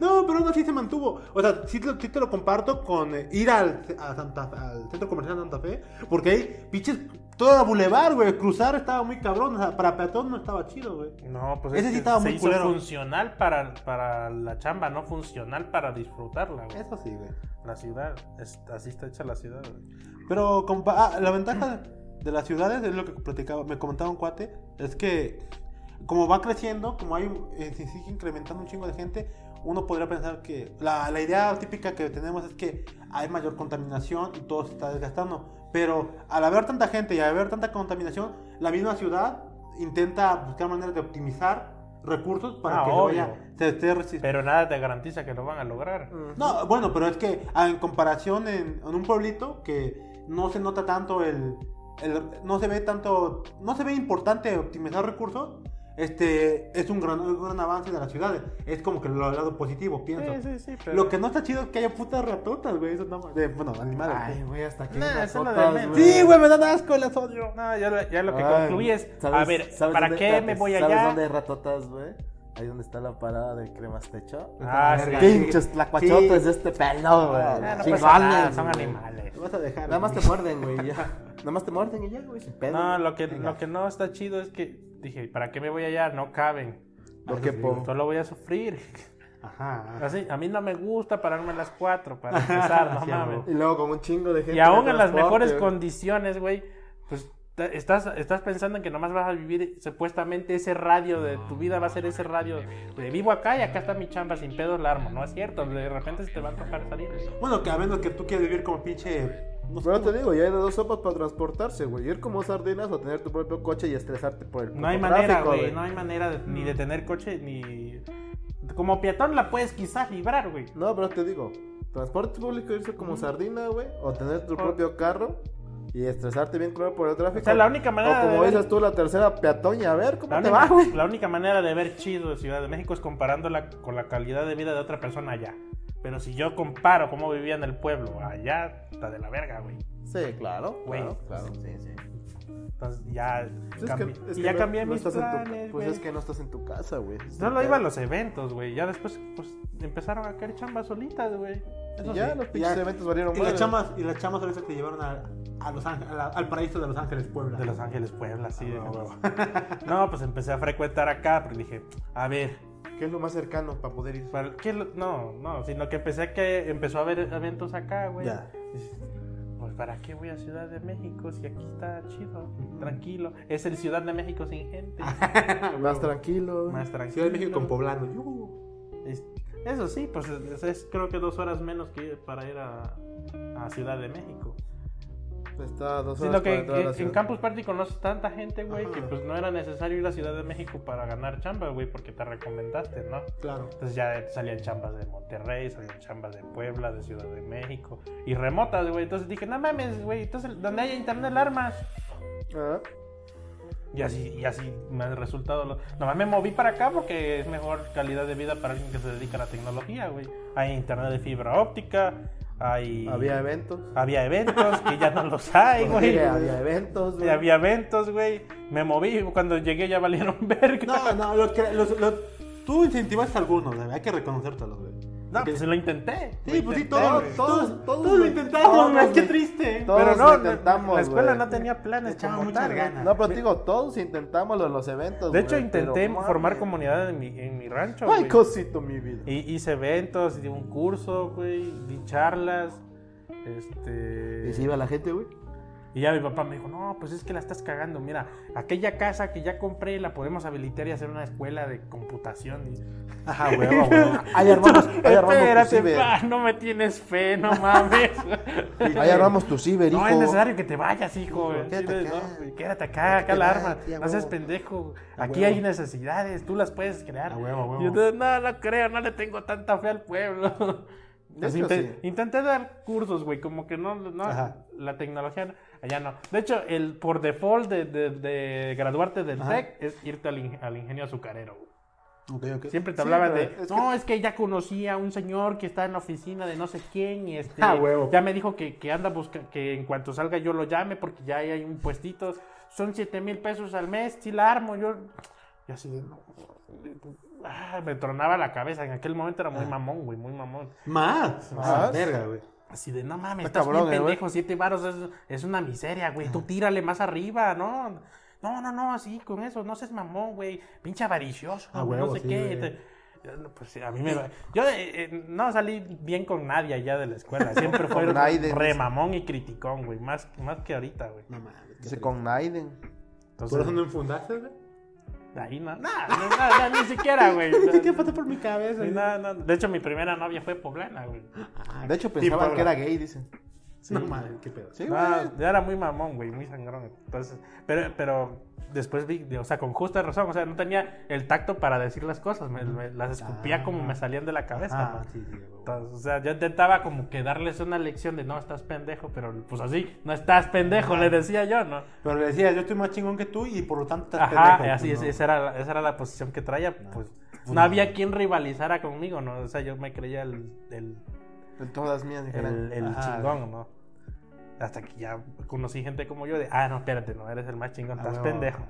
C: No, pero aún así se mantuvo. O sea, sí te, lo- sí te lo comparto con eh, ir al, a Santa- al centro comercial de Santa Fe, porque ahí, pinches, toda bulevar, güey, cruzar estaba muy cabrón, o sea, para peatón no estaba chido, güey.
A: No, pues
C: Ese
A: es
C: sí
A: que
C: estaba
A: se
C: muy
A: hizo
C: culero.
A: funcional para, para la chamba, no funcional para disfrutarla, güey.
C: Eso sí, güey.
A: La ciudad, es- así está hecha la ciudad, güey.
C: Pero compa- ah, la ventaja de, de las ciudades es lo que platicaba, me comentaba un cuate, es que como va creciendo, como hay eh, se sigue incrementando un chingo de gente, uno podría pensar que la, la idea típica que tenemos es que hay mayor contaminación y todo se está desgastando. Pero al haber tanta gente y al haber tanta contaminación, la misma ciudad intenta buscar maneras de optimizar recursos para
A: Ah,
C: que
A: obvio.
C: lo vaya, se esté resistiendo.
A: Pero nada te garantiza que lo van a lograr.
C: No, bueno, pero es que ah, en comparación en, en un pueblito que no se nota tanto el, el- no se ve tanto no se ve importante optimizar recursos, este es un gran, un gran avance de las ciudades. Es como que el lado positivo, pienso.
A: Sí, sí, sí, pero...
C: Lo que no está chido es que haya putas ratotas, güey, eso no de, bueno, animales.
B: Ay,
C: güey.
B: güey, hasta aquí.
A: Nah, eso es lo de menos.
C: Sí, güey, me dan asco, las odio.
A: No, ya, lo- ya lo que
B: Ay,
A: concluyes.
B: ¿sabes-
A: a ver,
B: ¿sabes
A: ¿para
B: dónde-
A: qué
B: espérate,
A: me voy
B: ¿Sabes
A: allá?
B: dónde hay ratotas, güey? Ahí donde está la parada de cremas techo.
A: Ah, sí.
B: Pinches tlacuachotes
C: Sí.
B: de este pelo, güey.
A: Ah, no pasa
B: Chingones,
A: nada, son
B: güey.
A: animales.
C: Te vas a dejar.
B: Nada más
C: güey.
B: te muerden, güey, y ya. Nada más te muerden y ya, güey, sin pedo.
A: No, lo que,
B: Venga.
A: lo que no está chido es que dije, ¿para qué me voy allá? No caben.
B: Porque po-
A: Solo voy a sufrir.
C: Ajá.
A: Así, a mí no me gusta pararme a las 4 para
B: [laughs]
A: empezar, no
C: Sí, a
A: mames.
B: Y luego con un chingo de gente.
A: Y aún en las
B: transporte,
A: mejores
B: güey.
A: condiciones, güey, pues te- estás, estás pensando en que nomás vas a vivir supuestamente ese radio de tu vida, va a ser ese radio de vivo acá y acá está mi chamba, sin pedos la armo. No es cierto, de repente se te va a tocar salir.
C: Bueno, que a menos que tú quieras vivir como pinche no sé,
B: Pero te digo, ya hay de dos sopas para transportarse, güey. Ir como sardinas o tener tu propio coche y estresarte por el
A: No hay
B: puto
A: manera,
B: tráfico, Mm.
A: güey, no hay manera de- ni de tener coche, ni... Como peatón la puedes quizás librar, güey.
B: No, pero te digo, transporte público, irse como sardina, güey, o tener tu propio carro y estresarte bien claro por el tráfico.
A: O sea, la única manera
B: O como
A: de ver-
B: dices tú, la tercera peatón y a ver
A: La
B: cómo te
A: única,
B: va, güey.
A: la única manera de ver chido Ciudad de México es comparándola con la calidad de vida de otra persona allá. Pero si yo comparo cómo vivía en el pueblo allá, está de la verga, güey.
B: Sí, claro,
A: Güey.
B: claro, claro. Sí, sí.
A: Entonces ya
B: Pues Es que-
A: cambié.
B: es
A: y
B: que
A: ya
B: no-
A: cambié
B: no
A: mis
B: estás en tu-
A: planes,
B: Pues
A: güey.
B: es que no estás en tu casa, güey.
A: Solo iba a los eventos, güey. Ya después pues, empezaron a caer chambas solitas, güey. Eso
B: Y ya
A: sí.
B: los pinches
C: ya.
B: eventos valieron
C: Y las
B: madre.
C: chamas, y las chamas a veces te llevaron a, a Los Ángeles, a la- al paraíso de Los Ángeles, Puebla.
A: De Los Ángeles, Puebla, sí.
C: Ah,
A: de-
C: huevo.
A: [laughs] no, pues empecé a frecuentar acá, pero dije, a ver,
B: ¿Qué es lo más cercano para poder ir?
A: para- ¿qué lo- no, no, sino que empecé a que empezó a haber eventos acá, güey.
B: Ya.
A: Pues para qué voy a Ciudad de México si aquí está chido, tranquilo. Es el Ciudad de México sin gente,
B: Ah, Más tranquilo.
A: [laughs] más tranquilo.
C: Ciudad de México con poblano. yujú.
A: Es- Eso sí, pues es, es creo que dos horas menos que ir- para ir a, a Ciudad de México.
B: Está a dos
A: Sino
B: horas
A: que
B: para entrar a la
A: en- en
B: ciudad.
A: Campus Party conoces tanta gente, güey,
C: Ajá.
A: que pues no era necesario ir a Ciudad de México para ganar chamba, güey, porque te recomendaste, ¿no?
C: Claro.
A: Entonces ya salían chambas de Monterrey, salían chambas de Puebla, de Ciudad de México y remotas, güey. Entonces dije, no mames, güey, entonces donde haya internet, la armas.
B: Ah,
A: Y así, y así me han resultado. Lo... Nomás me moví para acá porque es mejor calidad de vida para alguien que se dedica a la tecnología, güey. Hay internet de fibra óptica, hay...
B: Ah, Había eventos.
A: había eventos que ya no los hay,
B: Sí,
A: güey.
B: había eventos,
A: Y
B: güey.
A: había eventos, güey. Me moví, cuando llegué ya valieron [laughs] verga.
C: No, no, lo que, los- los- tú incentivaste a algunos, güey, hay que reconocértelos, güey.
A: No,
C: Porque-
A: pues lo intenté.
C: sí, pues sí,
A: Intenté,
C: todos,
A: güey.
C: todos, todos,
B: Todos, todos,
C: lo
B: güey.
C: intentaron, güey,
B: Todos,
C: qué
B: güey.
C: triste.
B: Todos
A: Pero
B: lo
A: no, la-
B: intentamos,
A: la escuela
B: güey.
A: no tenía planes
C: Echaba
A: como
C: muchas
A: tal, güey.
C: ganas.
B: No, pero te digo, todos intentámoslo en los eventos.
A: De hecho,
B: güey,
A: intenté
B: pero,
A: formar
B: mames.
A: comunidad en mi, en mi rancho,
B: Ay,
A: güey.
B: cosito, mi vida.
A: Y- hice eventos, di un curso, güey, di charlas, este...
B: ¿Y si iba la gente, güey?
A: Y ya mi papá me dijo, no, pues es que la estás cagando, mira, aquella casa que ya compré la podemos habilitar y hacer una escuela de computación. Y-
C: Ajá,
B: Ah,
C: güey, güey,
B: [laughs]
C: güey.
B: Ahí armamos, ahí armamos tu
A: Pues, Espérate,
B: ciber.
A: pa, no me tienes fe, no mames.
B: Ahí armamos tu ciber, hijo.
A: no es necesario que te vayas, hijo.
B: Hijo, quédate
A: Sí, no,
B: acá.
A: güey, quédate acá, acá la
B: Quédate
A: arma.
B: aquí, a
A: No seas
B: huevo.
A: pendejo.
B: A
A: Aquí
B: huevo.
A: hay necesidades, tú las puedes crear.
C: A huevo, a huevo.
A: Y entonces, no, no creo, no le tengo tanta fe al pueblo.
B: De
A: Pues
B: hecho,
A: inten-
B: sí.
A: Intenté dar cursos, güey, como que no, no
C: Ajá.
A: la tecnología no- allá no. De hecho, el por default de, de- de graduarte del
C: Ajá.
A: TEC es irte al, ing- al ingenio azucarero. güey.
C: Ok, ok.
A: Siempre te
B: Sí,
A: hablaban de,
B: pero es que-
A: no, es que ya conocí a un señor que está en la oficina de no sé quién y
B: [laughs]
A: este,
C: Ah, huevo.
A: ya me dijo que, que anda busca que en cuanto salga yo lo llame porque ya hay un puestito, son siete mil pesos al mes, si la armo, yo, y así, de, no. Ah, me tronaba la cabeza, en aquel momento era muy
B: Ah.
A: mamón, güey, muy mamón,
C: Más.
B: Más.
C: Verga, güey.
A: así de, no mames,
B: Está
A: estás
B: cabrón,
A: bien
B: eh, güey.
A: pendejo, siete varos es, es una miseria, güey, tú tírale más arriba, ¿no? No, no, no, así con eso, no seas mamón, güey, pinche avaricioso,
C: A
A: güey, no
C: huevo,
A: sé
C: sí,
A: qué.
C: güey.
A: te- yo, no, pues, a mí me va- Yo eh, eh, no salí bien con nadie allá de la escuela.
C: [laughs]
A: Siempre fue
B: Con Naiden.
A: remamón y criticón, güey. Más, más que ahorita, güey.
C: No mames. qué
B: Dice
C: triste.
B: con Naiden.
C: ¿Por
A: Entonces,
C: eso no enfundaste, [laughs] güey?
A: ahí no. Nada, nada, ni siquiera, güey.
C: [laughs] Ni siquiera pasó por mi cabeza.
A: Ni nada, nada. De hecho, mi primera novia fue poblana, güey.
C: Ah,
B: De hecho, pensaban
C: Puebla.
B: que era gay, dicen.
C: No mames, qué pedo.
B: Sí,
A: No,
B: güey.
A: yo era muy mamón, güey, muy sangrón. Entonces, pero, pero después vi, o sea, con justa razón, o sea, no tenía el tacto para decir las cosas, me, me- las escupía
C: Ah.
A: como me salían de la cabeza.
C: Ah,
A: ¿no?
C: sí, sí, güey.
A: Entonces, o sea, yo intentaba como que darles una lección de no estás pendejo, pero pues así, no estás pendejo, le decía yo, ¿no?
C: Pero le decía, yo estoy más chingón que tú y por lo tanto estás
A: Ajá,
C: pendejo.
A: así,
C: Pues,
A: es-
C: no.
A: esa, era, la- esa era la posición que traía, pues no,
C: no.
A: había quien rivalizara conmigo, ¿no? O sea, yo me creía el- el
B: De todas mías, dijeron.
A: el, el
C: Ajá.
A: chingón, ¿no? Hasta que ya conocí gente como yo de, ah, no, espérate, no eres el más chingón,
C: Ah,
A: estás
C: huevo.
A: pendejo.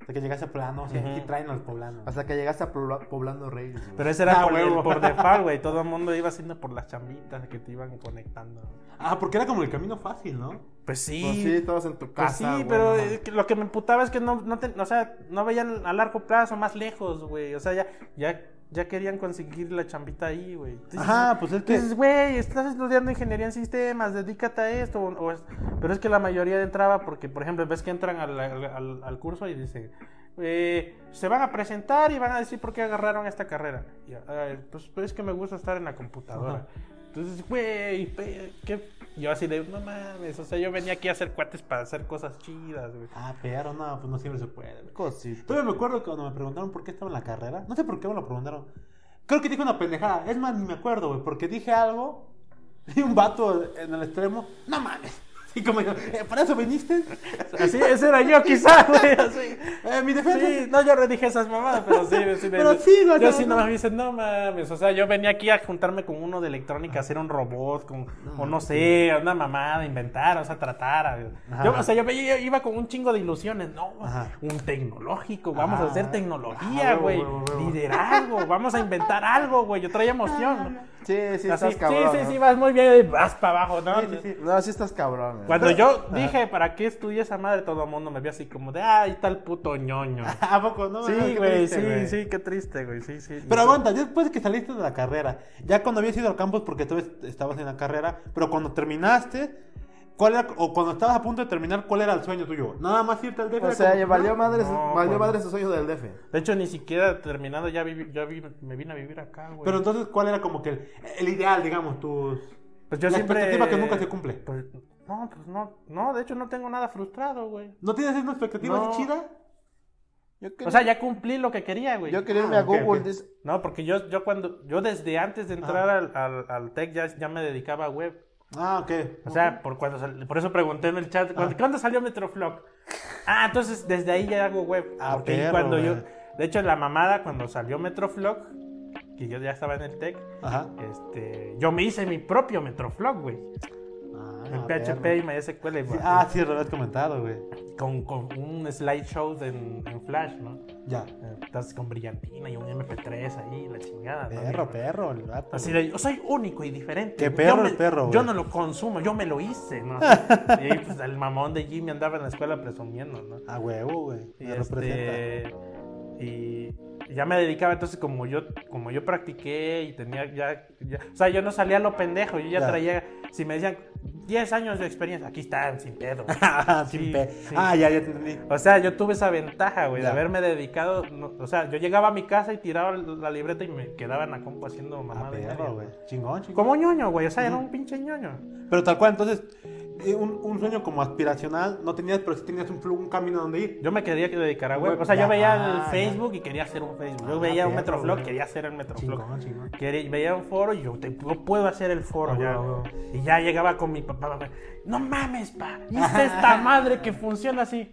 C: Hasta que llegaste a Poblano, o sea,
A: Ujú.
C: aquí traen al Poblano.
B: Hasta que llegaste a Pobla- Poblando Reyes. güey.
A: Pero ese era
C: Ah,
A: por, el,
C: huevo.
A: por default, güey. Todo el mundo iba haciendo por las chambitas que te iban conectando.
C: Ah, porque era como el camino fácil, ¿no?
A: Pues sí.
B: Pues sí, todos en tu
A: pues
B: casa.
A: sí,
B: güey,
A: pero
B: no mames.
A: eh, que lo que me emputaba es que no, no, te- o sea, no veían a largo plazo, más lejos, güey. O sea, ya, ya, ya querían conseguir la chambita ahí, güey. Entonces,
C: Ajá, pues es que.
A: Dices, güey, estás estudiando ingeniería en sistemas, dedícate a esto. o- o es- Pero es que la mayoría entraba porque, por ejemplo, ves que entran al, al- al- al curso y dicen, eh, se van a presentar y van a decir por qué agarraron esta carrera. Y, "Ay, pues, pues es que me gusta estar en la computadora. Entonces, güey, pe- ¿qué? Yo así de, no mames, o sea, yo venía aquí a hacer cuates para hacer cosas chidas, güey.
C: Ah, pero no, pues no siempre se puede. güey.
B: Cosita.
C: Todavía me acuerdo cuando me preguntaron por qué estaba en la carrera. No sé por qué me lo preguntaron. Creo que dije una pendejada. Es más, ni me acuerdo, güey, porque dije algo y un vato en el extremo, no mames. Y como yo, "Eh, ¿para eso viniste?
A: Así, ese era yo quizá, [laughs] güey, así.
C: Eh, mi defensa.
A: Sí, no, yo redije esas mamadas, pero sí,
C: [laughs]
A: sí,
C: Pero
A: me-
C: sí, lo
A: yo
C: hacemos,
A: sí
C: ¿no?
A: nomás me dicen, no mames, o sea, yo venía aquí a juntarme con uno de electrónica, hacer un robot, con, o no sé, una mamada, inventar, o sea, tratar. a-
C: Ajá.
A: Yo, o sea, yo veía- yo iba con un chingo de ilusiones, no,
C: Ajá.
A: un tecnológico, vamos a
C: Ajá.
A: hacer
C: Ah,
A: tecnología,
C: huevo,
A: güey,
C: huevo, huevo.
A: liderazgo, vamos a inventar algo, güey, yo traía emoción. ¿no?
C: Ah,
B: Sí, sí,
A: Así,
B: estás
A: Ah, sí,
B: cabrón.
A: sí,
B: ¿no?
A: sí, vas muy bien, vas para abajo, ¿no?
C: Sí, sí, sí.
B: No, sí estás cabrón. ¿eh? güey.
A: Cuando yo dije, ¿para qué estudié esa madre? Todo el mundo me vio así como de, ay, tal puto ñoño.
C: [laughs] ¿A poco no?
A: Sí,
C: Qué
A: güey,
C: triste,
A: sí,
C: güey.
A: sí, qué triste, güey, sí, sí.
C: Pero aguanta, ya después de que saliste de la carrera, ya cuando habías ido al campus porque tú estabas en la carrera, pero cuando terminaste, ¿cuál era, o cuando estabas a punto de terminar, ¿cuál era el sueño tuyo? Nada más irte al DF.
B: O
C: era
B: sea,
C: como-
B: ya valió madre,
A: No,
B: valió
A: pues,
B: madre su sueño del DF.
A: De hecho, ni siquiera terminando ya, vivi- ya vi- me vine a vivir acá, güey.
C: Pero entonces, ¿cuál era como que el, el ideal, digamos, tus...
A: pues yo
C: la
A: siempre...
C: expectativa que nunca se cumple.
A: Pues, no, pues no, no, de hecho no tengo nada frustrado, güey.
C: ¿No tienes una expectativa
A: No.
C: así chida?
B: Yo quería,
A: O sea, ya cumplí lo que quería, güey.
B: yo quería irme
C: Ah,
B: a
C: ok,
B: Google.
C: ok.
B: dice-
A: No, porque yo, yo cuando, yo desde antes de entrar al, al, al tech ya, ya me dedicaba a web.
C: Ah, ok.
A: O sea, por, cuando sal- por eso pregunté en el chat, ¿cuándo,
C: Ah.
A: ¿cuándo salió Metroflog? Ah, entonces desde ahí ya hago web.
C: Ah,
A: Porque
C: perro,
A: cuando yo,
C: güey.
A: de hecho, la mamada cuando salió Metroflog, que yo ya estaba en el tech,
C: Ajá.
A: este, yo me hice mi propio Metroflog, güey.
C: Ah,
A: En
C: perro.
A: PHP y MySQL, güey.
C: Ah, sí, lo habías comentado, güey.
A: con, con un slideshow de- en, en Flash, ¿no?
C: Ya.
A: Estás con brillantina y un MP3 ahí, la chingada. ¿no?
C: Perro, perro, el vato.
A: Ah, Así de, yo soy único y diferente.
C: Qué
A: Yo
C: perro
A: me-
C: el perro, güey.
A: Yo no lo consumo, yo me lo hice,
C: [laughs]
A: ¿no? y ahí, pues el mamón de Jimmy andaba en la escuela presumiendo, ¿no?
C: A huevo, güey.
A: Y,
C: Me representa.
A: este, y ya me dedicaba, entonces como yo, como yo practiqué y tenía ya, ya- o sea, yo no salía a lo pendejo, yo ya,
C: Ya.
A: traía, si me decían 10 años de experiencia, aquí están, sin pedo.
C: [laughs] Ah, sin
A: Sí,
C: pe-
A: sí.
C: Ah, ya, ya te entendí.
A: O sea, yo tuve esa ventaja, güey, de
C: Ya.
A: haberme dedicado. no- o sea, yo llegaba a mi casa y tiraba la libreta y me quedaba en la compu haciendo
C: Ah,
A: mamada. y media,
C: perro, güey. Chingón, chingón.
A: Como ñoño, güey. O sea, era un pinche ñoño.
C: Pero tal cual, entonces, eh, un, un sueño como aspiracional no tenías, pero sí tenías un, flu- un camino donde ir.
A: Yo me quería que dedicar a web.
C: Web,
A: O sea,
C: ya,
A: yo veía el
C: ya.
A: Facebook y quería hacer un Facebook. Yo
C: Ah,
A: veía un
C: perro,
A: Metroflog,
C: güey.
A: quería hacer el Metroflog.
C: Chingón, chingón.
A: Quería- veía un foro y yo, te, yo puedo hacer el foro.
C: Ah,
A: ya.
C: huevo, huevo.
A: Y ya llegaba con mi papá. papá, No mames,
C: [laughs]
A: pa. Hice esta madre que funciona así.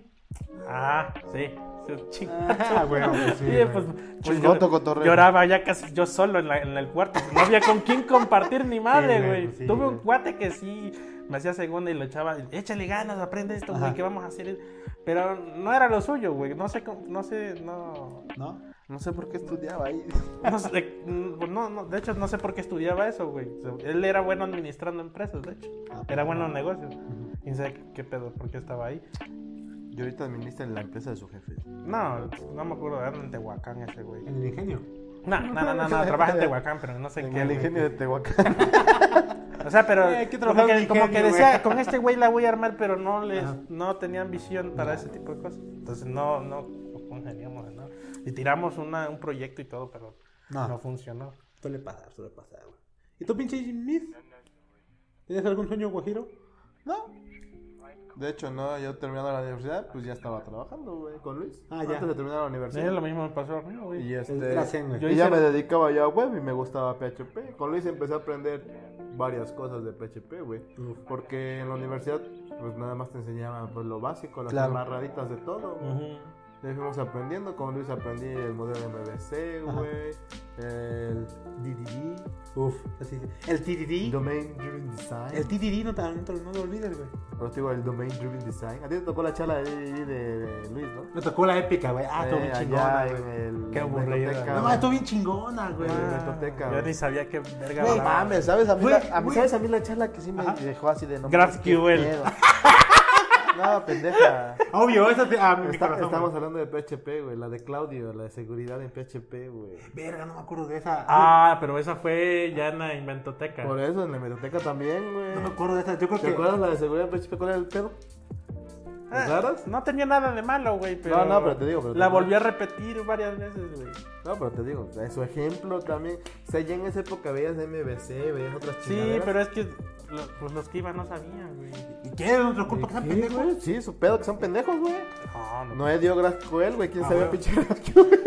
A: Ah, sí. sí, chinga
C: [laughs] Ah,
A: tu-
C: huevo, sí,
A: [laughs] Sí,
C: güey.
A: pues, pues
B: Chingón
A: yo-
B: tu cotorreo.
A: lloraba ya casi yo solo en, la- en el cuarto. No había con quién compartir ni madre,
C: Sí, güey,
A: güey.
C: pues sí,
A: Tuve un
C: güey.
A: cuate que sí me hacía segunda y lo echaba. Échale ganas, aprende esto, güey,
C: Ajá.
A: que vamos a hacer. Pero no era lo suyo, güey. No sé, cómo- no sé, no.
C: ¿No?
B: No sé por qué estudiaba ahí.
A: No, sé, no, no, de hecho, no sé por qué estudiaba eso, güey. O sea, Él era bueno administrando empresas, de hecho.
C: Ah,
B: pues
A: Era
C: pero-
A: bueno en negocios. Y sé qué- qué pedo, por qué estaba ahí.
B: Y ahorita administra la empresa de su jefe.
A: No, no me acuerdo, era en Tehuacán ese, güey.
C: En el ingenio.
A: No, no, no,
B: [laughs]
A: no, no, trabaja en Tehuacán, pero no sé
B: En
A: qué.
B: el
A: güey.
B: ingenio de Tehuacán. [laughs]
A: O sea, pero
C: Eh, hay que
A: como
C: trabajar
A: que,
C: en
A: como que
C: ingenio,
A: decía,
C: güey.
A: con este güey la voy a armar, pero no les,
C: Ajá.
A: no tenían visión para ese tipo de cosas. Entonces no, no congeniamos, ¿no? Y tiramos una, un proyecto y todo, pero no,
C: No.
A: funcionó.
C: Suele pasar, suele pasar, güey. ¿Y tú, pinche Jimmy? ¿Tienes algún sueño guajiro?
B: No. De hecho, no, yo terminando la universidad, pues ya estaba trabajando, güey, con Luis.
C: Ah,
B: Antes
C: ya.
B: de terminar la universidad.
A: Es lo mismo que pasó conmigo,
B: Y
A: güey.
B: este,
C: El tracen, güey.
B: yo
A: Yo
B: ya
A: hice-
B: me dedicaba ya a web y me gustaba PHP. Con Luis empecé a aprender varias cosas de PHP, güey. Porque en la universidad, pues nada más te enseñaban pues, lo básico, las
C: Claro.
B: amarraditas de todo. güey.
A: Ujú.
B: Ya fuimos aprendiendo. Con Luis aprendí el modelo MVC, güey. El DDD,
C: Uf, así. El TDD.
B: Domain Driven Design.
C: El TDD no, te- no, te- no lo olvides, güey.
B: Pero te digo, el Domain Driven Design. A ti te tocó la charla de DDD de, de Luis, ¿no?
C: Me tocó la épica, güey. Ah, estuvo
B: Eh,
C: bien
B: allá
C: chingona,
B: en el-
C: güey.
A: Qué
B: en la
A: aburrida.
B: biblioteca,
A: No, Ah,
C: No,
B: güey.
C: estuvo bien chingona, güey.
B: En la biblioteca,
A: Yo
B: güey.
A: ni sabía qué verga
C: Güey,
B: No
A: hablaba.
B: mames, ¿sabes? A mí,
C: Güey,
B: la, a mí,
C: güey.
B: ¿sabes? A mí la charla que sí me dejó así de no
A: Graf
B: mames, qué
A: QL.
B: pedo.
C: [laughs]
B: No, pendeja.
C: Obvio, esa te. Ah, [laughs] mi
B: Está-
C: corazón,
B: estamos
C: güey.
B: hablando de PHP, güey. La de Claudio, la de seguridad en PHP, güey.
C: Verga, no me acuerdo de esa.
A: Ah, pero esa fue ya en la inventoteca.
B: Por eso, en la biblioteca también,
C: No me
B: güey.
C: acuerdo de esa. Yo creo
B: ¿Te
C: que.
B: acuerdas la de seguridad en PHP? ¿Cuál era el pedo?
A: Ah,
B: ¿Raras?
A: No tenía nada de malo, güey, pero...
B: No, no, pero te digo, pero te
A: la
B: digo.
A: volví a repetir varias veces, güey.
B: No, pero te digo, es su ejemplo también. O sea, ya en esa época veías MVC, veías otras
A: Sí,
B: chingaderas.
A: pero es que lo- pues, los que iban no sabían, güey.
C: ¿Y qué? ¿No te
B: ¿De
C: culpa que sean
B: qué,
C: pendejos?
B: güey? Sí, su pedo, que son pendejos, güey.
A: No, no.
B: No es dio GraphQL, güey. ¿Quién
C: Ah,
B: sabía
C: güey.
B: pinche GraphQL?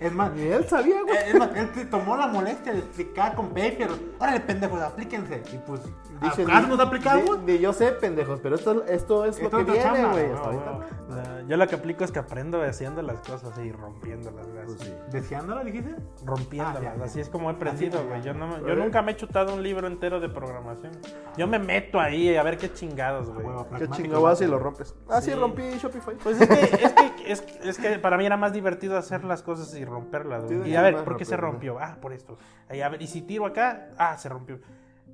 C: Es más,
B: Ni él sabía, güey.
C: Eh, Es más, él se tomó la molestia de explicar con paper. Órale, pendejos, aplíquense. Y pues,
B: Dice,
C: ¿acaso
B: ni-
C: nos aplicamos?
B: ni- ni yo sé, pendejos, pero esto, esto es lo
C: Esto
B: que
C: es la
B: viene,
C: chamba, Ah,
B: güey.
C: güey,
B: hasta
C: güey.
B: ahorita.
A: O sea, yo lo que aplico es que aprendo haciendo las cosas y rompiéndolas, güey.
B: Pues sí.
C: ¿Deseándola, dijiste?
A: Rompiéndolas,
C: Ah, ya, ya.
A: así es como he aprendido,
C: Así,
A: güey. Yo, no me- yo
B: Pero-
A: nunca me he chutado un libro entero de programación. Yo me meto ahí a ver qué chingados,
B: Ah,
A: güey.
C: Huevo,
B: Qué
C: pragmático,
B: chingado vas y lo rompes. Ah, sí, rompí Shopify.
A: Pues es que, es, que, es, es que para mí era más divertido hacer las cosas y romperlas. güey.
B: Sí,
A: Y
B: sí,
A: a ver,
B: más
A: ¿por qué se
B: rápido.
A: rompió? Ah, por esto. Y a ver, y si tiro acá, ah, se rompió.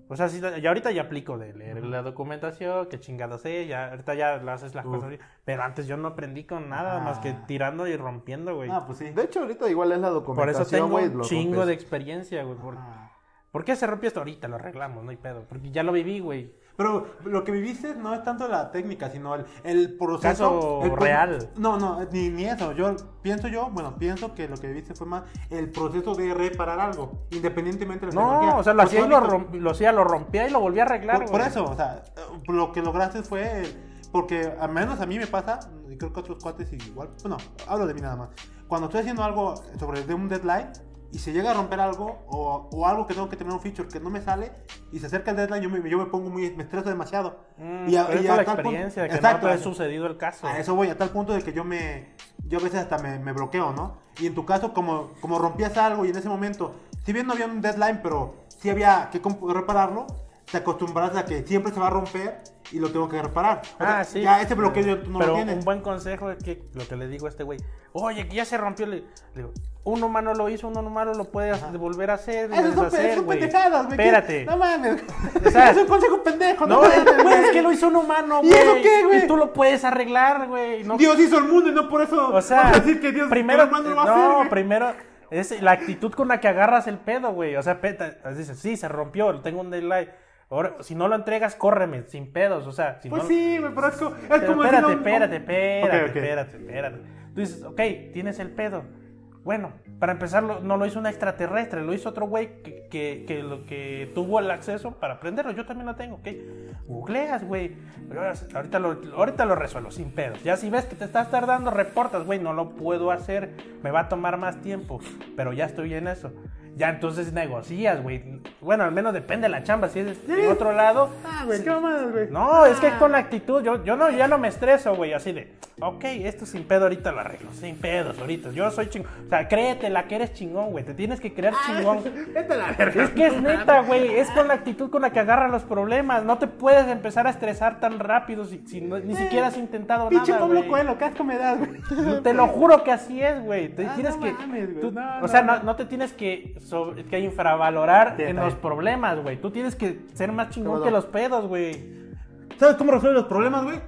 A: O sea, sí, y ahorita ya aplico de leer la documentación, qué chingados sé, ya, ahorita ya lo haces las
C: Uf.
A: cosas. bien. Pero antes yo no aprendí con nada
C: Ah.
A: más que tirando y rompiendo, güey.
C: Ah, pues sí.
B: De hecho, ahorita igual es la
A: Por eso
B: documentación,
A: tengo
B: güey.
A: un
B: lo
A: chingo de
B: rompes.
A: experiencia, güey. ¿Por,
C: Ah.
A: ¿por qué se rompió esto ahorita? Lo arreglamos, no hay pedo. Porque ya lo viví, güey.
C: Pero lo que viviste no es tanto la técnica, sino el, el proceso.
A: Caso
C: el pro-
A: real.
C: No, no, ni, ni eso. Yo pienso yo, bueno, pienso que lo que viviste fue más el proceso de reparar algo, independientemente de la tecnología.
A: No, o sea, lo
C: Porque
A: hacía y lo,
C: Pues ahorita-
A: romp- lo hacía, lo rompía y lo volví a arreglar,
C: Por,
A: güey.
C: por eso, o sea, eh, lo que lograste fue. eh, Porque al menos a mí me pasa, y creo que a otros cuates igual. Bueno, hablo de mí nada más. Cuando estoy haciendo algo sobre de un deadline y se llega a romper algo o, o algo que tengo que tener un feature que no me sale y se acerca el deadline, yo me, yo me pongo muy. me estreso demasiado.
A: Mm,
C: y a-
A: pero
C: y
A: es por
C: a
A: la
C: tal punto-
A: experiencia de que
C: Exacto,
A: no te
C: eso.
A: ha sucedido el caso.
C: A eso voy, a tal punto de que yo me. Yo a veces hasta me, me bloqueo, ¿no? Y en tu caso, como, como rompías algo y en ese momento, si bien no había un deadline, pero sí había que comp- repararlo, te acostumbras a que siempre se va a romper y lo tengo que reparar. O sea,
A: Ah, sí.
C: Ya ese bloqueo tú no
A: Pero
C: lo tienes.
A: un buen consejo es que lo que le digo a este güey, oye, que ya se rompió. Le, le digo, un humano lo hizo, un humano lo puede
C: Ajá. Ah,
A: volver a hacer. y
C: Esas son, pe-
A: deshacer,
C: son
A: güey.
C: pendejadas, güey. que-
A: Espérate.
C: No mames.
A: O sea,
C: [laughs] es un consejo pendejo.
A: No,
C: mames,
A: güey, es que lo hizo un humano,
C: ¿Y
A: güey.
C: eso qué, güey?
A: Y tú lo puedes arreglar, güey. No,
C: Dios hizo el mundo y no por eso.
A: o sea,
C: vamos a decir que Dios
A: primero,
C: que el humano lo va a hacer,
A: no,
C: güey.
A: primero es la actitud con la que agarras el pedo, güey. O sea, peta, dices, sí, se rompió, tengo un delay. Ahora, si no lo entregas, córreme, sin pedos, o sea, si
C: Pues
A: no-
C: sí, me parece como. Es
A: Pero
C: como si
A: espérate,
C: no-
A: espérate, espérate,
C: Ok, ok.
A: espérate, espérate. Tú dices, ok, tienes el pedo. Bueno, para empezar, lo- no lo hizo un extraterrestre, lo hizo otro güey que, que, que lo, que tuvo el acceso para aprenderlo. Yo también lo tengo, ok. Googleas, güey. Pero ahora- ahorita lo, ahorita lo resuelvo, sin pedo. Ya si ves que te estás tardando, reportas, güey, no lo puedo hacer, me va a tomar más tiempo, pero ya estoy en eso. Ya entonces negocias, güey. Bueno, al menos depende de la chamba. Si es de otro lado,
C: Ah, güey,
A: sí-
C: qué mamadas, güey.
A: no, es
C: Ah.
A: que con la actitud, yo, yo no, ya no me estreso, güey, así de, ok, esto sin pedo ahorita lo arreglo, sin pedos ahorita, yo soy chingón, o sea, créete la que eres chingón, güey, te tienes que creer chingón.
C: Ah. [laughs] Vete a la verga.
A: Es que es neta, güey, es con la actitud con la que agarras los problemas, no te puedes empezar a estresar tan rápido si, si no- ni siquiera has intentado
C: Pinche
A: nada,
C: Pablo
A: güey.
C: Coelho, qué asco me das, güey.
A: Te lo juro que así es, güey. Te
C: Ah,
A: tienes
C: no
A: que.
C: mames, güey.
A: tú-
C: No,
A: o
C: no,
A: sea,
C: no.
A: no, no te tienes que, sobre- que infravalorar
C: Sí,
A: en
C: está
A: los
C: bien.
A: problemas, güey. Tú tienes que ser más chingón
B: Perdón.
A: que los pedos, güey.
C: ¿Sabes cómo resuelve los problemas, güey?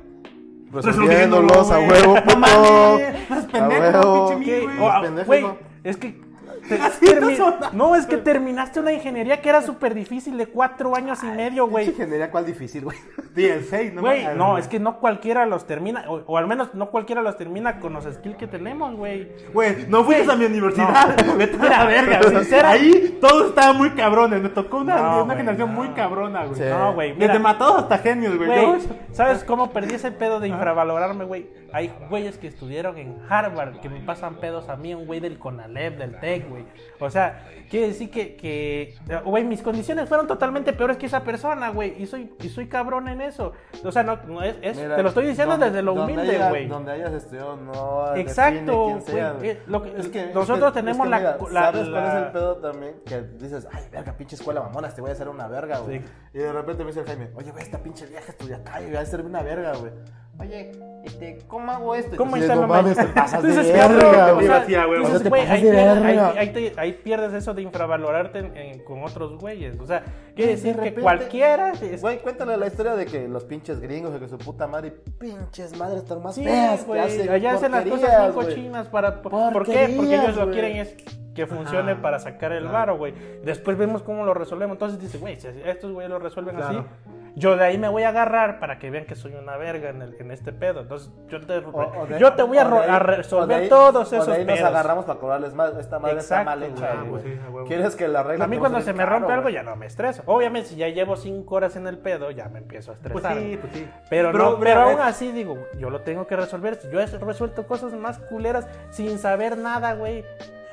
B: Resolviéndolos a
C: güey.
B: huevo,
C: No
B: puto.
C: mames, no seas
B: A
C: pendejo,
B: huevo. [laughs]
C: pinche mil,
A: Que-
C: güey.
A: o-
B: pendejo,
A: güey,
C: [laughs]
B: ¿no?
A: es que Te-
C: Así
A: termi-
C: no sonaba.
A: no, es que terminaste una ingeniería que era súper difícil de cuatro años y medio, güey.
B: Ingeniería, ¿cuál difícil, güey?
C: el 6, no
A: Güey,
C: mames.
A: no, es que no cualquiera los termina, o, o al menos no cualquiera los termina con los skills que tenemos, güey.
C: Güey, no fuiste a mi universidad.
A: No.
C: Vete a
A: Mira,
C: [laughs] la verga,
A: [laughs] sincera.
C: Ahí todos estaban muy cabrones. Me tocó una,
A: No,
C: una
A: güey,
C: generación
A: no.
C: muy cabrona, güey.
B: Sí.
A: No, güey, mira.
C: Desde matados hasta genios, güey.
A: Güey,
C: Yo-
A: ¿sabes cómo perdí ese pedo de infravalorarme, güey? Hay güeyes que estudiaron en Harvard que me pasan pedos a mí, un güey del Conalep, del TEC, güey. O sea, quiere decir que, que, eh, güey, mis condiciones fueron totalmente peores que esa persona, güey. Y soy, y soy cabrón en eso. O sea, no, no es, es-
B: Mira,
A: te lo estoy diciendo
B: donde-
A: desde lo
B: donde
A: humilde,
B: hayas-
A: güey.
B: Donde hayas estudiado, no. define
A: Exacto,
B: quién seas,
A: güey. Eh, lo que-
B: Es que- es
A: nosotros
B: que-
A: tenemos
B: es que,
A: la-
B: mira,
A: la-
B: ¿Sabes cuál
A: la-
B: es el pedo también? Que dices, ay, verga, pinche escuela mamona, te voy a hacer una verga, güey.
A: Sí.
B: Y de repente me dice el Jaime, oye, güey, esta pinche vieja estudia acá y voy a hacerme una verga, güey. Oye, este, ¿cómo hago esto?
A: ¿Cómo
B: Y
A: está
B: no
A: la
B: mames,
A: maestra?
B: te pasas de
A: Entonces,
B: verga,
A: cabrón,
B: güey.
A: o sea,
C: Privacidad, güey.
A: entonces,
B: No te
A: güey,
B: pases
A: ahí,
B: de
A: pierdes-
B: verga.
A: ahí- ahí te- ahí pierdes eso de infravalorarte en- en- con otros güeyes. O sea, quiere
B: Y de
A: decir que
B: repente-
A: cualquiera. es-
B: Güey, cuéntale la historia de que los pinches gringos, de que su puta madre, pinches madres están más
A: Sí,
B: feas que
A: güey,
B: hacen
A: allá hacen las cosas
B: porquerías,
A: bien
B: güey.
A: cochinas para... ¿Por por qué? Porque
B: Porquerías,
A: ellos lo
B: güey.
A: quieren es que funcione
C: Ajá,
A: para sacar el varo, güey. Después vemos cómo lo resolvemos. Entonces dice, güey, si estos güeyes lo resuelven
C: Claro.
A: así, yo de ahí me voy a agarrar para que vean que soy una verga en, el- en este pedo. Entonces yo te,
B: O- o de-
A: yo te voy a,
B: o de
A: ro-
B: ahí-
A: a
B: o de
A: resolver
B: ahí-
A: todos
B: o de
A: esos
B: ahí nos
A: pedos.
B: agarramos para cobrarles más. Esta madre está
A: Exacto,
B: mal
A: güey.
B: hecha.
A: Ah, pues
B: güey.
C: Sí, a huevo.
B: ¿Quieres que la regla
A: A mí cuando se me rompe algo ya no me estreso. Obviamente si ya llevo cinco horas en el pedo ya me empiezo a
C: Pues
A: estresar.
C: sí, pues sí.
A: Pero,
C: Pero,
A: no,
C: mira,
A: pero
C: a
A: aún
C: ver.
A: así digo, yo lo tengo que resolver. Yo he resuelto cosas más culeras sin saber nada, güey.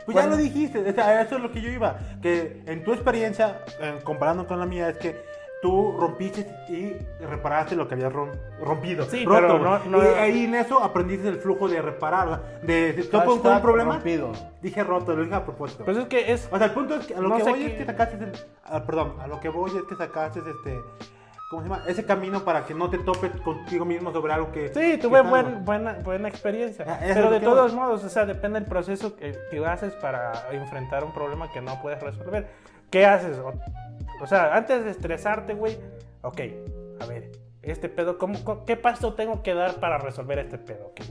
C: Pues ya
A: Cuando-
C: lo dijiste, o sea, a eso es lo que yo iba. Que en tu experiencia, eh, comparando con la mía, es que tú rompiste y reparaste lo que habías rom- rompido.
A: Sí,
C: roto,
A: pero
C: güey.
A: no- no-
C: Y ahí en eso aprendiste el flujo de reparar. o sea, De, de- ¿Tú con un problema?
B: Rompido.
C: Dije roto, lo dije a propósito.
A: Pues es que es...
C: o sea, el punto es que a lo
A: no
C: que
A: sé
C: voy es
A: qué-
C: que sacaste. el- ah, perdón, a lo que voy es que sacaste este. ¿Cómo se llama? Ese camino para que no te topes contigo mismo sobre algo que.
A: Sí,
C: que
A: tuve
C: está-
A: buen- buena, buena experiencia.
C: Ah, eso es
A: Pero
C: lo
A: de
C: que voy.
A: todos modos, o sea, depende del proceso que, que haces para enfrentar un problema que no puedes resolver. ¿Qué haces? O, o sea, antes de estresarte, güey, ok, a ver, este pedo, ¿cómo, co- ¿qué paso tengo que dar para resolver este pedo? Ok,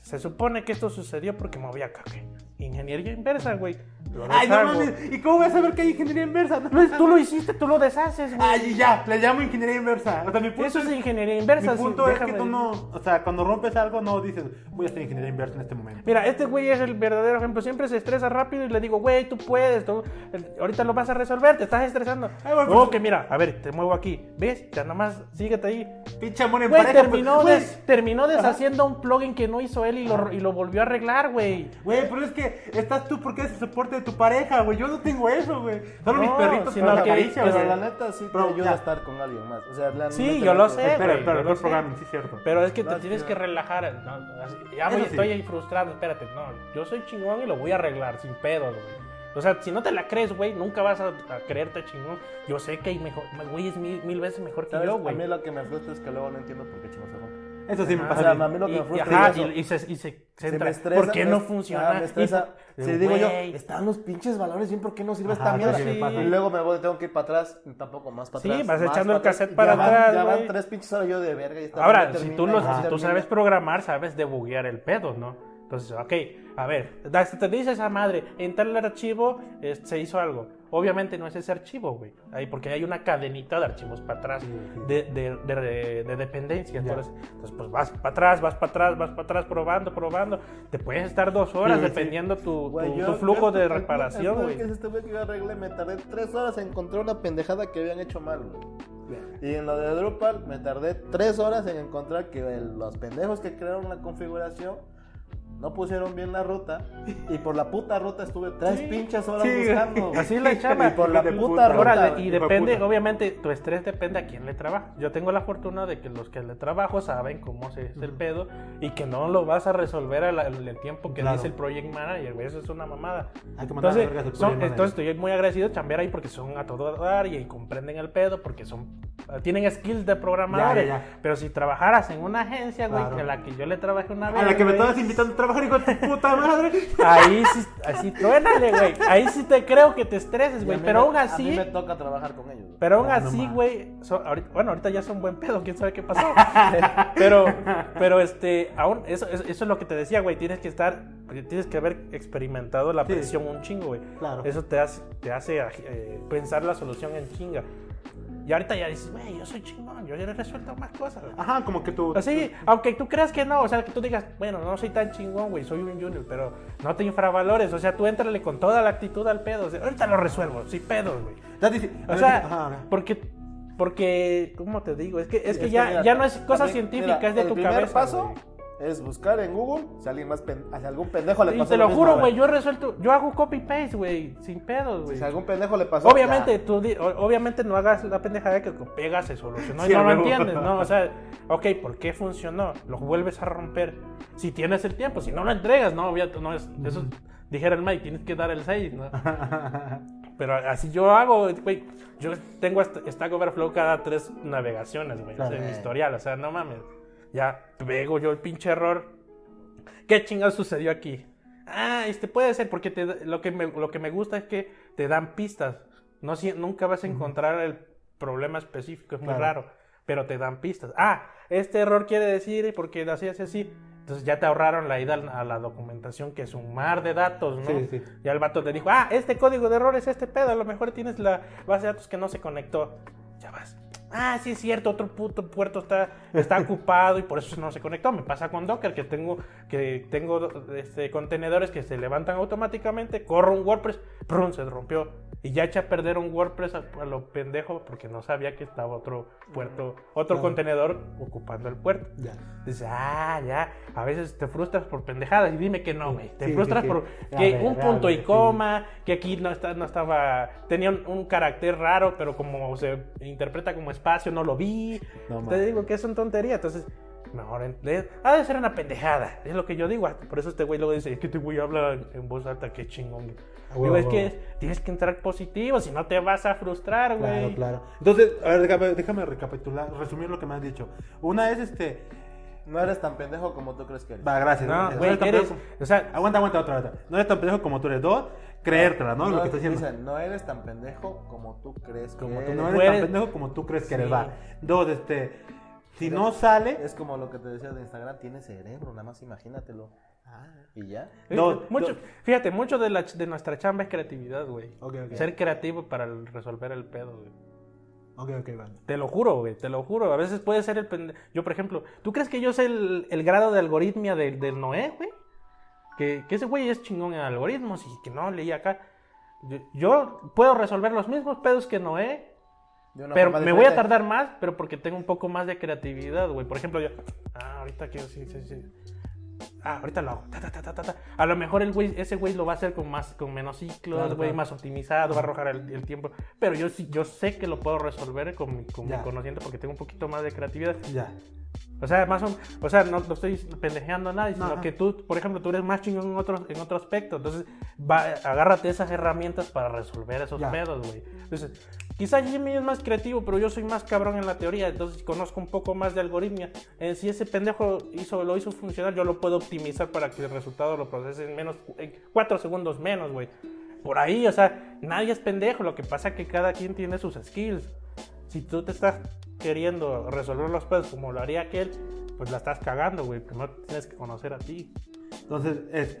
A: Se supone que esto sucedió porque me había acá, ok. Ingeniería inversa, güey. Lo
C: Ay, no
A: deshago.
C: mames. ¿Y cómo voy a saber que hay ingeniería inversa? No,
A: Luis, Tú lo hiciste, tú lo deshaces, güey.
C: Ay, y ya, le llamo ingeniería inversa. O sea, mi punto
A: Eso es ingeniería
C: Mi
A: inversa. sí,
C: punto es que
A: déjame
C: tú
A: decir.
C: no, o sea, cuando rompes algo no dices, voy a hacer ingeniería inversa en este momento.
A: Mira, este güey es el verdadero ejemplo. Siempre se estresa rápido y le digo, güey, tú puedes, tú, eh, ahorita lo vas a resolver, te estás estresando.
C: Ay, güey,
A: no,
C: pues-
A: que mira, a ver, te muevo aquí. ¿Ves? Ya nomás, síguete ahí.
C: Pinche amor en
A: Güey,
C: pareja,
A: terminó,
C: pues,
A: des- terminó deshaciendo un plugin que no hizo él y lo, y lo volvió a arreglar, güey.
C: Güey, güey, pero es que estás tú porque es el soporte de tu pareja, güey. Yo no tengo eso, güey.
A: No,
C: Solo mis perritos
A: sino
C: me
A: que-
C: acarician,
A: que
C: güey.
B: Pero la neta sí te
C: Pero
B: ayuda
C: ya.
B: a estar con alguien más. O sea, la
A: Sí,
B: neta,
A: yo lo
B: la-
A: sé,
C: Espera,
A: güey,
C: espera,
A: yo
C: el
A: lo
C: word
A: sé.
C: programming, sí es cierto.
A: Pero es que te
B: No,
A: tienes
B: sí,
A: que
B: no.
A: relajar. eh, no, no, así- ya
C: Eso
A: voy,
C: sí.
A: estoy ahí frustrado, espérate. No, yo soy chingón y lo voy a arreglar sin pedos, güey. O sea, si no te la crees, güey, nunca vas a, a creerte chingón. Yo sé que hay mejor, güey, es mil, mil veces mejor que
B: ¿sabes?
A: yo,
B: a
A: güey.
B: mí lo que me frustra es que luego no entiendo por qué chingos se rompe.
C: Eso sí me
A: Ajá.
C: pasa.
B: Ah, O sea,
C: a mí.
B: a mí lo que
A: y,
B: me frustra
A: y- ajá,
B: es eso.
A: y- y se, y se
B: Se
A: centra.
B: me estresa,
A: ¿Por qué
B: me-
A: no
B: ah,
A: funciona?
B: me estresa.
A: Y-
B: Sí, digo yo,
A: Güey.
B: están los pinches valores bien, ¿por qué no sirve
C: Ajá,
B: esta
A: Ah,
B: mierda?
C: sí, me pasa.
B: Y luego me voy, tengo que ir para atrás, tampoco más
A: pues
B: para
A: Sí,
B: atrás.
A: vas
B: más
A: echando el
B: pa' atrás,
A: cassette
B: y
A: para
B: ya van-
A: atrás,
B: Ya
A: güey.
B: van tres pinches horas yo de verga. Y esta
A: Ahora,
B: madre
A: si tú,
B: termina,
A: lo-
B: y
A: si tú
B: termina.
A: sabes programar, sabes debuguear el pedo, ¿no? Entonces, ok, a ver, hasta te dice esa madre, en tal archivo eh, se hizo algo. Obviamente no es ese archivo, güey. Ahí, porque hay una cadenita de archivos para atrás,
C: Sí, sí.
A: de, de, de- de- de dependencia.
C: Ya.
A: Entonces, entonces, pues vas para atrás, vas para atrás, vas para atrás, probando, probando. Te puedes estar dos horas
C: Sí, sí.
A: dependiendo tu,
B: Güey,
A: tu-
B: yo-
A: tu flujo
B: yo-
A: de
B: el- el-
A: reparación,
B: el-
A: güey.
B: que es este güey que yo arreglé, me tardé tres horas en encontrar una pendejada que habían hecho mal, güey. Y en lo de Drupal me tardé tres horas en encontrar que el- los pendejos que crearon la configuración no pusieron bien la ruta. Y por la puta ruta estuve tres
A: Sí.
B: pinches horas
C: Sí, güey.
B: buscando.
A: [laughs]
B: güey.
A: Así la chava.
B: Y por la
C: Hijo de
B: puta
C: puta.
B: ruta.
A: Ahora,
B: güey.
A: y
C: hijo de
A: depende,
C: puta.
A: obviamente, tu estrés depende a quién le trabaja. Yo tengo la fortuna de que los que le trabajo saben cómo se es el pedo y que no lo vas a resolver al, al- al tiempo que
C: Claro.
A: dice el project manager, güey. Eso es una mamada.
C: Hay que mandar a la
A: Entonces,
C: verga a su
A: son-
C: project manager.
A: entonces estoy muy agradecido de chambear ahí porque son a todo dar y comprenden el pedo porque son tienen skills de programadores.
C: Ya, ya, ya.
A: Pero si trabajaras en una agencia, güey,
C: Claro.
A: que la que yo le trabajé una vez.
C: A la que me
A: güey,
C: estabas invitando a trabajar, hijo de tu puta madre.
A: [laughs] Ahí sí, así truénale, güey. Ahí sí te creo que te estreses, güey.
B: Y a mí
A: Pero
B: me-
A: aún
B: A mí
A: así.
B: me toca trabajar con ellos.
A: Pero aún
C: Ah, no
A: así,
C: más.
A: güey, son- ahorita- bueno, ahorita ya son buen pedo, quién sabe qué
C: [laughs]
A: pasó. pero, pero este, aún, eso, eso, eso es lo que te decía, güey, tienes que estar, tienes que haber experimentado la
C: Sí.
A: presión un chingo, güey.
C: Claro.
A: Eso te hace, te hace eh, pensar la solución en chinga. Y ahorita ya dices, güey, yo soy chingón, yo ya le he resuelto más cosas.
C: Ajá, como que tú.
A: Así, aunque tú creas que no, o sea, que tú digas, bueno, no soy tan chingón, güey, soy un junior, pero no te infravalores, o sea, tú entrale con toda la actitud al pedo, o sea, ahorita lo resuelvo, sin pedos, güey.
C: Ya dice-
A: O
C: Ajá, ajá.
A: sea, porque, porque, ¿cómo te digo? Es que, es que ya,
B: mira,
A: ya no es cosa
B: también,
A: científica,
B: mira,
A: es de tu
B: El
A: cabeza.
B: primer paso
A: güey.
B: es buscar en Google si alguien más pen- si algún pendejo le pasó
A: Y te
B: lo
A: lo
B: mismo,
A: juro, güey, yo he resuelto, yo hago copy-paste, güey, sin pedos, güey.
B: Si algún pendejo le pasó.
A: Obviamente,
B: ya.
A: tú, di- o- obviamente no hagas la pendejada que con pegas se solucionó
C: Sí,
A: y no
C: a
A: lo
C: huevo.
A: entiendes, ¿no? O sea, ok, ¿por qué funcionó? Lo vuelves a romper. Si tienes el tiempo, si no lo entregas, no, obvio, no es, eso dijera el Mike, tienes que dar el 6, ¿no? Pero así yo hago, güey, yo tengo hasta- Stack Overflow cada tres navegaciones, güey,
C: Claro.
A: en mi historial, o sea, no mames. Ya pego yo el pinche error. ¿Qué chingados sucedió aquí? Ah, este puede ser, porque te da- lo, que me, lo que me gusta es que te dan pistas. No, si- nunca vas a encontrar el problema específico, es muy
C: Claro.
A: raro, pero te dan pistas. Ah, este error quiere decir porque así, así, así. Entonces ya te ahorraron la ida a la documentación, que es un mar de datos, ¿no?
C: Sí, sí.
A: Y al vato te dijo, ah, este código de error es este pedo, a lo mejor tienes la base de datos que no se conectó. Ya vas. Ah, sí es cierto, otro puto puerto está, está ocupado y por eso no se conectó. Me pasa con Docker, que tengo, que tengo este, contenedores que se levantan automáticamente, corro un WordPress, ¡prum! se rompió. Y ya eché a perder un WordPress a, a lo pendejo porque no sabía que estaba otro puerto, otro
C: Claro.
A: contenedor ocupando el puerto.
C: Ya.
A: Dices, ah, ya. A veces te frustras por pendejadas y dime que no, güey. Te
C: Sí, sí,
A: frustras
C: sí.
A: por
C: A
A: que
C: ver,
A: un
C: a
A: punto
C: ver,
A: y
C: sí.
A: coma, que aquí no, está, no estaba. Tenía un, un carácter raro, pero como se interpreta como espacio, no lo vi.
C: No
A: te
C: mames.
A: digo que es una tontería. Entonces, mejor. en- de- Ha de ser una pendejada. Es lo que yo digo. Por eso este güey luego dice, es que este güey habla en, en voz alta, qué chingón.
C: A
A: Digo,
C: huevo,
A: es
C: a
A: que
C: huevo.
A: tienes que entrar positivo, si no te vas a frustrar, güey.
C: Claro, claro. Entonces, a ver, déjame, déjame recapitular, resumir lo que me has dicho. Una es este.
B: No eres tan pendejo como tú crees que eres.
C: Va, gracias.
A: No,
C: eres
A: güey,
C: tan
A: eres-
C: pendejo como-
A: o sea,
C: Aguanta, aguanta, otra vez. No eres tan pendejo como tú eres. Dos, creértela, ¿no?
B: No,
C: lo que estás diciendo.
B: dicen, no eres tan pendejo como tú crees
A: Como
B: que
A: tú
B: eres.
C: No
A: Tú
C: eres tan
A: eres-
C: pendejo como tú crees que eres.
A: Sí.
C: Va. Dos, este. Si no sale.
B: Es como lo que te decía de Instagram, tiene cerebro, nada más imagínatelo. Y ya.
C: No,
A: mucho,
C: no.
A: Fíjate, mucho de, la, ch- de nuestra chamba es creatividad, güey.
C: Ok, ok.
A: Ser creativo para el- resolver el pedo, güey.
C: Ok, ok, va.
A: Te lo juro, güey, te lo juro. A veces puede ser el pende- Yo, por ejemplo, ¿tú crees que yo sé el, el grado de algoritmia del, del Noé, güey? Que, que ese güey es chingón en algoritmos y que no leí acá. Yo, yo puedo resolver los mismos pedos que Noé,
B: De una
A: pero
B: forma
A: me voy a
B: diferente.
A: tardar más, pero porque tengo un poco más de creatividad, güey. Por ejemplo, yo. Ah, ahorita quiero. Sí, sí, sí. Ah, ahorita lo hago. Ta, ta, ta, ta, ta, ta. A lo mejor el güey, ese güey lo va a hacer con, más, con menos ciclos,
C: Claro,
A: güey,
C: claro.
A: más optimizado, va a arrojar el, el tiempo. Pero yo, sí- yo sé que lo puedo resolver con, mi- con mi
C: Ya.
A: conocimiento porque tengo un poquito más de creatividad.
C: Ya.
A: O sea, más o, o sea, no, no estoy pendejeando a nadie, sino
C: Ajá.
A: que tú, por ejemplo, tú eres más chingón en otro, en otro aspecto. Entonces, va, agárrate esas herramientas para resolver esos
C: Ya.
A: pedos, güey. Entonces, quizás Jimmy es más creativo, pero yo soy más cabrón en la teoría, entonces conozco un poco más de algoritmia. Eh, si ese pendejo hizo, lo hizo funcionar, yo lo puedo optimizar para que el resultado lo procese en menos, en cuatro segundos menos, güey. Por ahí, o sea, nadie es pendejo, lo que pasa es que cada quien tiene sus skills. Si tú te estás queriendo resolver los pedos como lo haría aquel, pues la estás cagando, güey. Primero te tienes que conocer a ti.
C: Entonces, es.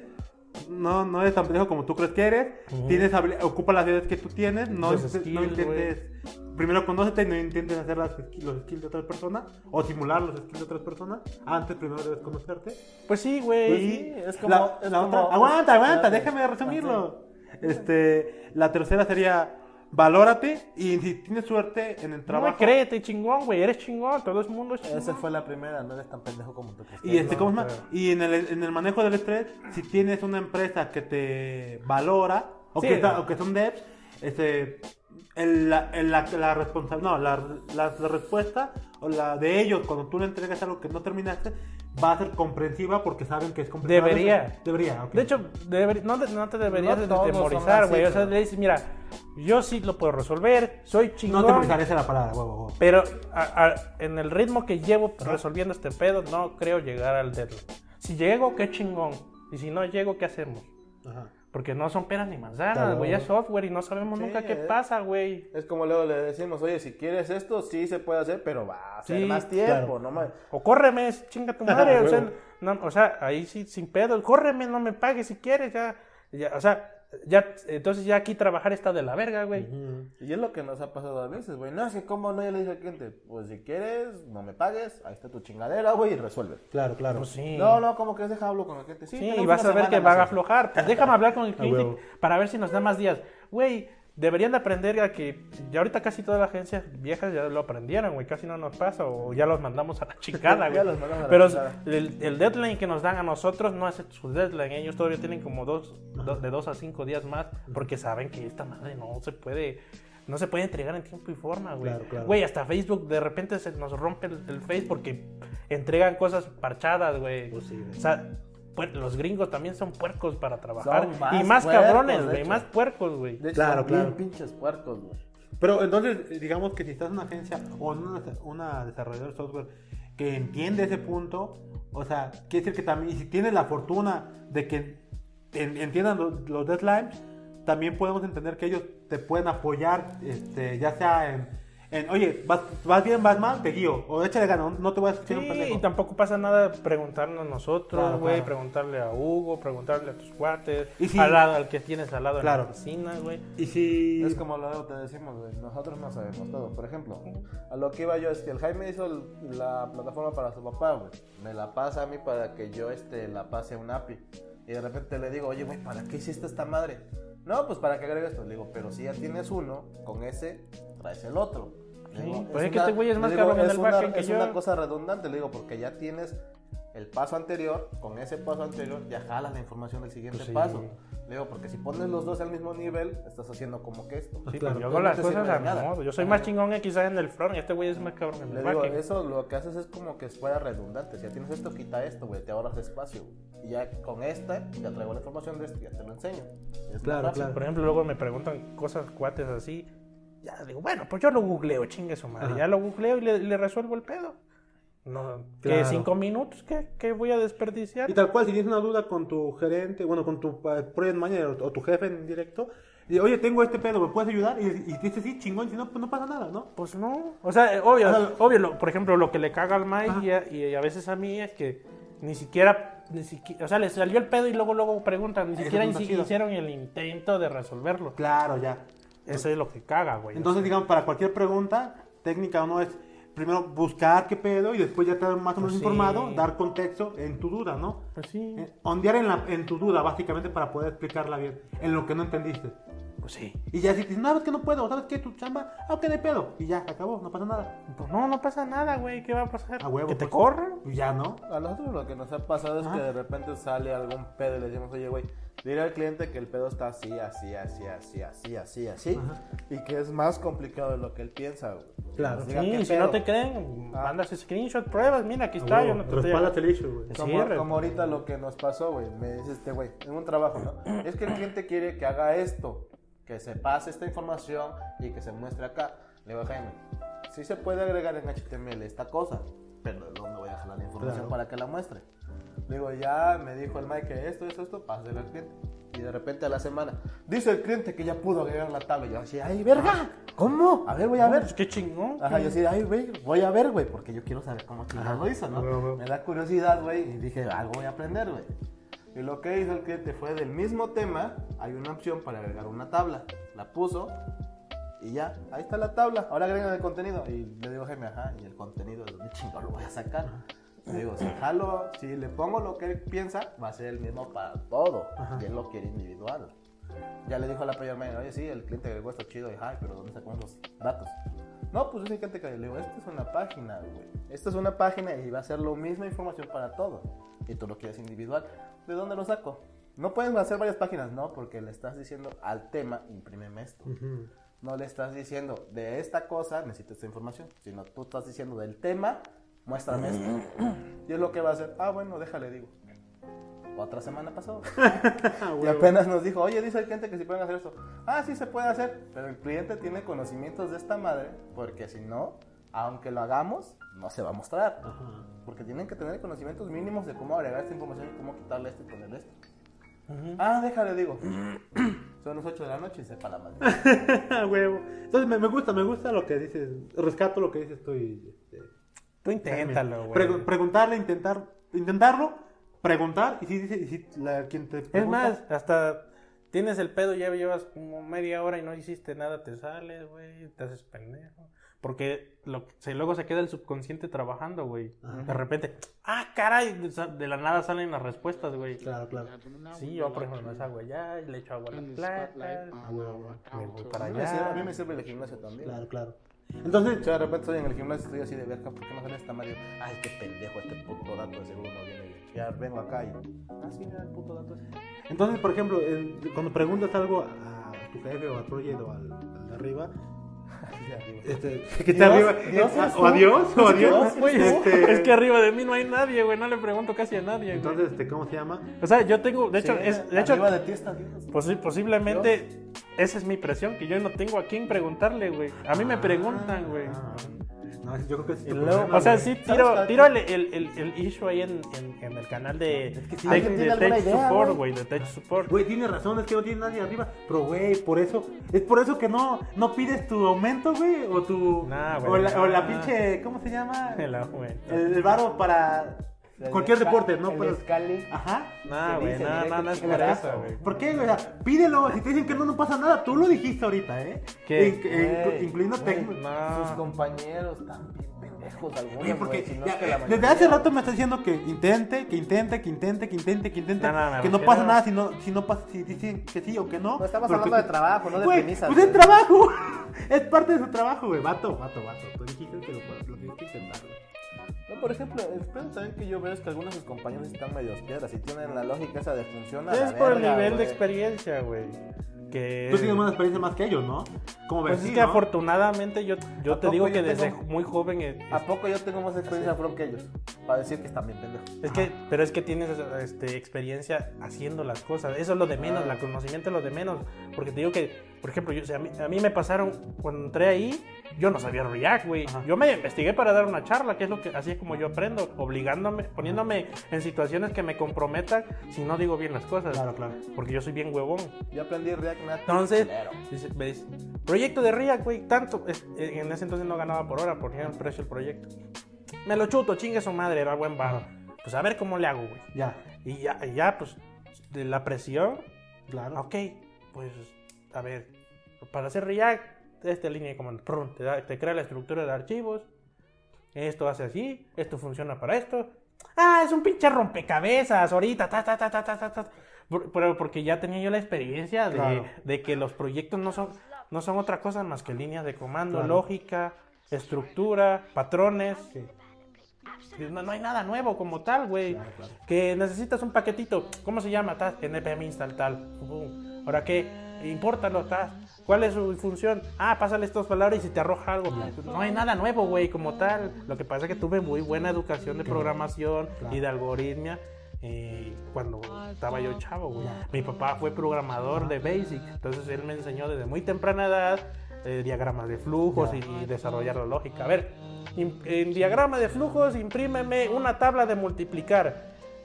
C: No, no eres tan pendejo como tú crees que eres.
A: Ujú.
C: Tienes habili- ocupa las habilidades que tú tienes. No,
A: Los
C: inte- no
A: skills,
C: intentes. Primero conócete y no intentes hacer las sk- los skills de otras personas. O simular los skills de otras personas. Antes primero debes conocerte.
A: Pues sí, güey.
C: Pues
B: sí, es como-
C: la,
B: es
C: la
B: como-
C: otra- aguanta, aguanta,
B: Ah, sí.
C: déjame resumirlo. Este, la tercera sería valórate y si tienes suerte en el
A: No, güey,
C: trabajo.
A: créete, chingón, güey. Eres chingón, todo el mundo es chingón.
B: Esa fue la primera, no eres tan pendejo como tú crees que
C: y este,
B: eres.
C: ¿cómo se
A: No,
C: llama? Y en el, en el manejo del estrés, si tienes una empresa que te valora o,
A: Sí.
C: que, está- o que son devs, este, el- la, el- la, la responsa- no, la- la- la respuesta o la de ellos cuando tú le entregas algo que no terminaste va a ser comprensiva porque saben que es comprensiva.
A: Debería.
C: Debería. ok.
A: De hecho, deber- no, te- no te deberías
B: No
A: de
B: todos son
A: temorizar,
B: así,
A: güey. O sea,
B: pero-
A: le dices, mira, Yo sí lo puedo resolver, soy chingón.
C: No te precarece la palabra, huevo, huevo.
A: Pero a- a- en el ritmo que llevo resolviendo este pedo, no creo llegar al deadline. Si llego, qué chingón. Y si no llego, ¿qué hacemos?
C: Ajá.
A: Porque no son peras ni manzanas,
C: Claro.
A: güey. Es software y no sabemos
B: Sí,
A: nunca qué
B: eh.
A: pasa, güey.
B: Es como luego le decimos, oye, si quieres esto, sí se puede hacer, pero va a ser
A: Sí,
B: más tiempo,
C: claro.
B: no más.
A: O córreme, chinga
C: [laughs]
A: tu madre. o, sea,
C: Huevo.
A: no, o sea, ahí sí, sin pedo. Córreme, no me pagues si quieres. Ya, ya, o sea, ya, entonces ya aquí trabajar está de la verga, güey.
B: Y es lo que nos ha pasado a veces, güey. No, es que como no, yo le dije al cliente, pues si quieres, no me pagues, ahí está tu chingadera, güey, y resuelve.
C: Claro, claro.
A: Pues sí.
B: No, no, como que deja hablo con el cliente. Sí,
A: Sí, y
B: tenemos
A: vas
B: una
A: a ver que
B: semana
A: van a
B: más, güey.
A: aflojar. Pues déjame hablar con el cliente
C: huevo.
A: para ver si nos da más días. Güey, deberían de aprender a que ya ahorita casi todas las agencias viejas ya lo aprendieron, güey. Casi no nos pasa o ya los mandamos a la chingada,
B: [laughs] Ya
A: güey.
B: los mandamos a la
A: Pero
B: chingada.
A: el, el deadline que nos dan a nosotros no es su deadline. ¿eh? Ellos todavía tienen como dos, do- de dos a cinco días más porque saben que esta madre no se puede... No se puede entregar en tiempo y forma, güey.
C: Claro, claro.
A: Güey, hasta Facebook de repente se nos rompe el, el Face porque entregan cosas parchadas, güey.
C: Pues sí, güey.
A: O sea, puer- los gringos también son puercos para trabajar.
B: Son más
A: y más
B: puercos,
A: cabrones,
B: de
A: güey.
B: hecho.
A: Más puercos, güey.
B: De hecho,
C: Claro,
B: son bien
C: claro.
B: pinches puercos, güey.
C: Pero entonces, eh, digamos que si estás en una agencia o en una, una desarrolladora de software que entiende ese punto, o sea, quiere decir que también, si tienes la fortuna de que en- entiendan lo- los, deadlines, también podemos entender que ellos te pueden apoyar, este, ya sea en, en, oye, vas, vas bien, vas mal, te guío, o échale ganas, no te voy a escuchar un
A: Sí,
C: pendejo.
A: y tampoco pasa nada preguntarnos a nosotros,
C: Claro,
A: güey.
C: claro.
A: Preguntarle a Hugo, preguntarle a tus cuates.
C: Y sí.
A: al, lado- al que tienes al lado
C: Claro. Pues
A: en la oficina, güey.
C: Y si...
B: Es como luego te decimos, güey, nosotros no sabemos todo. Por ejemplo, a lo que iba yo es que el Jaime hizo el- la plataforma para su papá, güey. Me la pasa a mí para que yo este, la pase a un API. Y de repente le digo, oye, güey, ¿para qué hiciste esta madre? No, pues para que agregue esto. Le digo, pero si ya tienes uno, con ese traes el otro. Le
A: Sí,
B: digo,
A: pues es que este güey es
B: le
A: más
B: digo,
A: cabrón en
B: es
A: el
B: una-
A: backend que
B: Es
A: yo".
B: una cosa redundante, le digo, porque ya tienes el paso anterior, con ese paso anterior ya jalas la información del siguiente
A: Pues sí.
B: paso. Le digo, porque si pones los dos al mismo nivel, estás haciendo como que esto.
A: Sí,
C: claro.
A: pues yo
B: No
A: hago las
B: te
A: cosas
B: sirve
A: a
B: de nada.
A: mi modo. Yo soy más chingón eh, quizás en el front. y Este güey es más cabrón en
B: Le
A: el
B: digo,
A: back.
B: eso lo que haces es como que fuera redundante. Si ya tienes esto, quita esto, güey, te ahorras espacio. güey. Y ya con esta, ya traigo la información de este, ya te lo enseño. Es más
C: Claro,
B: fácil.
A: Por ejemplo, luego me preguntan cosas cuates así. Ya digo, bueno, pues yo lo googleo, chingue su madre.
C: Ajá.
A: Ya lo googleo y le, le resuelvo el pedo. No, que
C: Claro.
A: cinco minutos, ¿qué, qué voy a desperdiciar?
C: Y tal cual, si tienes una duda con tu gerente, bueno, con tu eh, project manager o, o tu jefe en directo, y, oye, tengo este pedo, ¿me puedes ayudar? Y, y dices, sí, chingón, si no, pues no pasa nada, ¿no?
A: Pues no. O sea, eh, obvio,
C: O sea, lo-
A: obvio lo- por ejemplo, lo que le caga al Mike
C: Ajá.
A: y a, y a veces a mí es que ni siquiera, ni siquiera, o sea, le salió el pedo y luego luego preguntan, ni
C: Eso
A: siquiera
C: no está
A: hici-
C: chido.
A: hicieron el intento de resolverlo.
C: Claro, ya.
A: Eso es lo que caga, güey.
C: Entonces, digamos, para cualquier pregunta, técnica o no, es primero buscar qué pedo y después ya estar más o menos
A: Pues sí.
C: informado, dar contexto en tu duda, ¿no?
A: Pues sí.
C: Eh, Ondear en, la, en tu duda, básicamente, para poder explicarla bien, en lo que no entendiste.
A: Pues sí.
C: Y ya si te dices, no, es que no puedo, ¿sabes qué? Tu chamba, ah, ok, de pedo. Y ya, se acabó, no pasa nada.
A: Pues no, no pasa nada, güey. ¿Qué va a pasar?
C: A huevo.
A: que te
C: pues.
A: corran.
C: Y ya, ¿no?
B: A nosotros lo que nos ha pasado es
C: Ajá.
B: que
A: Ah.
B: de repente sale algún pedo y le decimos, oye, güey, dile al cliente que el pedo está así, así, así, así, así, así, así.
C: Ajá.
B: Y que es más complicado de lo que él piensa, güey.
C: Claro.
B: Nos diga
A: Sí,
B: qué
A: si no
B: pedo.
A: te creen,
B: Ah.
A: mandas screenshot, pruebas, mira, aquí está, yo no te estoy-
C: Respaldas el issue, güey.
A: Sí,
B: Como,
A: re-
B: como ahorita lo que nos pasó, güey. Me dice este güey, en un trabajo,
A: [clears throat]
B: ¿no? Es que el cliente quiere que haga esto, que se pase esta información y que se muestre acá. Le digo, Jaime, sí se puede agregar en HTML esta cosa, pero ¿de dónde voy a jalar la información
C: Claro.
B: para que la muestre? Le digo, ya me dijo el Mike que esto, esto, esto, pásale al cliente. Y de repente a la semana, dice el cliente que ya pudo agregar la tabla. Y yo así, ay, verga, ¿cómo? A ver, voy a
A: Ah, No,
B: ver.
A: pues qué chingón.
B: Ajá, yo así, ay, güey, voy a ver, güey, porque yo quiero saber cómo chingados lo hizo, ¿no?
C: Ajá, ajá.
B: Me da curiosidad, güey, y dije, algo voy a aprender, güey. Y lo que hizo el cliente fue del mismo tema, hay una opción para agregar una tabla. La puso y ya, ahí está la tabla. Ahora agregan el contenido. Y le digo, Jaime, ajá, y el contenido, ¿de dónde chingo lo voy a sacar? Le digo, si jalo, si le pongo lo que él piensa, va a ser el mismo para todo.
C: Ajá.
B: Y él lo quiere individual. Ya le dijo a la project manager, oye, sí, el cliente agregó esto chido, y ay, pero ¿dónde sacamos los datos? No, pues es el cliente que le digo, esta es una página, güey. Esta es una página y va a ser la misma información para todo. Y tú lo quieres individual. ¿De dónde lo saco? No pueden hacer varias páginas, no, porque le estás diciendo al tema, imprímeme esto. No le estás diciendo, de esta cosa necesito esta información, sino tú estás diciendo del tema, muéstrame esto. Y es lo que va a hacer, ah, bueno, déjale, digo. Otra semana pasó.
C: Ah,
B: Y
C: huevo.
B: apenas nos dijo, oye, dice el cliente que si pueden hacer esto. Ah, sí se puede hacer, pero el cliente tiene conocimientos de esta madre, porque si no, aunque lo hagamos, no se va a mostrar.
C: Ajá.
B: Porque tienen que tener conocimientos mínimos de cómo agregar esta información y cómo quitarle esto y ponerle esto.
A: Ujú.
B: Ah, déjale, digo. [clears throat] Son las 8 de la noche y sepa la madre.
C: [laughs] Ah, huevo. Entonces me, me gusta, me gusta lo que dices. Rescato lo que dices tú y. este,
A: Tú inténtalo, güey.
C: Pregu- preguntarle, intentar, intentarlo, preguntar y si dice, y si la- quien te
A: Es
C: pregunta-
A: más, hasta tienes el pedo, ya llevas como media hora y no hiciste nada, te sales, güey, te haces pendejo. Porque lo, se- luego se queda el subconsciente trabajando, güey.
C: Ajá.
A: De repente, ah, caray, de sa- de la nada salen las respuestas, güey.
C: Claro, claro.
A: Sí, yo por ejemplo me hago allá y le echo agua a las plantas.
C: Ah,
A: me voy para
B: A mí me sirve- a mí
A: allá.
B: me sirve el gimnasio también.
C: Claro, claro.
B: O
C: Entonces,
B: sea, de repente estoy en el gimnasio y estoy así de verga, ¿por qué no sale esta madre? Ay, qué pendejo este puto dato de seguro no viene. bien. Ya vengo acá y. Ah, sí, mira el puto dato ese.
C: entonces por ejemplo, en- cuando preguntas algo a tu jefe o a Project o al, al de arriba,
B: Así de arriba.
C: este, [laughs] que está
B: Dios,
C: arriba,
B: Dios
C: eh,
B: es
C: o a
B: tú.
C: Dios, o a Dios,
A: [laughs]
B: Dios,
A: Güey, es-
C: este,
A: es que arriba de mí no hay nadie, güey, no le pregunto casi a nadie, güey.
C: entonces, este, ¿cómo se llama?
A: O sea, yo tengo, de hecho,
B: Sí,
A: es, de hecho,
B: Arriba de ti está Dios.
A: Posi- posiblemente esa es mi presión, que yo no tengo a quién preguntarle, güey. A mí me preguntan, güey.
C: Ah, no, yo creo que es
A: Y
C: tu
A: luego-
C: problema,
A: o sea,
C: güey.
A: sí
B: ¿Sabes
A: tiro,
B: cuál?
A: tiro el, el, el, el issue ahí en, en, en el canal de,
B: sí,
A: de,
B: alguien
A: de
B: tiene alguna
A: Tech
B: idea,
A: Support,
B: ¿no?
A: güey, de Tech Support.
C: Güey, tiene razón, es que no tiene nadie arriba. Pero, güey, por eso. Es por eso que no, no pides tu aumento, güey. O tu.
A: Nah, güey,
C: o, la, o la
A: nah.
C: pinche. ¿Cómo
A: [laughs]
C: se llama?
A: El
C: El,
A: aumento.
C: el varo para. Cualquier deporte, ¿no? Pero-
B: Pero escale.
C: Ajá.
A: Nah,
B: Se
A: güey,
B: dice
A: no,
B: directo
A: no, no
B: que
A: es
B: se
A: por
B: la Pues
A: eso,
B: gasta,
A: güey.
C: ¿Por qué, güey? O sea, pídelo. Si te dicen que no, no pasa nada. Tú lo dijiste ahorita, ¿eh?
A: ¿Qué?
C: In- eh,
B: Güey,
C: incluyendo
B: güey,
C: técnico.
B: Sus
A: No.
B: compañeros también pendejos algunos.
C: Oye, porque
B: güey, si no
C: ya, eh,
B: es que la
C: desde
B: mayoría-
C: hace rato me está diciendo que intente, que intente, que intente, que intente, que intente,
A: No, no, no,
C: que no
A: no.
C: pasa nada si no, si no pasa, si dicen que sí o que no.
B: No, estamos
C: pero que
B: hablando de trabajo, no de
C: Güey,
B: premisas,
C: Pues es
B: güey.
C: trabajo, [laughs] es parte de su trabajo, güey, vato, vato, vato. Tú dijiste que lo, lo tienes que intentar, güey.
B: No, por ejemplo, el pedo también que yo veo es que algunos de sus compañeros están medios piedras y tienen la lógica esa de funcionar.
A: Pues Es por el nivel de experiencia, güey. Que...
B: Pues
C: Tú tienes más experiencia más que ellos, ¿no? Como ves,
A: Eh. Pues
C: sí,
A: es que
C: ¿no?
A: afortunadamente yo, yo
B: ¿A
A: te digo
B: poco
A: que
B: yo
A: desde
B: tengo-
A: muy joven eh,
B: ¿A poco yo tengo más experiencia pro que ellos? Para decir que están bien pendejos.
A: Es que, pero es que tienes este, experiencia haciendo las cosas. Eso es lo de menos,
B: Ah.
A: la conocimiento es lo de menos. Porque te digo que, por ejemplo, yo, o sea, a, mí, a mí me pasaron, cuando entré ahí, yo no sabía React, güey.
C: Ajá.
A: Yo me investigué para dar una charla, que es lo que así es como yo aprendo, obligándome, poniéndome en situaciones que me comprometan si no digo bien las cosas.
C: Claro, claro.
A: Porque yo soy bien huevón.
B: Yo aprendí React Native.
A: Entonces,
B: culero.
A: dice- me dice, proyecto de React, güey, tanto. Es- eh, en ese entonces no ganaba por hora, porque era el precio el proyecto. Me lo chuto, chingue su madre, era buen barro. Pues a ver cómo le hago, güey.
C: Ya,
A: Y ya, y ya, pues, de la presión,
C: claro.
A: ok, pues, a ver, para hacer React, esta línea de comando, prrrrum, te, da- te crea la estructura de archivos, esto hace así, esto funciona para esto. Ah, es un pinche rompecabezas ahorita, ta, ta, ta, ta, ta, ta, ta. Por- Pero porque ya tenía yo la experiencia de,
C: Claro.
A: de que los proyectos no son, no son otra cosa más que líneas de comando,
C: Claro.
A: lógica, estructura, patrones.
C: Sí.
A: No, no hay nada nuevo como tal, güey.
C: Claro, claro.
A: Que necesitas un paquetito. ¿Cómo se llama? Tal, NPM install tal. Pum. Ahora qué, impórtalo, tal. ¿Cuál es su función? Ah, pásale estas palabras y si te arroja algo. No hay nada nuevo, güey, como tal. Lo que pasa es que tuve muy buena educación de programación
C: Claro.
A: y de algoritmia. eh, cuando estaba yo chavo, güey. Mi papá fue programador de Basic, entonces él me enseñó desde muy temprana edad eh, diagramas de flujos
C: Ya.
A: y, y desarrollar la lógica. A ver, im- en diagrama de flujos, imprímeme una tabla de multiplicar.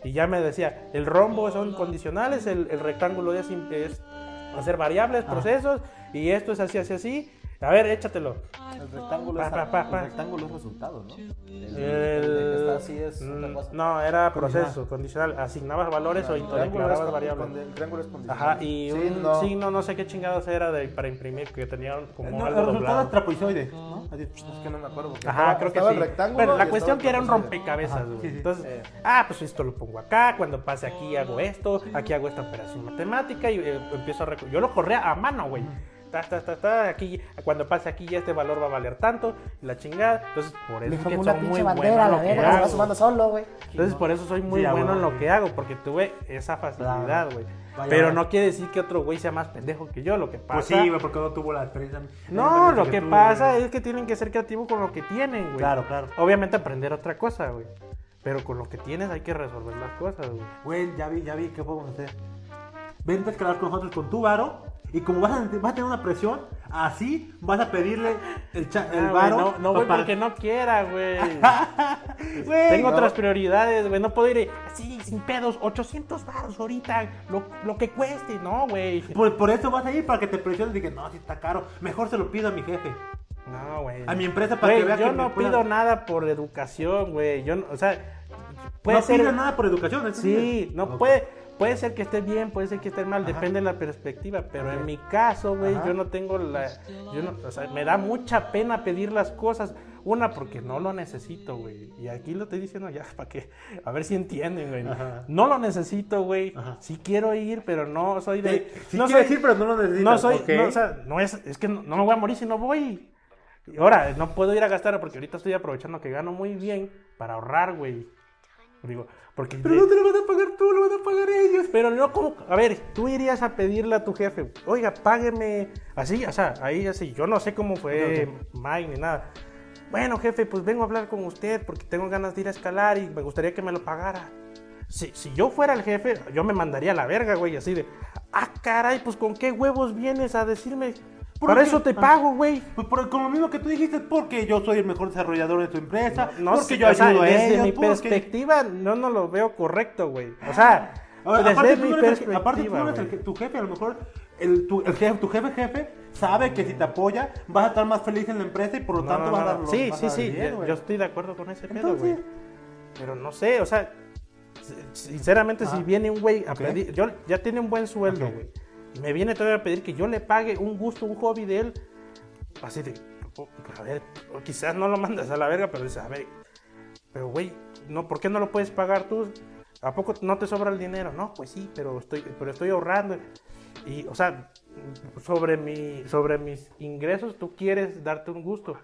A: Y ya me decía, el rombo son condicionales, el, el rectángulo es, im- es hacer variables,
C: Ah.
A: procesos, y esto es así, así, así. A ver, échatelo.
B: El rectángulo, es,
A: Pa, pa, pa, pa.
B: el rectángulo es resultado, ¿no? El, el de que
A: El-
B: está así es otra
A: Mm,
B: cosa.
A: No, era proceso, condicional. Asignabas valores o
B: El triángulo es
A: declarabas
B: con-
A: variables.
B: con- El triángulo es condicional.
A: Ajá, y
B: Sí,
A: un
B: no.
A: signo, no sé qué chingados era de, para imprimir, que tenían como
C: No, el
A: algo
C: resultado es
A: doblado.
C: trapezoide, ¿no? Así,
B: Es que no me acuerdo. porque
A: Ajá,
B: estaba-
A: creo que
B: estaba
A: sí.
B: el rectángulo
A: Bueno,
B: y
A: la
B: estaba
A: cuezón
B: el
A: que era un
B: trapezoide.
A: rompecabezas,
C: Ajá,
A: güey.
C: sí, sí.
A: Entonces,
B: Eh.
A: ah, pues esto lo pongo acá, cuando pase aquí hago esto, aquí hago esta operación matemática y eh, empiezo a recu- Yo lo corría a mano, güey. Ta, ta, ta, ta, aquí, cuando pase aquí ya este valor va a valer tanto, y la chingada. Entonces, por eso es que soy muy bueno en lo que hago.
B: solo, güey.
A: Entonces, por eso soy muy
C: Sí, a
A: bueno en
C: huevo,
A: lo
C: güey.
A: que hago, porque tuve esa facilidad,
C: Claro.
A: güey.
C: Vaya,
A: Pero
C: vaya.
A: no quiere decir que otro güey sea más pendejo que yo, lo que pasa.
C: Pues sí, güey, porque no tuvo la experiencia.
A: No, lo que pasa
C: es
A: es que tienen que ser creativos con lo que tienen, güey.
C: Claro, claro.
A: Obviamente aprender otra cosa, güey. Pero con lo que tienes hay que resolver las cosas, güey.
C: Güey, ya vi, ya vi, ¿qué podemos hacer? Vente a escalar con nosotros con tu varo. Y como vas a, vas a tener una presión, así vas a pedirle el, cha- el
A: Ah, güey,
C: varo.
A: no, no voy
C: pa-
A: porque no quiera,
C: [laughs]
A: güey. Pues,
C: Güey,
A: Tengo
C: no.
A: otras prioridades, güey. No puedo ir así, sin pedos, 800 baros ahorita, lo, lo que cueste, ¿no, güey?
C: Por, por eso vas a ir, para que te presiones. Dije, no, si está caro. Mejor se lo pido a mi jefe.
A: No, güey.
C: A mi empresa para
A: Güey,
C: que vea
A: yo
C: que me
A: no
C: pueda-
A: pido nada por educación, güey. Yo, no- o sea, puede
C: no
A: ser.
C: pides nada por educación, ¿eso
A: Sí,
C: pides?
A: no
C: Ok.
A: puede, puede ser que esté bien, puede ser que esté mal, depende de la perspectiva, pero en mi caso, güey,
C: Ajá.
A: yo no tengo la, yo no, o sea, me da mucha pena pedir las cosas, una porque no lo necesito, güey, y aquí lo estoy diciendo ya [laughs] para que, a ver si entienden, güey,
C: Ajá.
A: no lo necesito, güey,
C: Ajá.
A: sí quiero ir, pero no soy de,
C: Te- sí
A: no
C: quieres
A: soy-
C: ir, pero no lo necesitas.
A: no soy,
C: ok.
A: no, o sea, no es, es que no, no me voy a morir si no voy. Y Ahora, no puedo ir a gastar porque ahorita estoy aprovechando que gano muy bien para ahorrar, güey. Digo, porque
C: Pero
A: de-
C: no te lo van a pagar tú, lo van a pagar ellos.
A: pero no como, a ver, tú irías a pedirle a tu jefe, oiga, págueme, así, o sea, ahí así, yo no sé cómo fue Mike ni nada. Bueno, jefe, pues vengo a hablar con usted porque tengo ganas de ir a escalar y me gustaría que me lo pagara. Si, si yo fuera el jefe, yo me mandaría a la verga, güey, así de, ah, caray, pues con qué huevos vienes a decirme,
C: ¿Por
A: para
C: qué?
A: eso te
C: Ah.
A: pago, güey.
C: Pues por, con lo mismo que tú dijiste, porque yo soy el mejor desarrollador de tu empresa,
A: No
C: porque
A: sé,
C: yo
A: o sea,
C: ayudo a
A: desde
C: ellos,
A: mi
C: porque-
A: perspectiva, no, no lo veo correcto, güey. O sea,
C: Ahora,
A: Pues desde
C: Ah, aparte, tú
A: mi
C: no eres el que-
A: perspectiva,
C: aparte tú no eres el
A: güey.
C: que- tu jefe, a lo mejor el, tu, el jefe, tu jefe jefe sabe que si te apoya vas a estar más feliz en la empresa y por lo
A: No,
C: tanto
A: no,
C: vas a
A: no,
C: dar
A: no.
C: los-
A: Sí,
C: vas
A: sí,
C: a dar
A: sí.
C: bien,
A: yo,
C: güey.
A: yo estoy de acuerdo con ese pedo,
C: Entonces-
A: güey. Pero no sé, o sea, s- sinceramente, si viene un güey a
C: Ok.
A: pedir. Yo ya tiene un buen sueldo, güey. Y me viene todavía a pedir que yo le pague un gusto, un hobby de él. Así de. o- A ver, o quizás no lo mandas a la verga, pero dices, a ver. Pero, güey, no, ¿por qué no lo puedes pagar tú? ¿A poco no te sobra el dinero? No, pues sí, pero estoy, pero estoy ahorrando. Y, o sea, sobre, mi, sobre mis ingresos, tú quieres darte un gusto.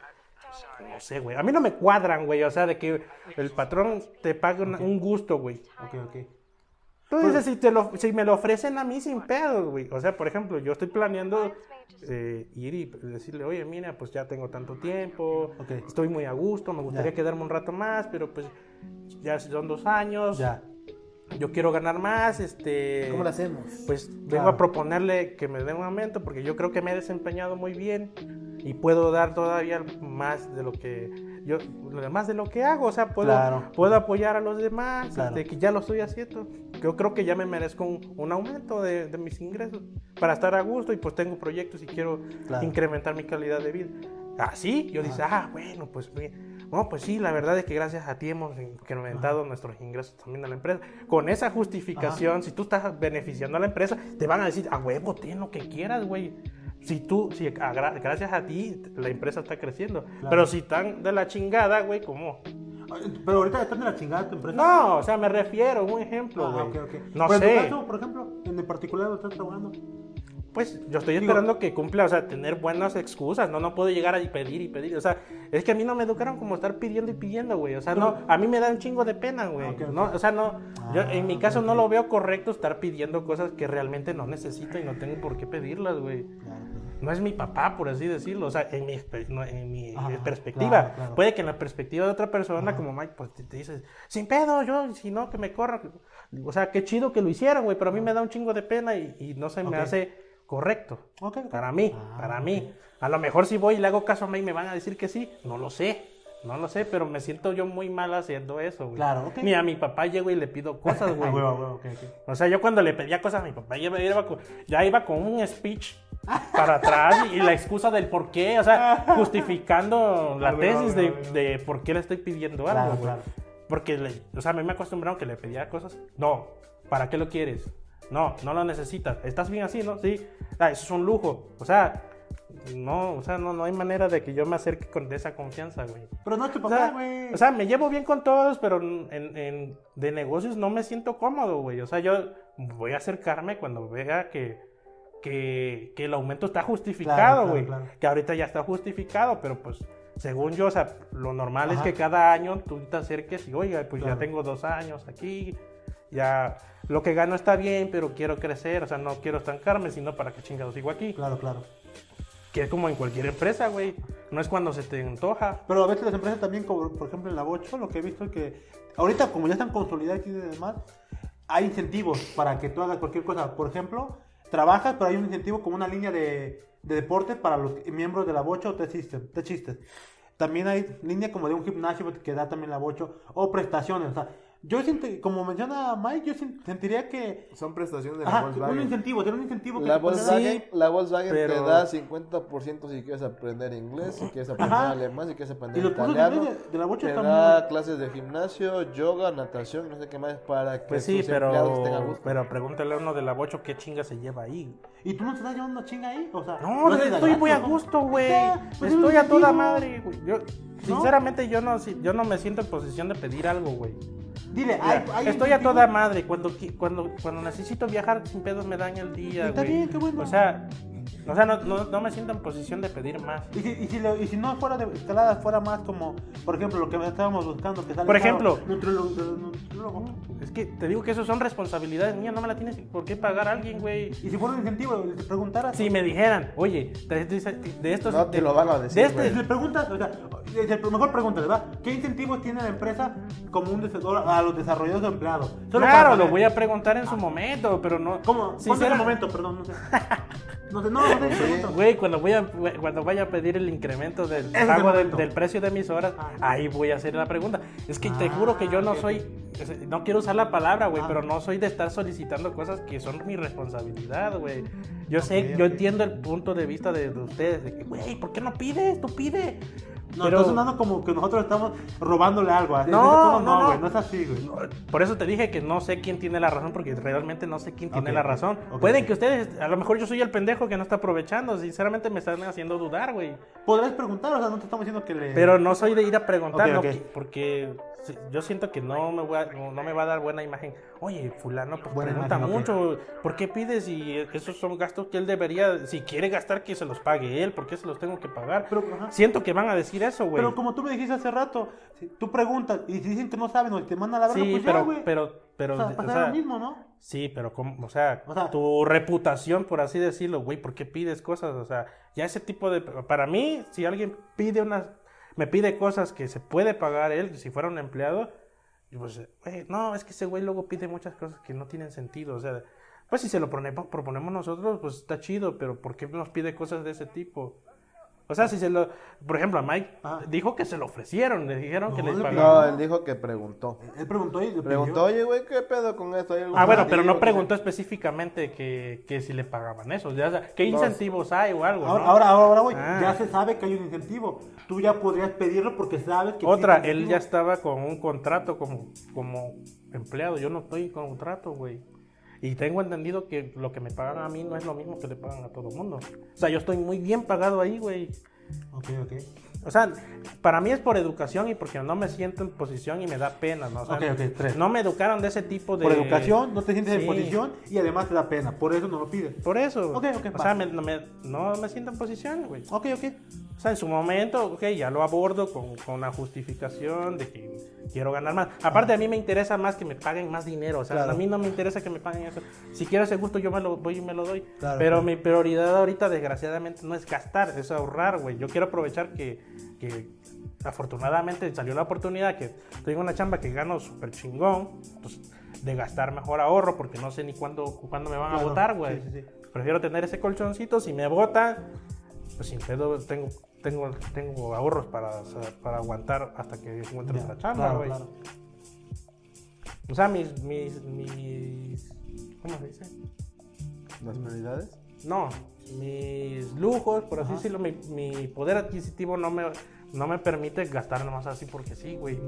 A: No sé, güey. A mí no me cuadran, güey. O sea, de que el patrón te pague una- un gusto, güey.
C: Ok, Pues ok.
A: Tú dices, si, te lo, si me lo ofrecen a mí sin pedos, güey. O sea, por ejemplo, yo estoy planeando eh, ir y decirle, oye, mira, pues ya tengo tanto tiempo,
C: Ok.
A: estoy muy a gusto, me gustaría
C: Ya.
A: quedarme un rato más, pero pues ya son dos años,
C: Ya.
A: yo quiero ganar más, este...
B: ¿Cómo lo hacemos?
A: Pues vengo
C: Claro.
A: a proponerle que me dé un aumento porque yo creo que me he desempeñado muy bien y puedo dar todavía más de lo que yo, más de lo que hago, o sea, puedo,
C: Claro.
A: puedo apoyar a los demás,
C: Claro.
A: este, que ya lo estoy haciendo. Yo creo que ya me merezco un, un aumento de, de mis ingresos para estar a gusto y pues tengo proyectos y quiero
C: Claro.
A: incrementar mi calidad de vida. Así, yo dice, ah, bueno, pues bien. No, pues sí, la verdad es que gracias a ti hemos incrementado nuestros ingresos también a la empresa. Con esa justificación, si tú estás beneficiando a la empresa, te van a decir, a huevo, ten lo que quieras, güey. Si tú, si a gra- gracias a ti, la empresa está creciendo. Pero si están de la chingada, güey, ¿cómo?
C: Pero ahorita están de la chingada tu empresa.
A: No, o sea, me refiero, un ejemplo,
C: Ah,
A: güey.
C: ok, ok.
A: No
C: Pero en
A: sé.
C: tu caso, por ejemplo, en el particular lo estás trabajando.
A: Pues yo estoy
C: Digo-
A: esperando que cumpla, o sea, tener buenas excusas, ¿no? No puedo llegar a pedir y pedir, o sea, es que a mí no me educaron como estar pidiendo y pidiendo, güey, o sea, no, a mí me da un chingo de pena, güey,
C: Ok, Ah, ok.
A: no, o sea, no, yo en mi caso no lo veo correcto estar pidiendo cosas que realmente no necesito y no tengo por qué pedirlas, güey. No es mi papá, por así decirlo, o sea, en mi, espe- no, en mi
C: Ah,
A: perspectiva.
C: claro, claro.
A: Puede que en la perspectiva de otra persona, como Mike, pues te, te dices, sin pedo, yo, si no, que me corra. O sea, qué chido que lo hicieron, güey, pero a mí me da un chingo de pena y, y no se me
C: Ok.
A: hace correcto.
C: Ok, ok.
A: Para mí,
C: Ah,
A: para
C: ok.
A: mí. A lo mejor si voy y le hago caso a Mike, me van a decir que sí. No lo sé. No lo sé, pero me siento yo muy mal haciendo eso, güey.
C: Claro, ok.
A: Ni a mi papá llego y le pido cosas,
C: [laughs]
A: güey.
C: Ah, huevo, huevo, ok, ok.
A: O sea, yo cuando le pedía cosas a mi papá, ya iba con, ya iba con un speech para atrás y, y la excusa del por qué, o sea,
C: [laughs]
A: justificando la
C: Ah, bueno,
A: tesis de,
C: bueno, bueno.
A: de por qué le estoy pidiendo
C: Claro,
A: algo, güey.
C: claro.
A: Porque, le- o sea, a mí me acostumbraron que le pedía cosas. No, ¿para qué lo quieres? No, no lo necesitas. ¿Estás bien así, no? Sí. Ah, eso es un lujo. O sea, no, o sea, no, no hay manera de que yo me acerque con de esa confianza, güey.
C: Pero no es tu
A: O
C: papá,
A: sea,
C: güey.
A: o sea, me llevo bien con todos, pero en, en- de negocios no me siento cómodo, güey. O sea, yo voy a acercarme cuando vea que, que, que el aumento está
C: Claro,
A: justificado,
C: claro,
A: güey.
C: claro.
A: Que ahorita ya está justificado, pero pues según yo, o sea, lo normal es
C: Ajá.
A: que cada año tú te acerques y, oiga, pues
C: Claro.
A: ya tengo dos años aquí, ya lo que gano está bien, pero quiero crecer, o sea, no quiero estancarme, sino para que chingados sigo aquí.
C: Claro, claro.
A: Que es como en cualquier empresa, güey. No es cuando se te antoja.
C: Pero a veces las empresas también, como por ejemplo en la Bocho, lo que he visto es que ahorita como ya están consolidadas y demás, hay incentivos para que tú hagas cualquier cosa. Por ejemplo, trabajas, pero hay un incentivo como una línea de, de deporte para los miembros de la Bocho o te System, Tech System. También hay línea como de un gimnasio que da también la Bocho o prestaciones. O sea, yo siento, como menciona Mike, yo sen- sentiría que...
B: Son prestaciones de la
C: Ajá, un
B: Volkswagen.
C: incentivo, tiene un incentivo que
B: La
C: [laughs] te puede dar.
B: Volkswagen, la Volkswagen te
A: pero-
B: da 50% si quieres aprender inglés, si quieres aprender
C: Ajá.
B: alemán, si quieres
C: Y
B: aprender
C: los cursos de
B: italiano.
C: inglés de- de la Bocho
B: te
C: están
B: da
C: muy-
B: clases de gimnasio, yoga, natación, no sé qué más para que
A: Pues sí,
B: tus empleados tengan
A: pero,
B: gusto.
A: pero pregúntale a uno de la bocho qué chinga se lleva ahí.
C: ¿Y tú no te estás llevando una chinga ahí? O sea,
A: No,
C: te
A: estoy
C: ganaste,
A: muy a
C: ¿no?
A: gusto, güey.
C: Ya, pues es
A: Estoy
C: un
A: a toda
C: incentivo.
A: madre, güey. Yo, sinceramente, yo no, si- yo no me siento en posición de pedir algo, güey.
C: Dile,
A: Mira,
C: hay- hay
A: estoy a
C: incentivos.
A: toda madre. Cuando, qui- cuando, cuando necesito viajar, sin pedos me dan el día,
C: Está
A: güey.
C: bien, qué bueno.
A: O sea, o sea no, no, no me siento en posición de pedir más.
C: Y si, y si lo- y si no fuera de escalada, fuera más como, por ejemplo, lo que estábamos buscando, que sale
A: Por
C: caro,
A: ejemplo.
C: nutriólogo- nutriólogo.
A: Es que te digo que eso son responsabilidades mías, no me la tienes por qué pagar a alguien, güey.
C: Y si fuera un incentivo, le preguntaras.
A: Si me dijeran, oye, te- te- de estos.
B: No te
A: de-
B: lo van a decir,
A: De
C: Pues
A: este,
C: le preguntas, o sea, le- le- mejor pregúntale, ¿va? ¿Qué incentivos tiene la empresa como un desarrollador a los desarrolladores de empleados? Solo para
A: claro,
C: saber.
A: lo voy a preguntar en su momento, pero no.
C: ¿Cómo?
A: Si
C: ¿Cuándo es
A: será-
C: el momento? Perdón,
A: [laughs]
C: no sé. No sé, no, no sé, pregunto.
A: Güey, cuando, voy a, cuando vaya a pedir el incremento del
C: es el
A: pago del,
C: momento.
A: del precio de mis horas,
C: Ah.
A: ahí voy a hacer la pregunta. Es que te
C: Ah,
A: juro que yo no
C: ok, ok.
A: soy, es- no quiero usar la palabra, güey,
C: Ah.
A: pero no soy de estar solicitando cosas que son mi responsabilidad, güey. Yo sé,
C: Ok,
A: yo
C: ok.
A: entiendo el punto de vista de, de ustedes, de que, güey, ¿por qué no pides? Tú pide.
C: No,
A: Pero-
C: está sonando como que nosotros estamos robándole algo. ¿eh?
A: No,
C: Entonces,
A: no, no.
C: güey, no es así, güey.
A: Por eso te dije que no sé quién tiene la razón, porque realmente no sé quién tiene
C: Ok,
A: la
C: ok,
A: razón.
C: ok,
A: Pueden
C: ok.
A: que ustedes, a lo mejor yo soy el pendejo que no está aprovechando, sinceramente me están haciendo dudar, güey.
C: Podrás preguntar, o sea, no te estamos diciendo que le.
A: Pero no soy de ir a preguntar,
C: Ok,
A: no,
C: ok.
A: que- porque si- yo siento que no me, voy a- no, no me va a dar buena imagen. Oye, fulano, pues
C: Buena
A: pregunta
C: imagen, ok.
A: mucho, ¿por qué pides? Y esos son gastos que él debería, si quiere gastar, que se los pague él, porque se los tengo que pagar?
C: Pero, ajá.
A: siento que van a decir eso, güey.
C: Pero como tú me dijiste hace rato, si tú preguntas y si dicen que no saben o te mandan a la verga,
A: sí,
C: pues ya,
A: pero,
C: güey.
A: pero, pero,
C: o sea,
A: o
C: pasa
A: sea,
C: lo mismo, ¿no?
A: sí, pero, como, o, sea,
C: [laughs] O sea-
A: tu reputación, por así decirlo, güey, ¿por qué pides cosas? O sea, ya ese tipo de, para mí, si alguien pide unas, me pide cosas que se puede pagar él, si fuera un empleado, y pues, güey, no, es que ese güey luego pide muchas cosas que no tienen sentido, o sea, pues si se lo proponemos, proponemos nosotros, pues está chido, pero ¿por qué nos pide cosas de ese tipo? O sea, si se lo, por ejemplo, a Mike
C: Ajá.
A: dijo que se lo ofrecieron, le dijeron que
C: Ah. No,
A: le
C: le
A: pagaron.
B: No, él dijo que preguntó.
C: Él preguntó y le
B: Preguntó, oye, güey, ¿qué pedo con esto? ¿Hay algún
A: Ah, bueno,
B: incentivo
A: pero no
C: pues,
B: que
A: preguntó
C: eh,
A: específicamente que, que si le pagaban eso. ya, o sea, ¿Qué
B: No.
A: incentivos hay o algo?
C: Ahora,
A: pues, no?
C: ahora, ahora, ahora, güey,
A: Ah.
C: ya se sabe que hay un incentivo. Tú ya podrías pedirlo porque sabes que.
A: Otra,
C: existe un
A: él ya
C: incentivo.
A: estaba con un contrato como, como empleado. Yo no estoy con contrato, güey. Y tengo entendido que lo que me pagan a mí no es lo mismo que le pagan a todo el mundo. O sea, yo estoy muy bien pagado ahí, güey.
C: Ok, ok.
A: O sea, para mí es por educación y porque no me siento en posición y me da pena, ¿no? O sea,
C: Ok, ok, tres.
A: No me educaron de ese tipo de...
C: Por educación, no te sientes
A: Sí.
C: en posición y además te da pena. Por eso no lo pides.
A: Por eso.
C: Ok, ok,
A: o sea,
C: va.
A: me- no, me, no me siento en posición, güey.
C: Ok, ok.
A: O sea, en su momento, ok, ya lo abordo con, con la justificación de que quiero ganar más. Aparte, a mí me interesa más que me paguen más dinero. O sea,
C: Claro.
A: a mí no me interesa que me paguen eso. Si quiero ese gusto, yo me lo voy y me lo doy.
C: Claro,
A: Pero
C: claro.
A: mi prioridad ahorita, desgraciadamente, no es gastar, es ahorrar, güey. Yo quiero aprovechar que, que afortunadamente salió la oportunidad que tengo una chamba que gano súper chingón. Pues, de gastar mejor ahorro porque no sé ni cuándo, cuándo me van a
C: Claro,
A: votar, güey.
C: sí, sí, sí.
A: Prefiero tener ese colchoncito. Si me votan, pues sin pedo tengo, tengo, tengo ahorros para, o sea, para aguantar hasta que encuentre
C: Ya,
A: otra chamba,
C: claro,
A: güey.
C: claro.
A: O sea, mis, mis, mis. ¿Cómo se dice?
B: dicen? ¿Las prioridades?
A: No, mis lujos, por así
C: Ajá.
A: decirlo, mi, mi poder adquisitivo no me, no me permite gastar nomás así porque sí, güey.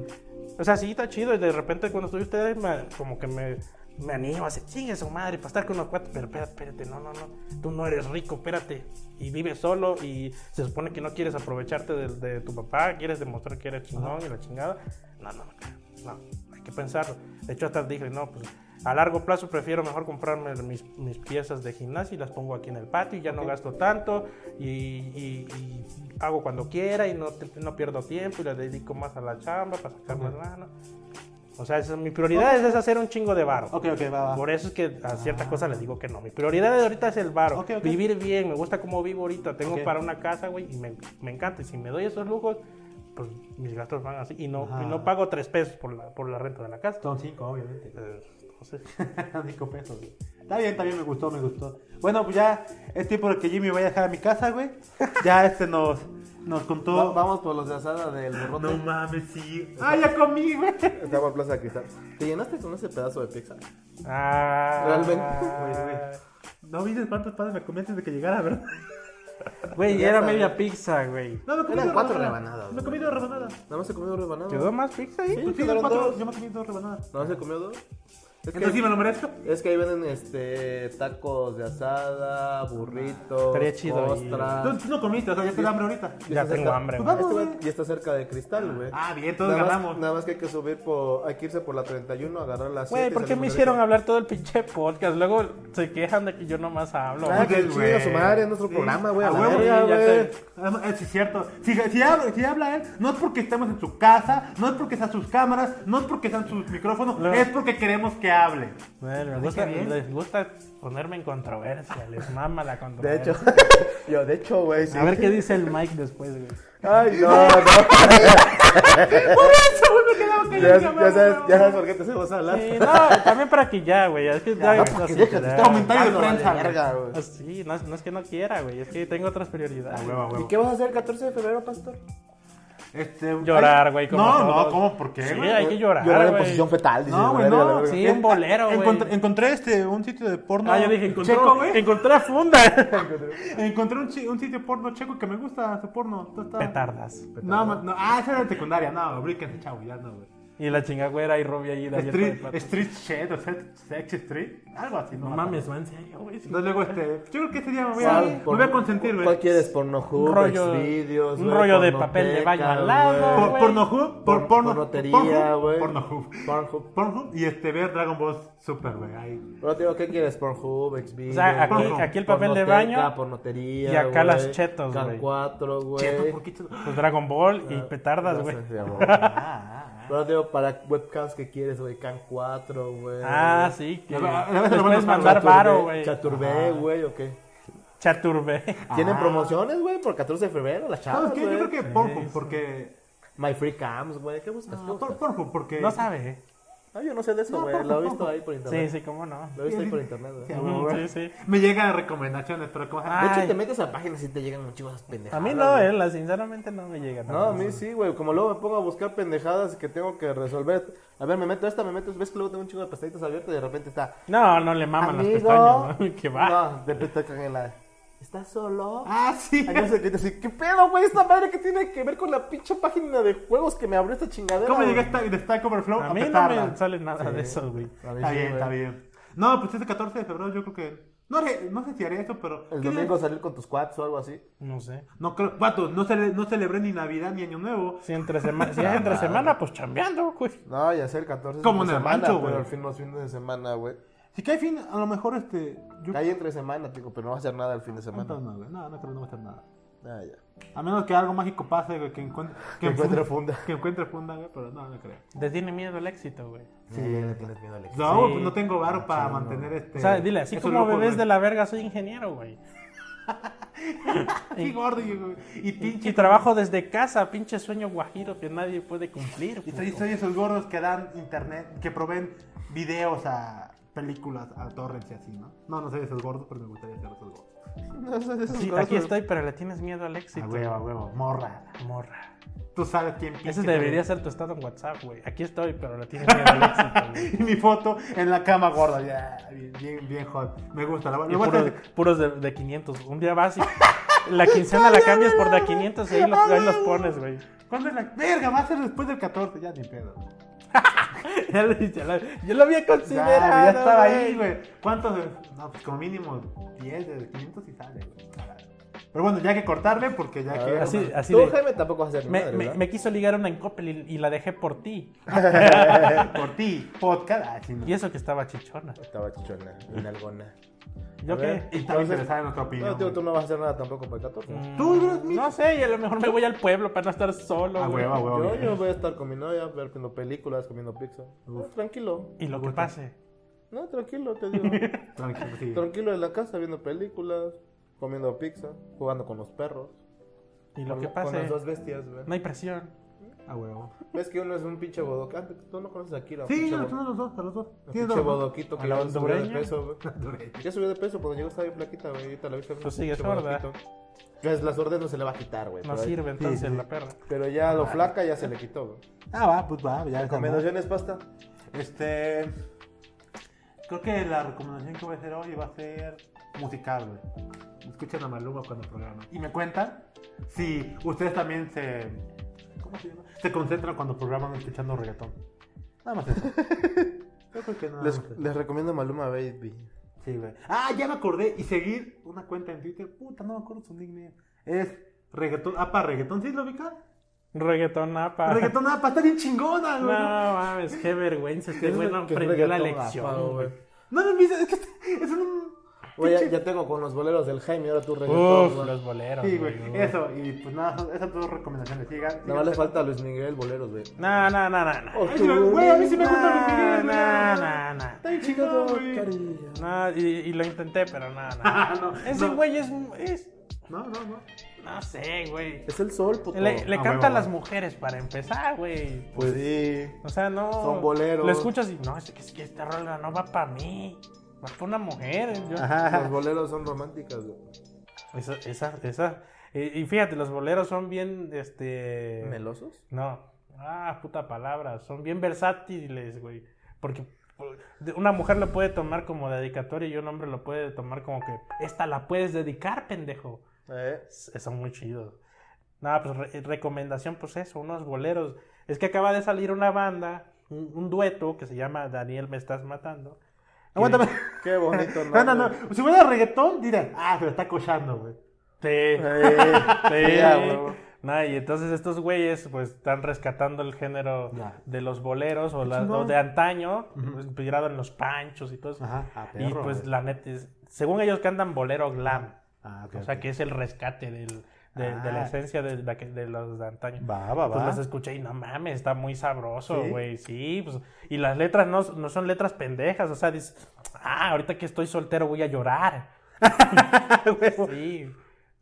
A: O sea, sí está chido y de repente cuando estoy ustedes me- como que me, me animo a decir, chingue su madre para estar con los cuatro, pero espérate, espérate, no, no, no, tú no eres rico, espérate. Y vives solo y se supone que no quieres aprovecharte de, de tu papá, quieres demostrar que eres chingón y la chingada. No, no, no, no, hay que pensarlo. De hecho, hasta dije, no, pues a largo plazo prefiero mejor comprarme mis, mis piezas de gimnasia y las pongo aquí en el patio y ya no gasto tanto y, y- y hago cuando quiera y no, te- no pierdo tiempo y le dedico más a la chamba para sacar más lana. O sea, esa- mi prioridad es hacer un chingo de varo.
C: Ok, ok, va, va.
A: Por eso es que a ciertas cosas les digo que no. Mi prioridad de ahorita es el varo.
C: Ok, ok.
A: Vivir bien, me gusta cómo vivo ahorita. Tengo
C: Ok.
A: para una casa, güey, y me, me encanta. Y si me doy esos lujos, pues mis gastos van así. Y no,
C: Ajá.
A: y no pago tres pesos por la, por la renta de la casa.
C: Son cinco, obviamente. [laughs]
A: Eh, Entonces,
C: 5 pesos, güey. Está bien, está bien, me gustó, me gustó. Bueno, pues ya es tiempo de que Jimmy vaya a dejar a mi casa, güey. Ya este nos, nos
B: Va-
C: contó.
B: Vamos por los de asada del borrote.
C: mames, sí. Ah, ya comí, güey.
B: Está por Plaza Cristal. ¿Te llenaste con ese pedazo de pizza?
A: ah,
B: Realmente, [laughs]
C: güey, No viste cuántas panes me comí antes de que llegara, ¿verdad? [laughs]
A: Güey,
B: Ya
A: era
B: sabes.
A: media pizza, güey.
C: No, me comí
B: Eran
C: dos
B: cuatro rebanadas,
C: Me
B: güey.
C: comí dos rebanadas.
B: Nada más se comió rebanado.
A: ¿Quedó más pizza ahí?
B: Sí.
C: Pues sí,
B: quedaron
C: cuatro,
B: dos.
C: Yo me comí dos rebanadas.
B: Nada más se comió dos. Es
C: Entonces sí me
B: que,
C: lo merezco.
B: es que ahí venden este, tacos de asada, burritos,
A: Estaría chido ahí.
B: ostras.
C: Entonces tú no comiste, o sea, ya te da hambre ahorita.
A: Ya tengo hambre,
B: Este
C: güey.
B: güey ya está cerca de cristal, güey.
C: Ah, bien, entonces
B: nada
C: ganamos.
B: Más, nada más que hay que subir por. Hay que irse por la 31, agarrar las.
A: Güey,
B: siete y
A: ¿por qué
B: salir
A: me
B: por
A: hicieron
B: ahí.
A: hablar todo el pinche podcast? Luego se quejan de que yo nomás hablo.
B: Ah,
A: güey.
B: que
C: Pues,
B: chingue su
C: güey.
B: madre, es nuestro
C: Sí.
B: programa, güey. A
C: A
B: la
C: huevo,
B: verga,
A: sí, ya
B: güey.
A: sé.
C: Ah, Es cierto. Si, si habla, si habla él, no es porque estemos en su casa, no es porque están sus cámaras, no es porque están sus micrófonos,
A: No.
C: es porque queremos que hable.
A: Bueno, me gusta,
C: bien.
A: les gusta ponerme en controversia, les mama la
B: De
A: controversia. [laughs]
B: hecho, yo, de hecho, güey. sí.
A: A ver qué dice el Mike después, güey. [laughs]
B: Ay, no, no.
C: Uy, me quedaba
B: Ya,
C: callado,
B: ya
C: cabrón.
B: sabes, ya sabes por qué te hacemos hablar.
A: Sí, no, también para que ya, güey. Es que ya,
B: No,
A: güey,
B: porque
A: así,
B: déjate
A: ya.
B: estar
C: Comentario de
B: aumentando, vale,
C: prensa, güey.
B: verga, güey.
A: Pues sí, no, es- no es que no quiera, güey. Es que tengo otras prioridades.
C: A huevo, a
B: ¿Y
C: huevo.
B: qué vas a hacer el 14 de febrero, pastor?
C: Este,
A: Llorar,
C: ay,
A: güey, como
C: No, no,
A: todos.
C: ¿cómo? ¿Por qué?
A: Sí,
C: güey?
A: hay que llorar,
B: Llorar en
A: güey.
B: posición fetal, dice.
C: No, güey,
B: la verga, la
C: no.
B: verga.
A: Sí, un bolero, güey.
C: Encontré, encontré este, un sitio de porno.
A: Ah, yo dije, encontré,
C: checo, güey.
A: encontré funda.
C: Encontré un, chi- un sitio porno checo que me gusta su porno. Tú está-
A: Petardas.
C: No, ma- no, ah, esa era de secundaria. No, ubríquense, chavo, ya no, güey.
A: Y la chingagüera y Robbie ahí de abierto de
C: Street,
A: patas.
C: street Shed o Sex Sex Street, algo así, ¿no?
A: No mames, va en serio, güey. Sí.
C: Entonces luego este, yo creo que este día me voy a,
B: ¿Cuál
C: me
B: porno-
C: voy a consentir, güey.
B: ¿Cuál quieres? Pornohub,
A: Un rollo-
B: Xvideos,
A: un
B: güey,
A: rollo de
B: Pornoteca,
A: papel de baño al lado,
B: güey.
A: güey.
C: Por, Pornohub, por
B: Por-
C: porno,
B: pornotería,
C: Pornhub,
B: güey.
C: Pornohub.
B: Pornhub.
C: Pornhub y este ver Dragon Ball Super, güey. ahí.
B: Pero te digo, ¿qué quieres? Pornhub,
A: O
B: Xvideos.
A: sea, aquí,
C: Porno.
A: aquí el
B: pues
A: papel de baño,
B: pornotería,
A: y acá
B: güey,
A: las chetos,
B: Can
A: güey.
B: 4, güey.
C: Cheto, ¿por qué cheto?
A: pues Dragon Ball y petardas,
B: Ya
A: güey.
B: sé,
A: [laughs]
B: sí, amor.
C: Ah, ah,
B: Pero te digo, para webcams que quieres, güey, Can 4, güey.
A: Ah, sí, que
C: Le va- le va a
A: les
C: mandar
A: puedes
C: una
A: mandar
B: Chaturbé-
A: varo, güey. Ah.
B: Chaturbé, güey, o qué.
A: Chaturbe.
B: ¿Tienen
C: Ah.
B: promociones, güey, por 14 de febrero? Las
C: ah.
B: chavas,
C: ¿Sabes qué? Yo
B: güey.
C: creo que Pornhub, porque.
B: My Free Cams, güey. ¿Qué buscas? ¿Qué
C: No,
B: buscas?
C: por- Pornhub, porque.
A: No sabe.
B: Ah, yo no sé de eso,
C: No,
B: güey.
C: por
B: Lo he
C: favor.
B: visto ahí por
A: Sí,
B: internet.
A: sí, cómo no.
B: Lo he visto ahí por internet, güey.
C: Sí,
B: De
C: a huevo, güey.
A: Sí, Mm, sí.
C: Me llegan recomendaciones, pero ¿cómo
A: Ah.
B: hecho,
A: Ay.
B: te metes a páginas y te llegan un chivo esas
A: A
B: pendejadas.
A: mí no,
B: güey.
A: eh, la- sinceramente no me llega.
B: No, a mí sí, güey. Como luego me pongo a buscar pendejadas que tengo que resolver. A ver, me meto esta, me meto. ¿Ves que luego tengo un chingo de pestañitas abiertas y de repente está.
A: No, no le maman las
B: Amigo.
C: [laughs]
A: pestañas, ¿no? [laughs] Que va.
B: No, de repente cagan en la. ¿Estás solo?
C: Ah, sí.
B: Ay, no sé qué te decir. ¿Qué pedo, güey? Esta madre que tiene que ver con la pinche página de juegos que me abrió esta chingadera.
C: ¿Cómo
B: güey?
C: llegué hasta- de Stack Overflow?
A: A mí no
C: petardas?
A: me sale nada de eso, güey.
B: A mí
C: Está
B: sí,
C: bien,
B: güey.
C: está bien. No, pues este 14 de febrero yo creo que... No, haré- no sé si haré esto, pero...
B: El
C: ¿qué día-
B: domingo salir con tus cuates o algo así.
A: No sé.
C: No creo... Vato, no, cele- no celebré ni Navidad ni Año Nuevo.
A: Si, entre sema- si es entre semana, pues chambeando, güey.
B: No, ya sé, el 14 es fin
C: Como en
B: de
C: el
B: semana,
C: rancho, güey.
B: Pero al fin los fines de semana, güey.
C: Si que hay fin, a lo mejor este... Yo...
B: Cae entre semana, tico, pero no va a hacer nada el fin de
C: No,
B: semana.
C: no, güey, no, no creo que no va a estar nada.
B: Ah, ya.
C: A menos que algo mágico pase, güey, que encuentre...
B: Que encuentre funda.
C: Que encuentre funda, güey, pero no, no creo.
A: Te tiene miedo el éxito, güey.
B: Sí, le tienes miedo al éxito.
C: No,
A: Sí.
C: pues no tengo varo para mantener este...
A: O sea, dile, así
C: esos
A: como
C: lujos,
A: bebés
C: güey.
A: de la verga, soy ingeniero, güey.
C: Sí, gordo, y, güey, y pinche...
A: Y trabajo desde casa, pinche sueño guajiro que nadie puede cumplir.
C: Y
A: puto.
C: soy, soy esos gordos que dan internet, que proveen videos a películas, a torrents y así, ¿no? No, no soy de esos gordos, pero me gustaría ser de esos gordos.
B: No sé, esos
A: Sí,
B: cosas-
A: aquí estoy, pero le tienes miedo al éxito.
C: a huevo, a huevo, morra.
A: Morra.
C: Tú sabes quién
A: Ese
C: pinche-
A: debería ser tu estado en WhatsApp, güey. Aquí estoy, pero le tienes miedo al éxito, güey.
C: Y [laughs] mi foto en la cama gorda, ya, bien, bien, bien hot. Me gusta, la voy
A: Y
C: la voy a
A: puros,
C: hacer-
A: puros de, de 500. Un día vas y la quincena la cambias por de 500 y ahí los, ahí los pones, güey.
C: ¿Cuándo es la verga? Va a ser después del 14, ya ni pedo.
A: Ya lo, ya lo- yo lo había
C: Ya,
A: considerado.
C: güey, ya estaba ahí,
A: güey.
C: güey. ¿Cuántos? No, pues como mínimo 10 de 500 y sale, güey. Pero Pero bueno, ya hay que cortarle porque ya que.
A: Así, así
B: Tú,
A: de-
B: Jaime, tampoco vas a hacer
A: me,
B: madre,
A: me-
B: ¿verdad?
A: me quiso ligar una en Coppel y, y la dejé por ti.
C: [laughs] Por ti, podcast. Ah, sí, no.
A: Y eso que estaba chichona.
B: Estaba chichona, [laughs] nalgona.
A: ¿Yo
B: A
A: qué?
B: ver.
C: Y también
B: Entonces-
C: interesada en otra opinión.
B: No, tío, tú no vas a hacer nada tampoco para el 14.
A: Mm,
C: Tú, eres mi-
A: No sé, y a lo mejor me voy al pueblo para no estar solo.
C: A
A: güey.
C: huevo, a huevo.
B: Yo,
C: bien.
B: yo voy a estar con mi novia, ver- viendo películas, comiendo pizza. No, tranquilo.
A: Y lo que pase.
B: No, tranquilo, te digo.
C: Tranquilo, sí.
B: tranquilo en la casa, viendo películas, comiendo pizza, jugando con los perros.
A: Y lo
B: con,
A: que
B: la- Con
A: pase.
B: las dos bestias, güey.
A: No hay presión.
C: A huevo.
B: Ves que uno es un pinche bodoque. Ah, tú no conoces a Kira.
C: Sí,
B: pinche
C: no,
B: bo-
C: tú no, los dos, a los dos.
B: el
C: Tienes
B: pinche
C: dos.
B: bodoquito
A: ¿A
B: que
A: la
B: ya subió de
A: hondureña?
B: peso, güey.
C: [laughs] Tú
B: Ya subió de peso, cuando llegó estaba bien flaquita, güey. Ahorita la viste.
A: Pues sí, es sorda.
B: Pues la sordez no se le va a quitar, güey.
A: No
B: pero-
A: sirve entonces
C: sí, sí.
A: la perra.
B: Pero ya lo flaca ya se le quitó, güey.
C: Ah, va, pues va, ya está.
B: Recomendaciones, pasta.
C: Este. Creo que la recomendación que voy a hacer hoy va a ser musical, güey. Escuchen a Maluma cuando programa. Y me cuentan si ustedes también se. ¿Cómo se llama? Se concentran cuando programan escuchando reggaetón. Nada
B: [laughs]
C: más eso. Yo creo que nada más
B: Les,
C: eso.
B: les recomiendo Maluma Baby.
C: Sí, güey. Ah, ya me acordé. Y seguir una cuenta en Twitter. Puta, no me acuerdo su nickname. Es reggaetón. Ah, para reggaetón, ¿sí lo ubicas?
A: Reggaetón apa.
C: Reggaetón, ah, para estar bien chingona,
A: No
C: güey.
A: mames, qué vergüenza. Este
B: Es
A: güey
B: re-
A: no
B: que es
A: aprendió la
B: reggaetón, apa,
A: lección,
B: güey.
A: güey.
C: No lo viste, es que este- es un.
B: Güey, ya, ya tengo con los boleros del Jaime, ahora tú reggaetón,
A: Uf,
B: güey.
A: los boleros.
C: Sí, güey.
A: güey.
C: Eso, y pues nada, son- esas dos recomendaciones. Sigan.
B: Nada más le falta a Luis Miguel boleros, güey.
A: No, no, no, no. no.
B: Oh,
C: Ay, sí, güey, güey, a mí sí me gusta Luis Miguel, güey.
A: No, no, no.
C: Está bien chingado, güey. [laughs] Ah,
A: No, y, y lo intenté, pero no, no.
C: No,
A: Ese
C: no.
A: güey es, es.
C: No, no, no.
A: No sé, güey.
B: Es el sol, puto.
A: Le, le
C: Ah,
A: canta a
C: huevo.
A: las mujeres para empezar, güey.
B: Pues sí.
A: O sea, no.
B: Son boleros.
A: Lo escuchas y no, es que, es que esta rola no va para mí. Va para una mujer. Yo-
B: Los boleros son románticas, güey.
A: Esa, esa, esa. Y, y fíjate, los boleros son bien, este.
B: ¿Melosos?
A: No. Ah, puta palabra. Son bien versátiles, güey. Porque por- de- una mujer lo puede tomar como dedicatoria y un hombre lo puede tomar como que esta la puedes dedicar, pendejo.
B: Eh.
A: Es- Son muy chidos. Nada, pues re- recomendación, pues eso, unos boleros. Es que acaba de salir una banda, un, un dueto que se llama Daniel Me Estás Matando.
C: Aguántame.
B: Qué bonito,
C: [laughs] No, no, no. Si fuera reggaetón, dirán, ah, pero está cochando, güey.
A: Sí.
B: Eh,
A: Sí.
B: ya, huevo.
A: Nah, y entonces estos güeyes pues están rescatando el género
C: Ya.
A: de los boleros o, la-
C: chingón.
A: o de antaño, pues, inspirado en los panchos y todo eso.
C: Ajá, a
A: y
C: perro,
A: pues
C: güey.
A: la neta es- según ellos cantan bolero glam,
C: Ah, ok.
A: o sea que es el rescate del- de, de
C: Ah.
A: la esencia de, la que- de los de antaño.
C: Va, va,
A: Pues
C: Ah, va.
A: los escuché y no mames, está muy sabroso,
C: ¿Sí?
A: güey. Sí, pues. Y las letras no, no son letras pendejas, o sea, dices, ah, ahorita que estoy soltero voy a llorar.
C: [laughs]
A: sí.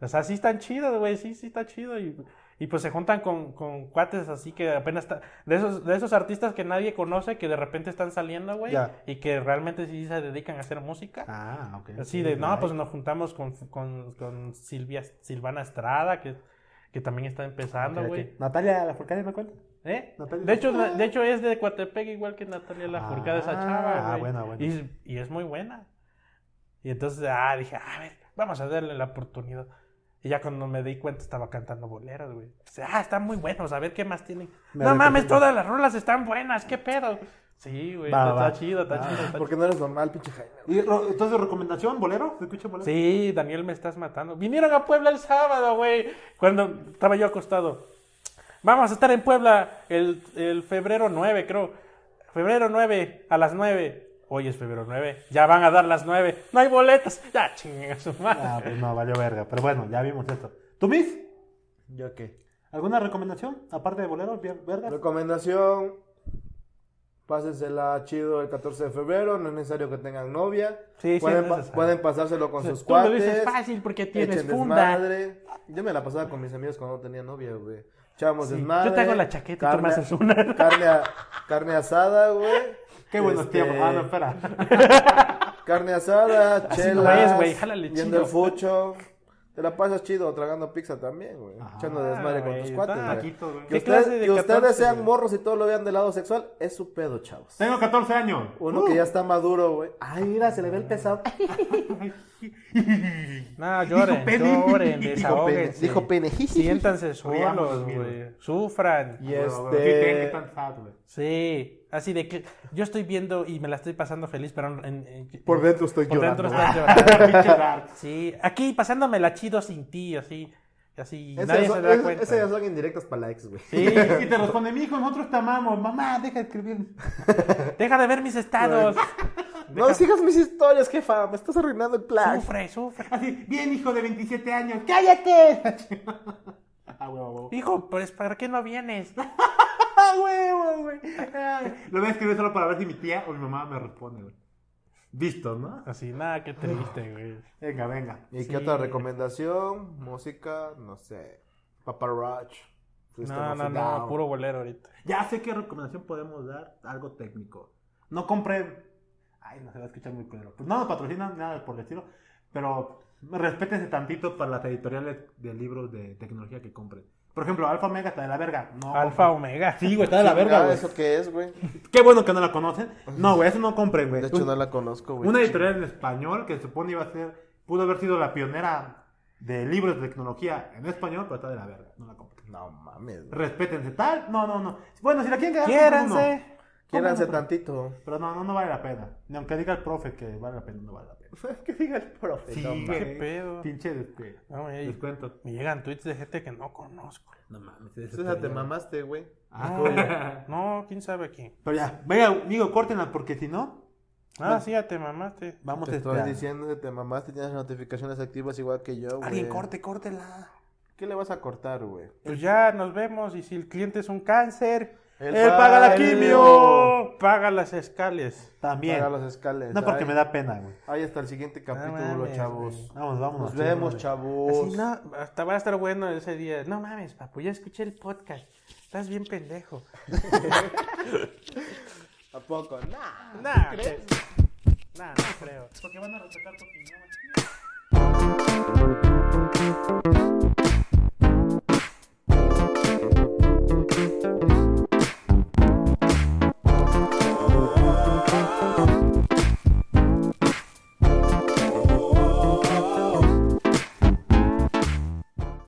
A: O sea, sí están chidos, güey, sí, sí está chido. Y, y pues se juntan con, con cuates así que apenas está- De esos, de esos artistas que nadie conoce, que de repente están saliendo, güey,
C: Ya.
A: y que realmente sí se dedican a hacer música.
C: Ah, ok.
A: Así de, no, pues nos juntamos con, con, con Silvia, Silvana Estrada, que, que también está empezando,
C: Ok, ok.
A: güey.
C: Natalia, la Forcade me cuenta.
A: ¿Eh?
C: Natalia
A: De hecho, de hecho es de Coatepec igual que Natalia Lafourcade esa
C: Ah,
A: chava,
C: ah,
A: güey.
C: buena, buena.
A: Y, y es muy buena. Y entonces, ah, dije, a ver, vamos a darle la oportunidad. Y ya cuando me di cuenta estaba cantando boleros, güey. Dice, ah, están muy buenos, a ver qué más tienen.
C: Me
A: no
C: arrepentí.
A: mames, todas las rolas están buenas, qué pedo. Sí, güey,
C: Va,
A: está,
C: va. Ah.
A: está chido, está chido. está
B: Porque no eres normal, pinche Jaime.
C: Y ro- entonces, recomendación, bolero. ¿Se escucha bolero?
A: Sí, Daniel, me estás matando. Vinieron a Puebla el sábado, güey. Cuando estaba yo acostado. Vamos a estar en Puebla el, el febrero 9, creo. Febrero 9, a las 9. Hoy es febrero 9. Ya van a dar las 9. No hay boletas. Ya, chinguen a su madre.
C: Ah, pues no, valió verga. Pero bueno, ya vimos esto. ¿Tú, Miss?
B: ¿Yo qué?
C: ¿Alguna recomendación? Aparte de bolero, ver- vergas.
B: Recomendación. Pásensela chido el 14 de febrero, no es necesario que tengan novia.
A: Sí, sí, es
B: pueden, pa-
A: necesario.
B: pueden pasárselo con sus
A: Tú
B: cuates.
A: lo dices fácil porque tienes
B: echen
A: funda.
B: desmadre. Yo me la pasaba con mis amigos cuando no tenía novia, güey. Echamos
A: Sí,
B: desmadre.
A: yo te hago la chaqueta y tú me haces
B: a-
A: una.
B: Carne, a- carne asada, güey.
C: Qué buenos
B: Este,
C: tiempos. Ah, no, espera.
B: [laughs] Carne asada,
A: Así no
B: chelas.
A: es, güey, jálale
B: Yendo
A: chido.
B: al fucho. Te la pasas chido tragando pizza también, güey. Echando desmadre con
A: Ah, güey,
B: tus cuates,
A: está
B: güey.
C: Taquito, güey.
B: Que,
A: ¿Qué
B: usted-
A: clase de
B: que ustedes
A: 14,
B: sean
A: güey? Uh.
B: morros y todo lo vean del lado sexual, es su pedo, chavos.
C: Tengo 14 años.
B: Uno que ya está maduro, güey. Ay, mira, se le ve el pesado.
A: Ah, No, lloren,
C: pene.
A: lloren,
B: [laughs] Dijo pene.
A: desahóguense.
B: Dijo pene.
A: Siéntanse solos,
C: Ríamos, mira.
A: güey. Sufran.
B: Y
C: Bueno, bueno, sí, tienen que
B: este.
C: estar sad, güey.
A: Sí. Así de que yo estoy viendo y me la estoy pasando feliz, pero en- en-
B: Por dentro estoy
A: por
B: llorando.
A: dentro estoy llorando.
B: [laughs]
C: Pinche dark.
A: Sí, aquí pasándomela chido sin ti, así, así,
B: Esas
A: nadie
B: son-
A: se da
B: esas-
A: cuenta.
B: esas ya son indirectas para la ex, güey.
A: Sí,
C: Y te responde, mi hijo, nosotros te amamos. Mamá, deja de escribir.
A: deja de ver mis estados.
B: [laughs] No sigas mis historias, jefa. Me estás arruinando el plan.
A: Sufre, sufre.
C: Así, bien, hijo de 27 años, cállate. [laughs] ah, huevo, huevo.
A: Hijo, pues ¿para qué no vienes?
C: Ah, huevo, güey. Ay, Lo voy a escribir solo para ver si mi tía o mi mamá me responde, güey. Visto, ¿no?
A: Así, nada, qué triste, güey.
C: Venga, venga.
B: ¿Y
A: Sí.
B: qué otra recomendación? Música, no sé. Paparazzi. System
A: No,
B: of a
A: no, no,
B: Down.
A: puro bolero ahorita.
C: Ya sé qué recomendación podemos dar, algo técnico. No compré. Ay, no se va a escuchar muy culero. Pues no nos patrocinan nada por el estilo, pero respétense tantito para las editoriales de libros de tecnología que compren. Por ejemplo, Alfa Omega está de la verga. No
A: Alfa
C: compren.
A: Omega.
C: Sí, güey, está de la verga,
B: Chingada,
C: güey.
B: ¿Eso qué es, güey?
C: Qué bueno que no la conocen. No, güey, eso no compren, güey.
B: De hecho, no la conozco, güey.
C: Una editorial en español que se supone iba a ser, pudo haber sido la pionera de libros de tecnología en español, pero está de la verga. No la compren.
B: No mames. güey.
C: Respétense tal. No, no, no. Bueno, si la quieren cagar, compren uno.
A: Quiéranse.
B: Quiéranse
C: Cómpralo,
B: tantito.
C: Pero no, no, no vale la pena. Ni aunque diga el profe que vale la pena, no vale
B: [laughs]
C: la pena.
B: que diga el profe.
C: Sí,
B: no mames.
C: güey.
A: qué pedo.
C: Pinche este,
A: No, ey,
C: descuento.
A: me llegan tweets de gente que no conozco.
C: No mames.
B: Tú ya te mamaste, güey.
A: No, no, quién sabe quién.
C: Ah. [laughs] Pero ya, venga, amigo, córtenla porque si no,
A: Ah, sí, ya te mamaste.
C: vamos
B: Te
C: a
B: estoy
C: estar.
B: diciendo que te mamaste, tienes notificaciones activas igual que yo, güey.
C: Alguien corte, córtela.
B: ¿Qué le vas a cortar, güey?
A: Pues ya nos vemos y si el cliente es un cáncer,
B: Él
A: él, paga la
B: paga el-
A: quimio, paga las escales.
C: También.
B: Paga los escales.
C: No, porque
B: Ay,
C: me da pena, güey.
B: Ahí está el siguiente capítulo,
A: mames,
B: chavos.
A: güey.
C: Vamos, vamos.
B: Nos vemos, chavos.
A: Así, no, hasta va a estar bueno ese día. No mames, papu, ya escuché el podcast. Estás bien pendejo.
B: ¿A poco? Nah.
A: Nah, nah, no creo.
C: Porque van a respetar tu opinión.